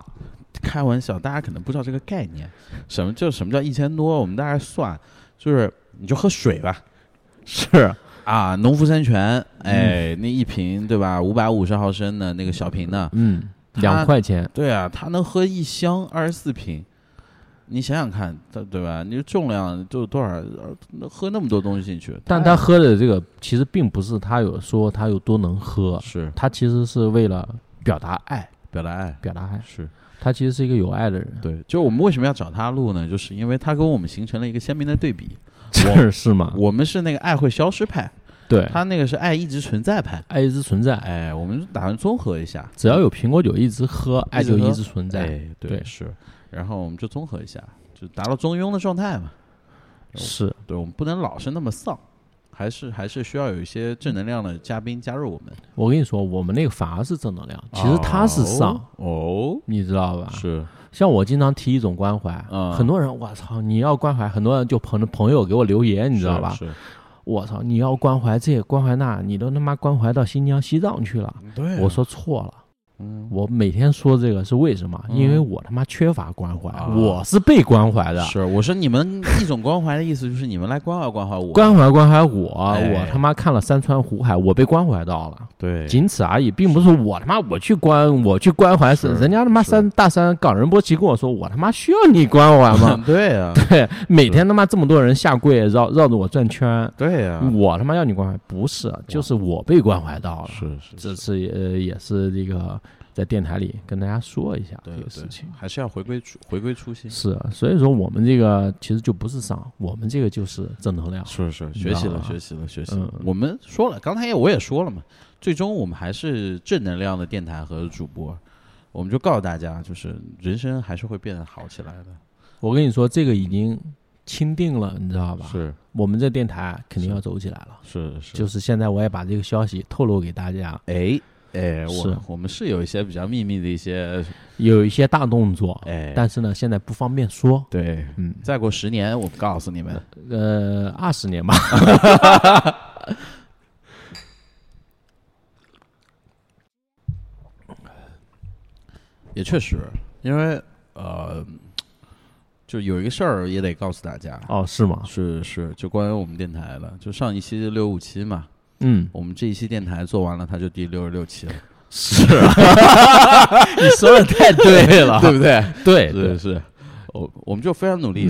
Speaker 3: 开玩笑，大家可能不知道这个概念，什么就什么叫一千多？我们大概算，就是你就喝水吧，
Speaker 2: 是
Speaker 3: 啊，农夫山泉，哎，那一瓶对吧？五百五十毫升的那个小瓶的，
Speaker 2: 嗯，
Speaker 3: 他
Speaker 2: 两块钱，
Speaker 3: 对啊，他能喝一箱二十四瓶，你想想看，他对吧？你重量就多少？呃喝那么多东西进去，
Speaker 2: 但他喝的这个其实并不是他有说他有多能喝，
Speaker 3: 是
Speaker 2: 他其实是为了表达爱，
Speaker 3: 表达爱，
Speaker 2: 表达爱，
Speaker 3: 是
Speaker 2: 他其实是一个有爱的 人，
Speaker 3: 对。就我们为什么要找他录呢？就是因为他跟我们形成了一个鲜明的对比。
Speaker 2: 这是吗？
Speaker 3: 我们是那个爱会消失派，
Speaker 2: 对，
Speaker 3: 他那个是爱一直存在派。
Speaker 2: 爱一直存在，
Speaker 3: 哎，我们打算综合一下，
Speaker 2: 只要有苹果酒一直喝，爱就
Speaker 3: 一直喝
Speaker 2: 一直存在。
Speaker 3: 哎，
Speaker 2: 对
Speaker 3: 是。然后我们就综合一下，就达到中庸的状态嘛。
Speaker 2: 是，
Speaker 3: 对，我们不能老是那么丧，还是还是需要有一些正能量的嘉宾加入我们。
Speaker 2: 我跟你说，我们那个反而是正能量，其实他是丧，
Speaker 3: 哦，
Speaker 2: 你知道吧？
Speaker 3: 是
Speaker 2: 像我经常提一种关怀，
Speaker 3: 嗯
Speaker 2: 很多人我操，你要关怀，很多人就朋朋友给我留言，你知道吧？
Speaker 3: 是，
Speaker 2: 我操，你要关怀这关怀那，你都他妈关怀到新疆西藏去了，
Speaker 3: 对啊
Speaker 2: 我说错了，
Speaker 3: 嗯
Speaker 2: 我每天说这个是为什么？
Speaker 3: 嗯
Speaker 2: 因为我他妈缺乏关怀，
Speaker 3: 啊
Speaker 2: 我是啊被关怀的。
Speaker 3: 是，我说你们一种关怀的意思就是你们来关怀关怀我，
Speaker 2: 关怀关怀我，
Speaker 3: 哎
Speaker 2: 我他妈看了山川湖海，我被关怀到了，
Speaker 3: 对，
Speaker 2: 仅此而已，并不是我他妈我去关我去关怀
Speaker 3: 是
Speaker 2: 人家他妈
Speaker 3: 是
Speaker 2: 三大山冈仁波齐跟我说，我他妈需要你关怀 吗？
Speaker 3: 对啊，
Speaker 2: 对，每天他妈这么多人下跪绕绕着我转圈，
Speaker 3: 对啊，
Speaker 2: 我他妈要你关怀，不是，就是我被关怀到了。
Speaker 3: 是是
Speaker 2: 这次也呃也是这个在电台里跟大家说一下这
Speaker 3: 对
Speaker 2: 个事
Speaker 3: 对
Speaker 2: 情。
Speaker 3: 还是要回归初回归初心。
Speaker 2: 是，所以说我们这个其实就不是丧，我们这个就是正能量。
Speaker 3: 是是，
Speaker 2: 你
Speaker 3: 学
Speaker 2: 知
Speaker 3: 习
Speaker 2: 道
Speaker 3: 了，
Speaker 2: 吧
Speaker 3: 学习了，学习了。
Speaker 2: 嗯
Speaker 3: 我们说了，刚才也我也说了嘛，最终我们还是正能量的电台和主播，我们就告诉大家，就是人生还是会变得好起来的，
Speaker 2: 我跟你说，这个已经钦定了，你知道吧？
Speaker 3: 是
Speaker 2: 我们这电台肯定要走起来了。
Speaker 3: 是是
Speaker 2: 就是现在，我也把这个消息透露给大家，
Speaker 3: 哎哎，我
Speaker 2: 是
Speaker 3: 我们是有一些比较秘密的一些
Speaker 2: 有一些大动作，
Speaker 3: 哎，
Speaker 2: 但是呢，现在不方便说。
Speaker 3: 对，
Speaker 2: 嗯，
Speaker 3: 再过十年，我告诉你们，
Speaker 2: 呃，二十年吧。
Speaker 3: 也确实，因为呃，就有一个事儿也得告诉大家。
Speaker 2: 哦，是吗？
Speaker 3: 是是，就关于我们电台的，就上一期六五七嘛，
Speaker 2: 嗯，
Speaker 3: 我们这一期电台做完了，它就第六十六期了，
Speaker 2: 是，啊 你说的太对了，
Speaker 3: 对不啊哎对？
Speaker 2: 对
Speaker 3: 嗯是
Speaker 2: 对，
Speaker 3: 是，我我们就非常努力，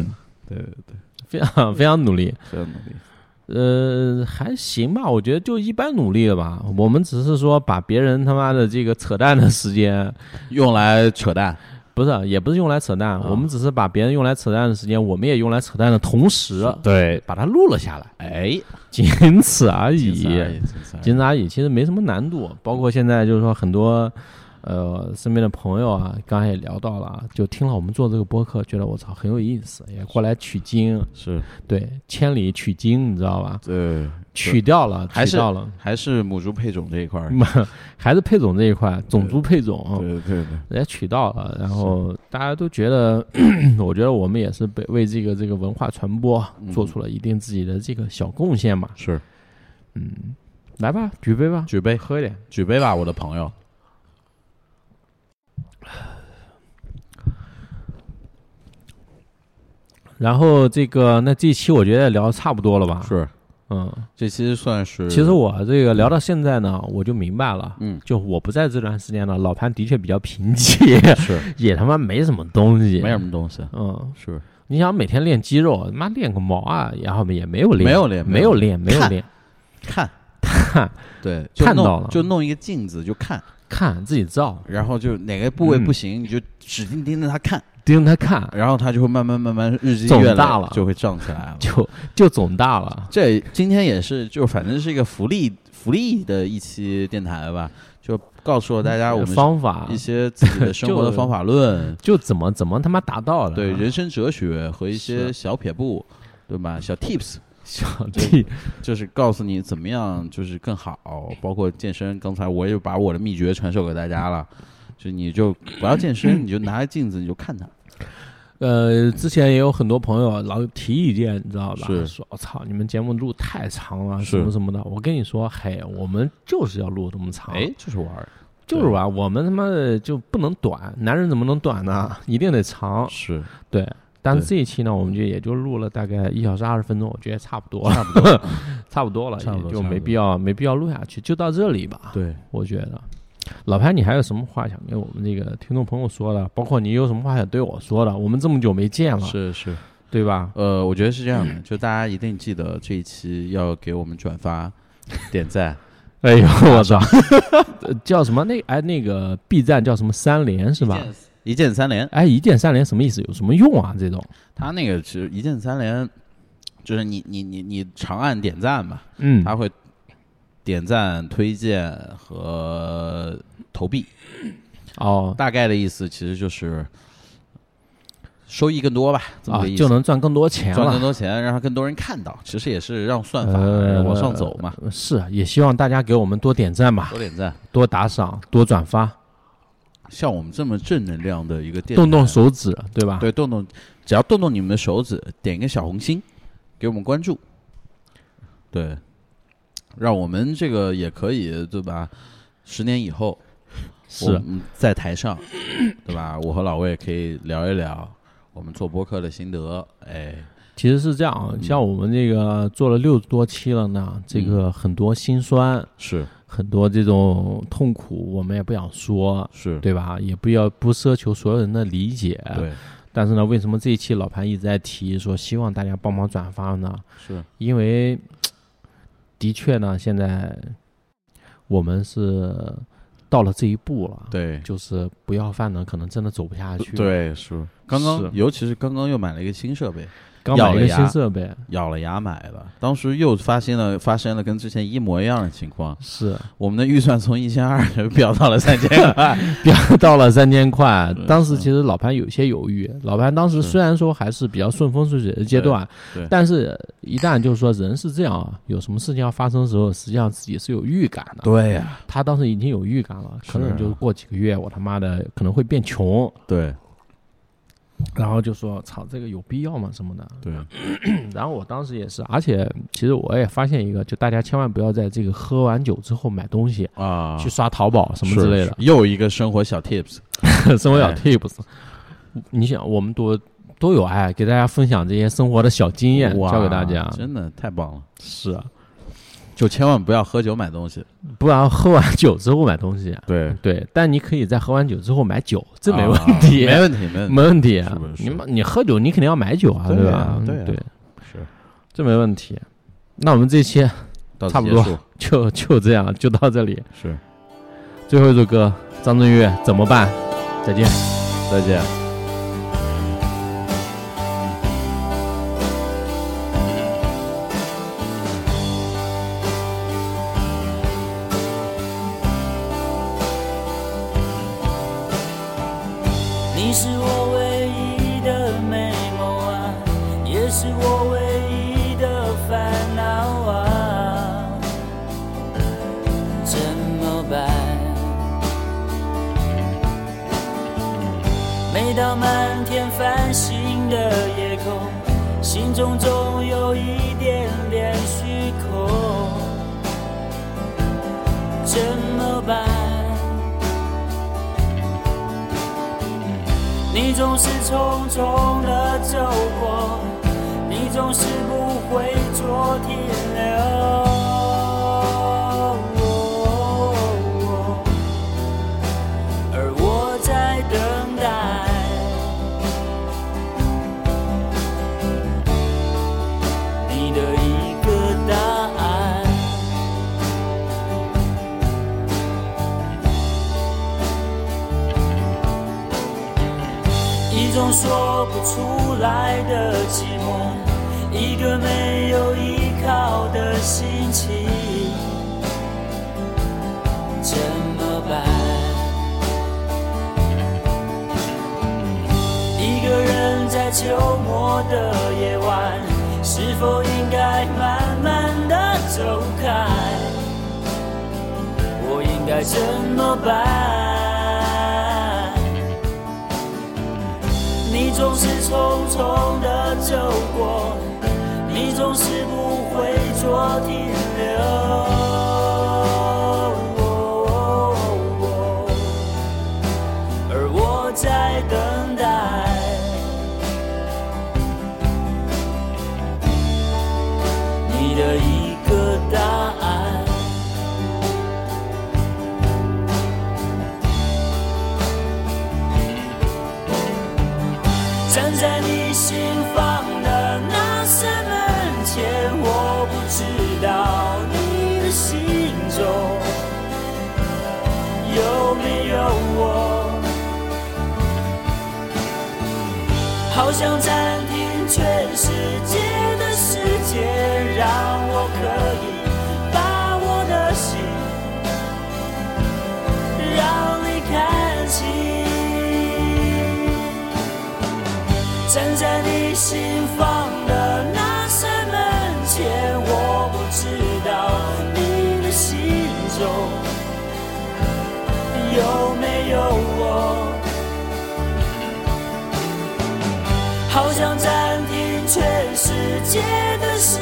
Speaker 3: 对对对，
Speaker 2: 非常非常努力。
Speaker 3: 非常努 力，
Speaker 2: 呃，还行吧，我觉得就一般努力了吧。我们只是说把别人他妈的这个扯淡的时间，
Speaker 3: 用来扯淡，
Speaker 2: 不是也不是用来扯淡，
Speaker 3: 啊
Speaker 2: 我们只是把别人用来扯淡的时间，我们也用来扯淡的同时，
Speaker 3: 对，
Speaker 2: 把它录了下来，
Speaker 3: 哎，
Speaker 2: 仅此而
Speaker 3: 仅
Speaker 2: 已
Speaker 3: 此。而已，仅此而已
Speaker 2: 仅此而已，其实没什么难度。包括现在就是说很多，呃，身边的朋友啊，刚才也聊到了啊，就听了我们做这个播客，觉得我操很有意思，也过来取经，
Speaker 3: 是，
Speaker 2: 对，千里取经，你知道吧？
Speaker 3: 对，
Speaker 2: 取掉了，
Speaker 3: 还
Speaker 2: 取
Speaker 3: 是
Speaker 2: 掉了。
Speaker 3: 还是母猪配种这一块儿，
Speaker 2: 嗯还是配种这一块，种猪配种，
Speaker 3: 对对对，
Speaker 2: 人家取到了，然后大家都觉得， 我觉得我们也是被为这个这个文化传播
Speaker 3: 嗯
Speaker 2: 做出了一定自己的这个小贡献嘛。
Speaker 3: 是，
Speaker 2: 来吧，举杯吧，
Speaker 3: 举杯，
Speaker 2: 喝一点。
Speaker 3: 举杯吧，我的朋友，
Speaker 2: 然后这个，那这一期我觉得聊得差不多了吧？
Speaker 3: 是，
Speaker 2: 嗯，
Speaker 3: 这期算是，
Speaker 2: 其实我这个聊到现在呢，我就明白了，
Speaker 3: 嗯，
Speaker 2: 就我不在这段时间呢，老潘的确比较贫瘠，
Speaker 3: 是
Speaker 2: 也他妈没什么东西，
Speaker 3: 没什。么东西，
Speaker 2: 嗯，
Speaker 3: 是
Speaker 2: 你想每天练肌肉，他妈练个毛啊？然后也没有练，
Speaker 3: 没有练
Speaker 2: 没
Speaker 3: 没有
Speaker 2: 有练，没有
Speaker 3: 看
Speaker 2: 练。
Speaker 3: 看，
Speaker 2: 看
Speaker 3: 对，就
Speaker 2: 看
Speaker 3: 弄
Speaker 2: 到了
Speaker 3: 就弄一个镜子就看，
Speaker 2: 看自己照，
Speaker 3: 然后就哪个部位不
Speaker 2: 嗯
Speaker 3: 行，你就使劲盯着它看。
Speaker 2: 盯着他看，
Speaker 3: 然后它就会慢慢慢慢日积
Speaker 2: 肿
Speaker 3: 月累
Speaker 2: 大了
Speaker 3: 就会胀起来了。
Speaker 2: 就就肿大了。
Speaker 3: 这今天也是，就反正是一个福利福利的一期电台吧，就告诉了大家我们
Speaker 2: 方法
Speaker 3: 一些自己的生活 的
Speaker 2: 就
Speaker 3: 方法论，
Speaker 2: 就怎么怎么他妈达到的？
Speaker 3: 对，人生哲学和一些
Speaker 2: 是
Speaker 3: 小撇步，对吧？小 tips
Speaker 2: 小弟
Speaker 3: 就是告诉你怎么样就是更好，包括健身。刚才我也把我的秘诀传授给大家了，就你就不要健身，你就拿着镜子你就看它，
Speaker 2: 呃，之前也有很多朋友老提意见，你知道吧？
Speaker 3: 是
Speaker 2: 说我哦操，你们节目录太长了，
Speaker 3: 是
Speaker 2: 什么什么的。我跟你说，嘿，我们就是要录这么长，
Speaker 3: 哎，就是玩儿，
Speaker 2: 就是吧？我们他妈的就不能短，男人怎么能短呢？ 一定得长。
Speaker 3: 是
Speaker 2: 对，但是
Speaker 3: 对
Speaker 2: 这一期呢，我们就也就录了大概一小时二十分钟，我觉得差不多了，
Speaker 3: 差不多，
Speaker 2: 差不多了，
Speaker 3: 差不多
Speaker 2: 也就
Speaker 3: 差不
Speaker 2: 没
Speaker 3: 多
Speaker 2: 必要没必要录下去，就到这里吧。
Speaker 3: 对。
Speaker 2: 我觉得，老潘，你还有什么话想跟我们这个听众朋友说的？包括你有什么话想对我说的？我们这么久没见了，
Speaker 3: 是是，
Speaker 2: 对吧？
Speaker 3: 呃，我觉得是这样的，就大家一定记得这一期要给我们转发、点 赞。
Speaker 2: 哎呦，我操！呃 叫什么？那哎，那个 B 站叫什么三连是吧？
Speaker 3: 一键三连，
Speaker 2: 哎，一键三连什么意思？有什么用啊？这种，
Speaker 3: 他那个其实一键三连，就是你你你你长按点赞嘛，
Speaker 2: 嗯
Speaker 3: 他会点赞、推荐和投币，啊
Speaker 2: 哦
Speaker 3: 大概的意思其实就是收益更多吧，这么
Speaker 2: 啊
Speaker 3: 个意，思。
Speaker 2: 就能赚更多钱
Speaker 3: 赚更
Speaker 2: 了。
Speaker 3: 多钱，让更多人看到，其实也是让算法
Speaker 2: 呃
Speaker 3: 往上走嘛，
Speaker 2: 是，啊也希望大家给我们多点赞吧，
Speaker 3: 多点赞。
Speaker 2: 多打赏，多转发，
Speaker 3: 像我们这么正能量的一个电台，
Speaker 2: 动动手指，对吧？，
Speaker 3: 对，动动，只要动动你们的手指，点个小红心，给我们关注，对，让我们这个也可以，对吧？十年以后，我
Speaker 2: 是啊
Speaker 3: 们在台上，对吧？我和老魏可以聊一聊我们做播客的心得，哎，
Speaker 2: 其实是这样
Speaker 3: 嗯
Speaker 2: 啊，像我们这个做了六十多期了呢，这个很多辛酸，
Speaker 3: 是
Speaker 2: 很多这种痛苦，我们也不想说，
Speaker 3: 是，
Speaker 2: 对啊吧？也不要不奢求所有人的理解。
Speaker 3: 对
Speaker 2: 但是呢，为什么这一期老潘一直在提说希望大家帮忙转发呢？
Speaker 3: 是
Speaker 2: 因为的确呢，现在我们是到了这一步了，，
Speaker 3: 对
Speaker 2: 就是不要饭呢，可能真的走不下去。，
Speaker 3: 对是。刚
Speaker 2: 是
Speaker 3: 刚尤其是刚刚又买了一个新设备，
Speaker 2: 刚买
Speaker 3: 咬
Speaker 2: 一
Speaker 3: 了
Speaker 2: 个
Speaker 3: 牙
Speaker 2: 新设备，
Speaker 3: 咬了牙买的，当时又发现了发生了跟之前一模一样的情况，
Speaker 2: 是
Speaker 3: 我们的预算从一千二飙到了三千块，
Speaker 2: 飙 到了三千块
Speaker 3: 对。嗯
Speaker 2: 当时其实老潘有些犹豫，老潘当时
Speaker 3: 是
Speaker 2: 虽然说还是比较顺风顺水的阶段
Speaker 3: 对对，
Speaker 2: 但是一旦就是说人是这样啊，有什么事情要发生的时候，实际上自己是有预感的。
Speaker 3: 对呀、
Speaker 2: 他当时已经有预感了，可
Speaker 3: 是
Speaker 2: 能
Speaker 3: 啊
Speaker 2: 就过几个月，我他妈的可能会变穷。
Speaker 3: 对
Speaker 2: 然后就说：“操，这个有必要吗？什么的。
Speaker 3: 对，”
Speaker 2: 然后我当时也是，而且其实我也发现一个，就大家千万不要在这个喝完酒之后买东西，
Speaker 3: 啊，
Speaker 2: 去刷淘宝什么之类
Speaker 3: 是，是又一个生活小 tips，
Speaker 2: 的，生活小
Speaker 3: 哎
Speaker 2: tips。你想，我们多多有爱，给大家分享这些生活的小经验，
Speaker 3: 哇
Speaker 2: 教给大家。
Speaker 3: 真的太棒了，
Speaker 2: 是啊，
Speaker 3: 就千万不要喝酒买东西，
Speaker 2: 不然喝完酒之后买东西，
Speaker 3: 对，
Speaker 2: 对，但你可以在喝完酒之后买酒，这没问
Speaker 3: 啊
Speaker 2: 题，
Speaker 3: 没问题，没问题，
Speaker 2: 没问题啊
Speaker 3: 是不。是
Speaker 2: 你买你喝酒，你肯定要买酒啊，
Speaker 3: 对啊
Speaker 2: 吧？
Speaker 3: 对啊
Speaker 2: 对，
Speaker 3: 是
Speaker 2: 这没问题。那我们这期。
Speaker 3: 到此
Speaker 2: 差不
Speaker 3: 结
Speaker 2: 多
Speaker 3: 束
Speaker 2: 就就这样，就到这里。
Speaker 3: 是，
Speaker 2: 最后一首歌，张震岳怎么办？再见。
Speaker 3: 再见。
Speaker 4: 你是我唯一的美梦啊，也是我唯一的烦恼啊，怎么办？每当满天繁星的夜空，心中总有一点点虚空，怎么办？你总是匆匆的走过，你总是不会做停留。而我在等待你的一个答案。一种说不出来的寂寞，一个没有依靠的心情，怎么办？一个人在秋末的夜晚，是否应该慢慢的走开？我应该怎么办？你总是匆匆的走过，你总是不会做停留。哦而我在等待你的一个答案。站在你心房的那扇门前，我不知道你的心中有没有我。好想暂停全世界的时间，让我可以把我的心让你看清。站在你心房的那扇门前，我不知道你的心中有没有我。好想暂停全世界的时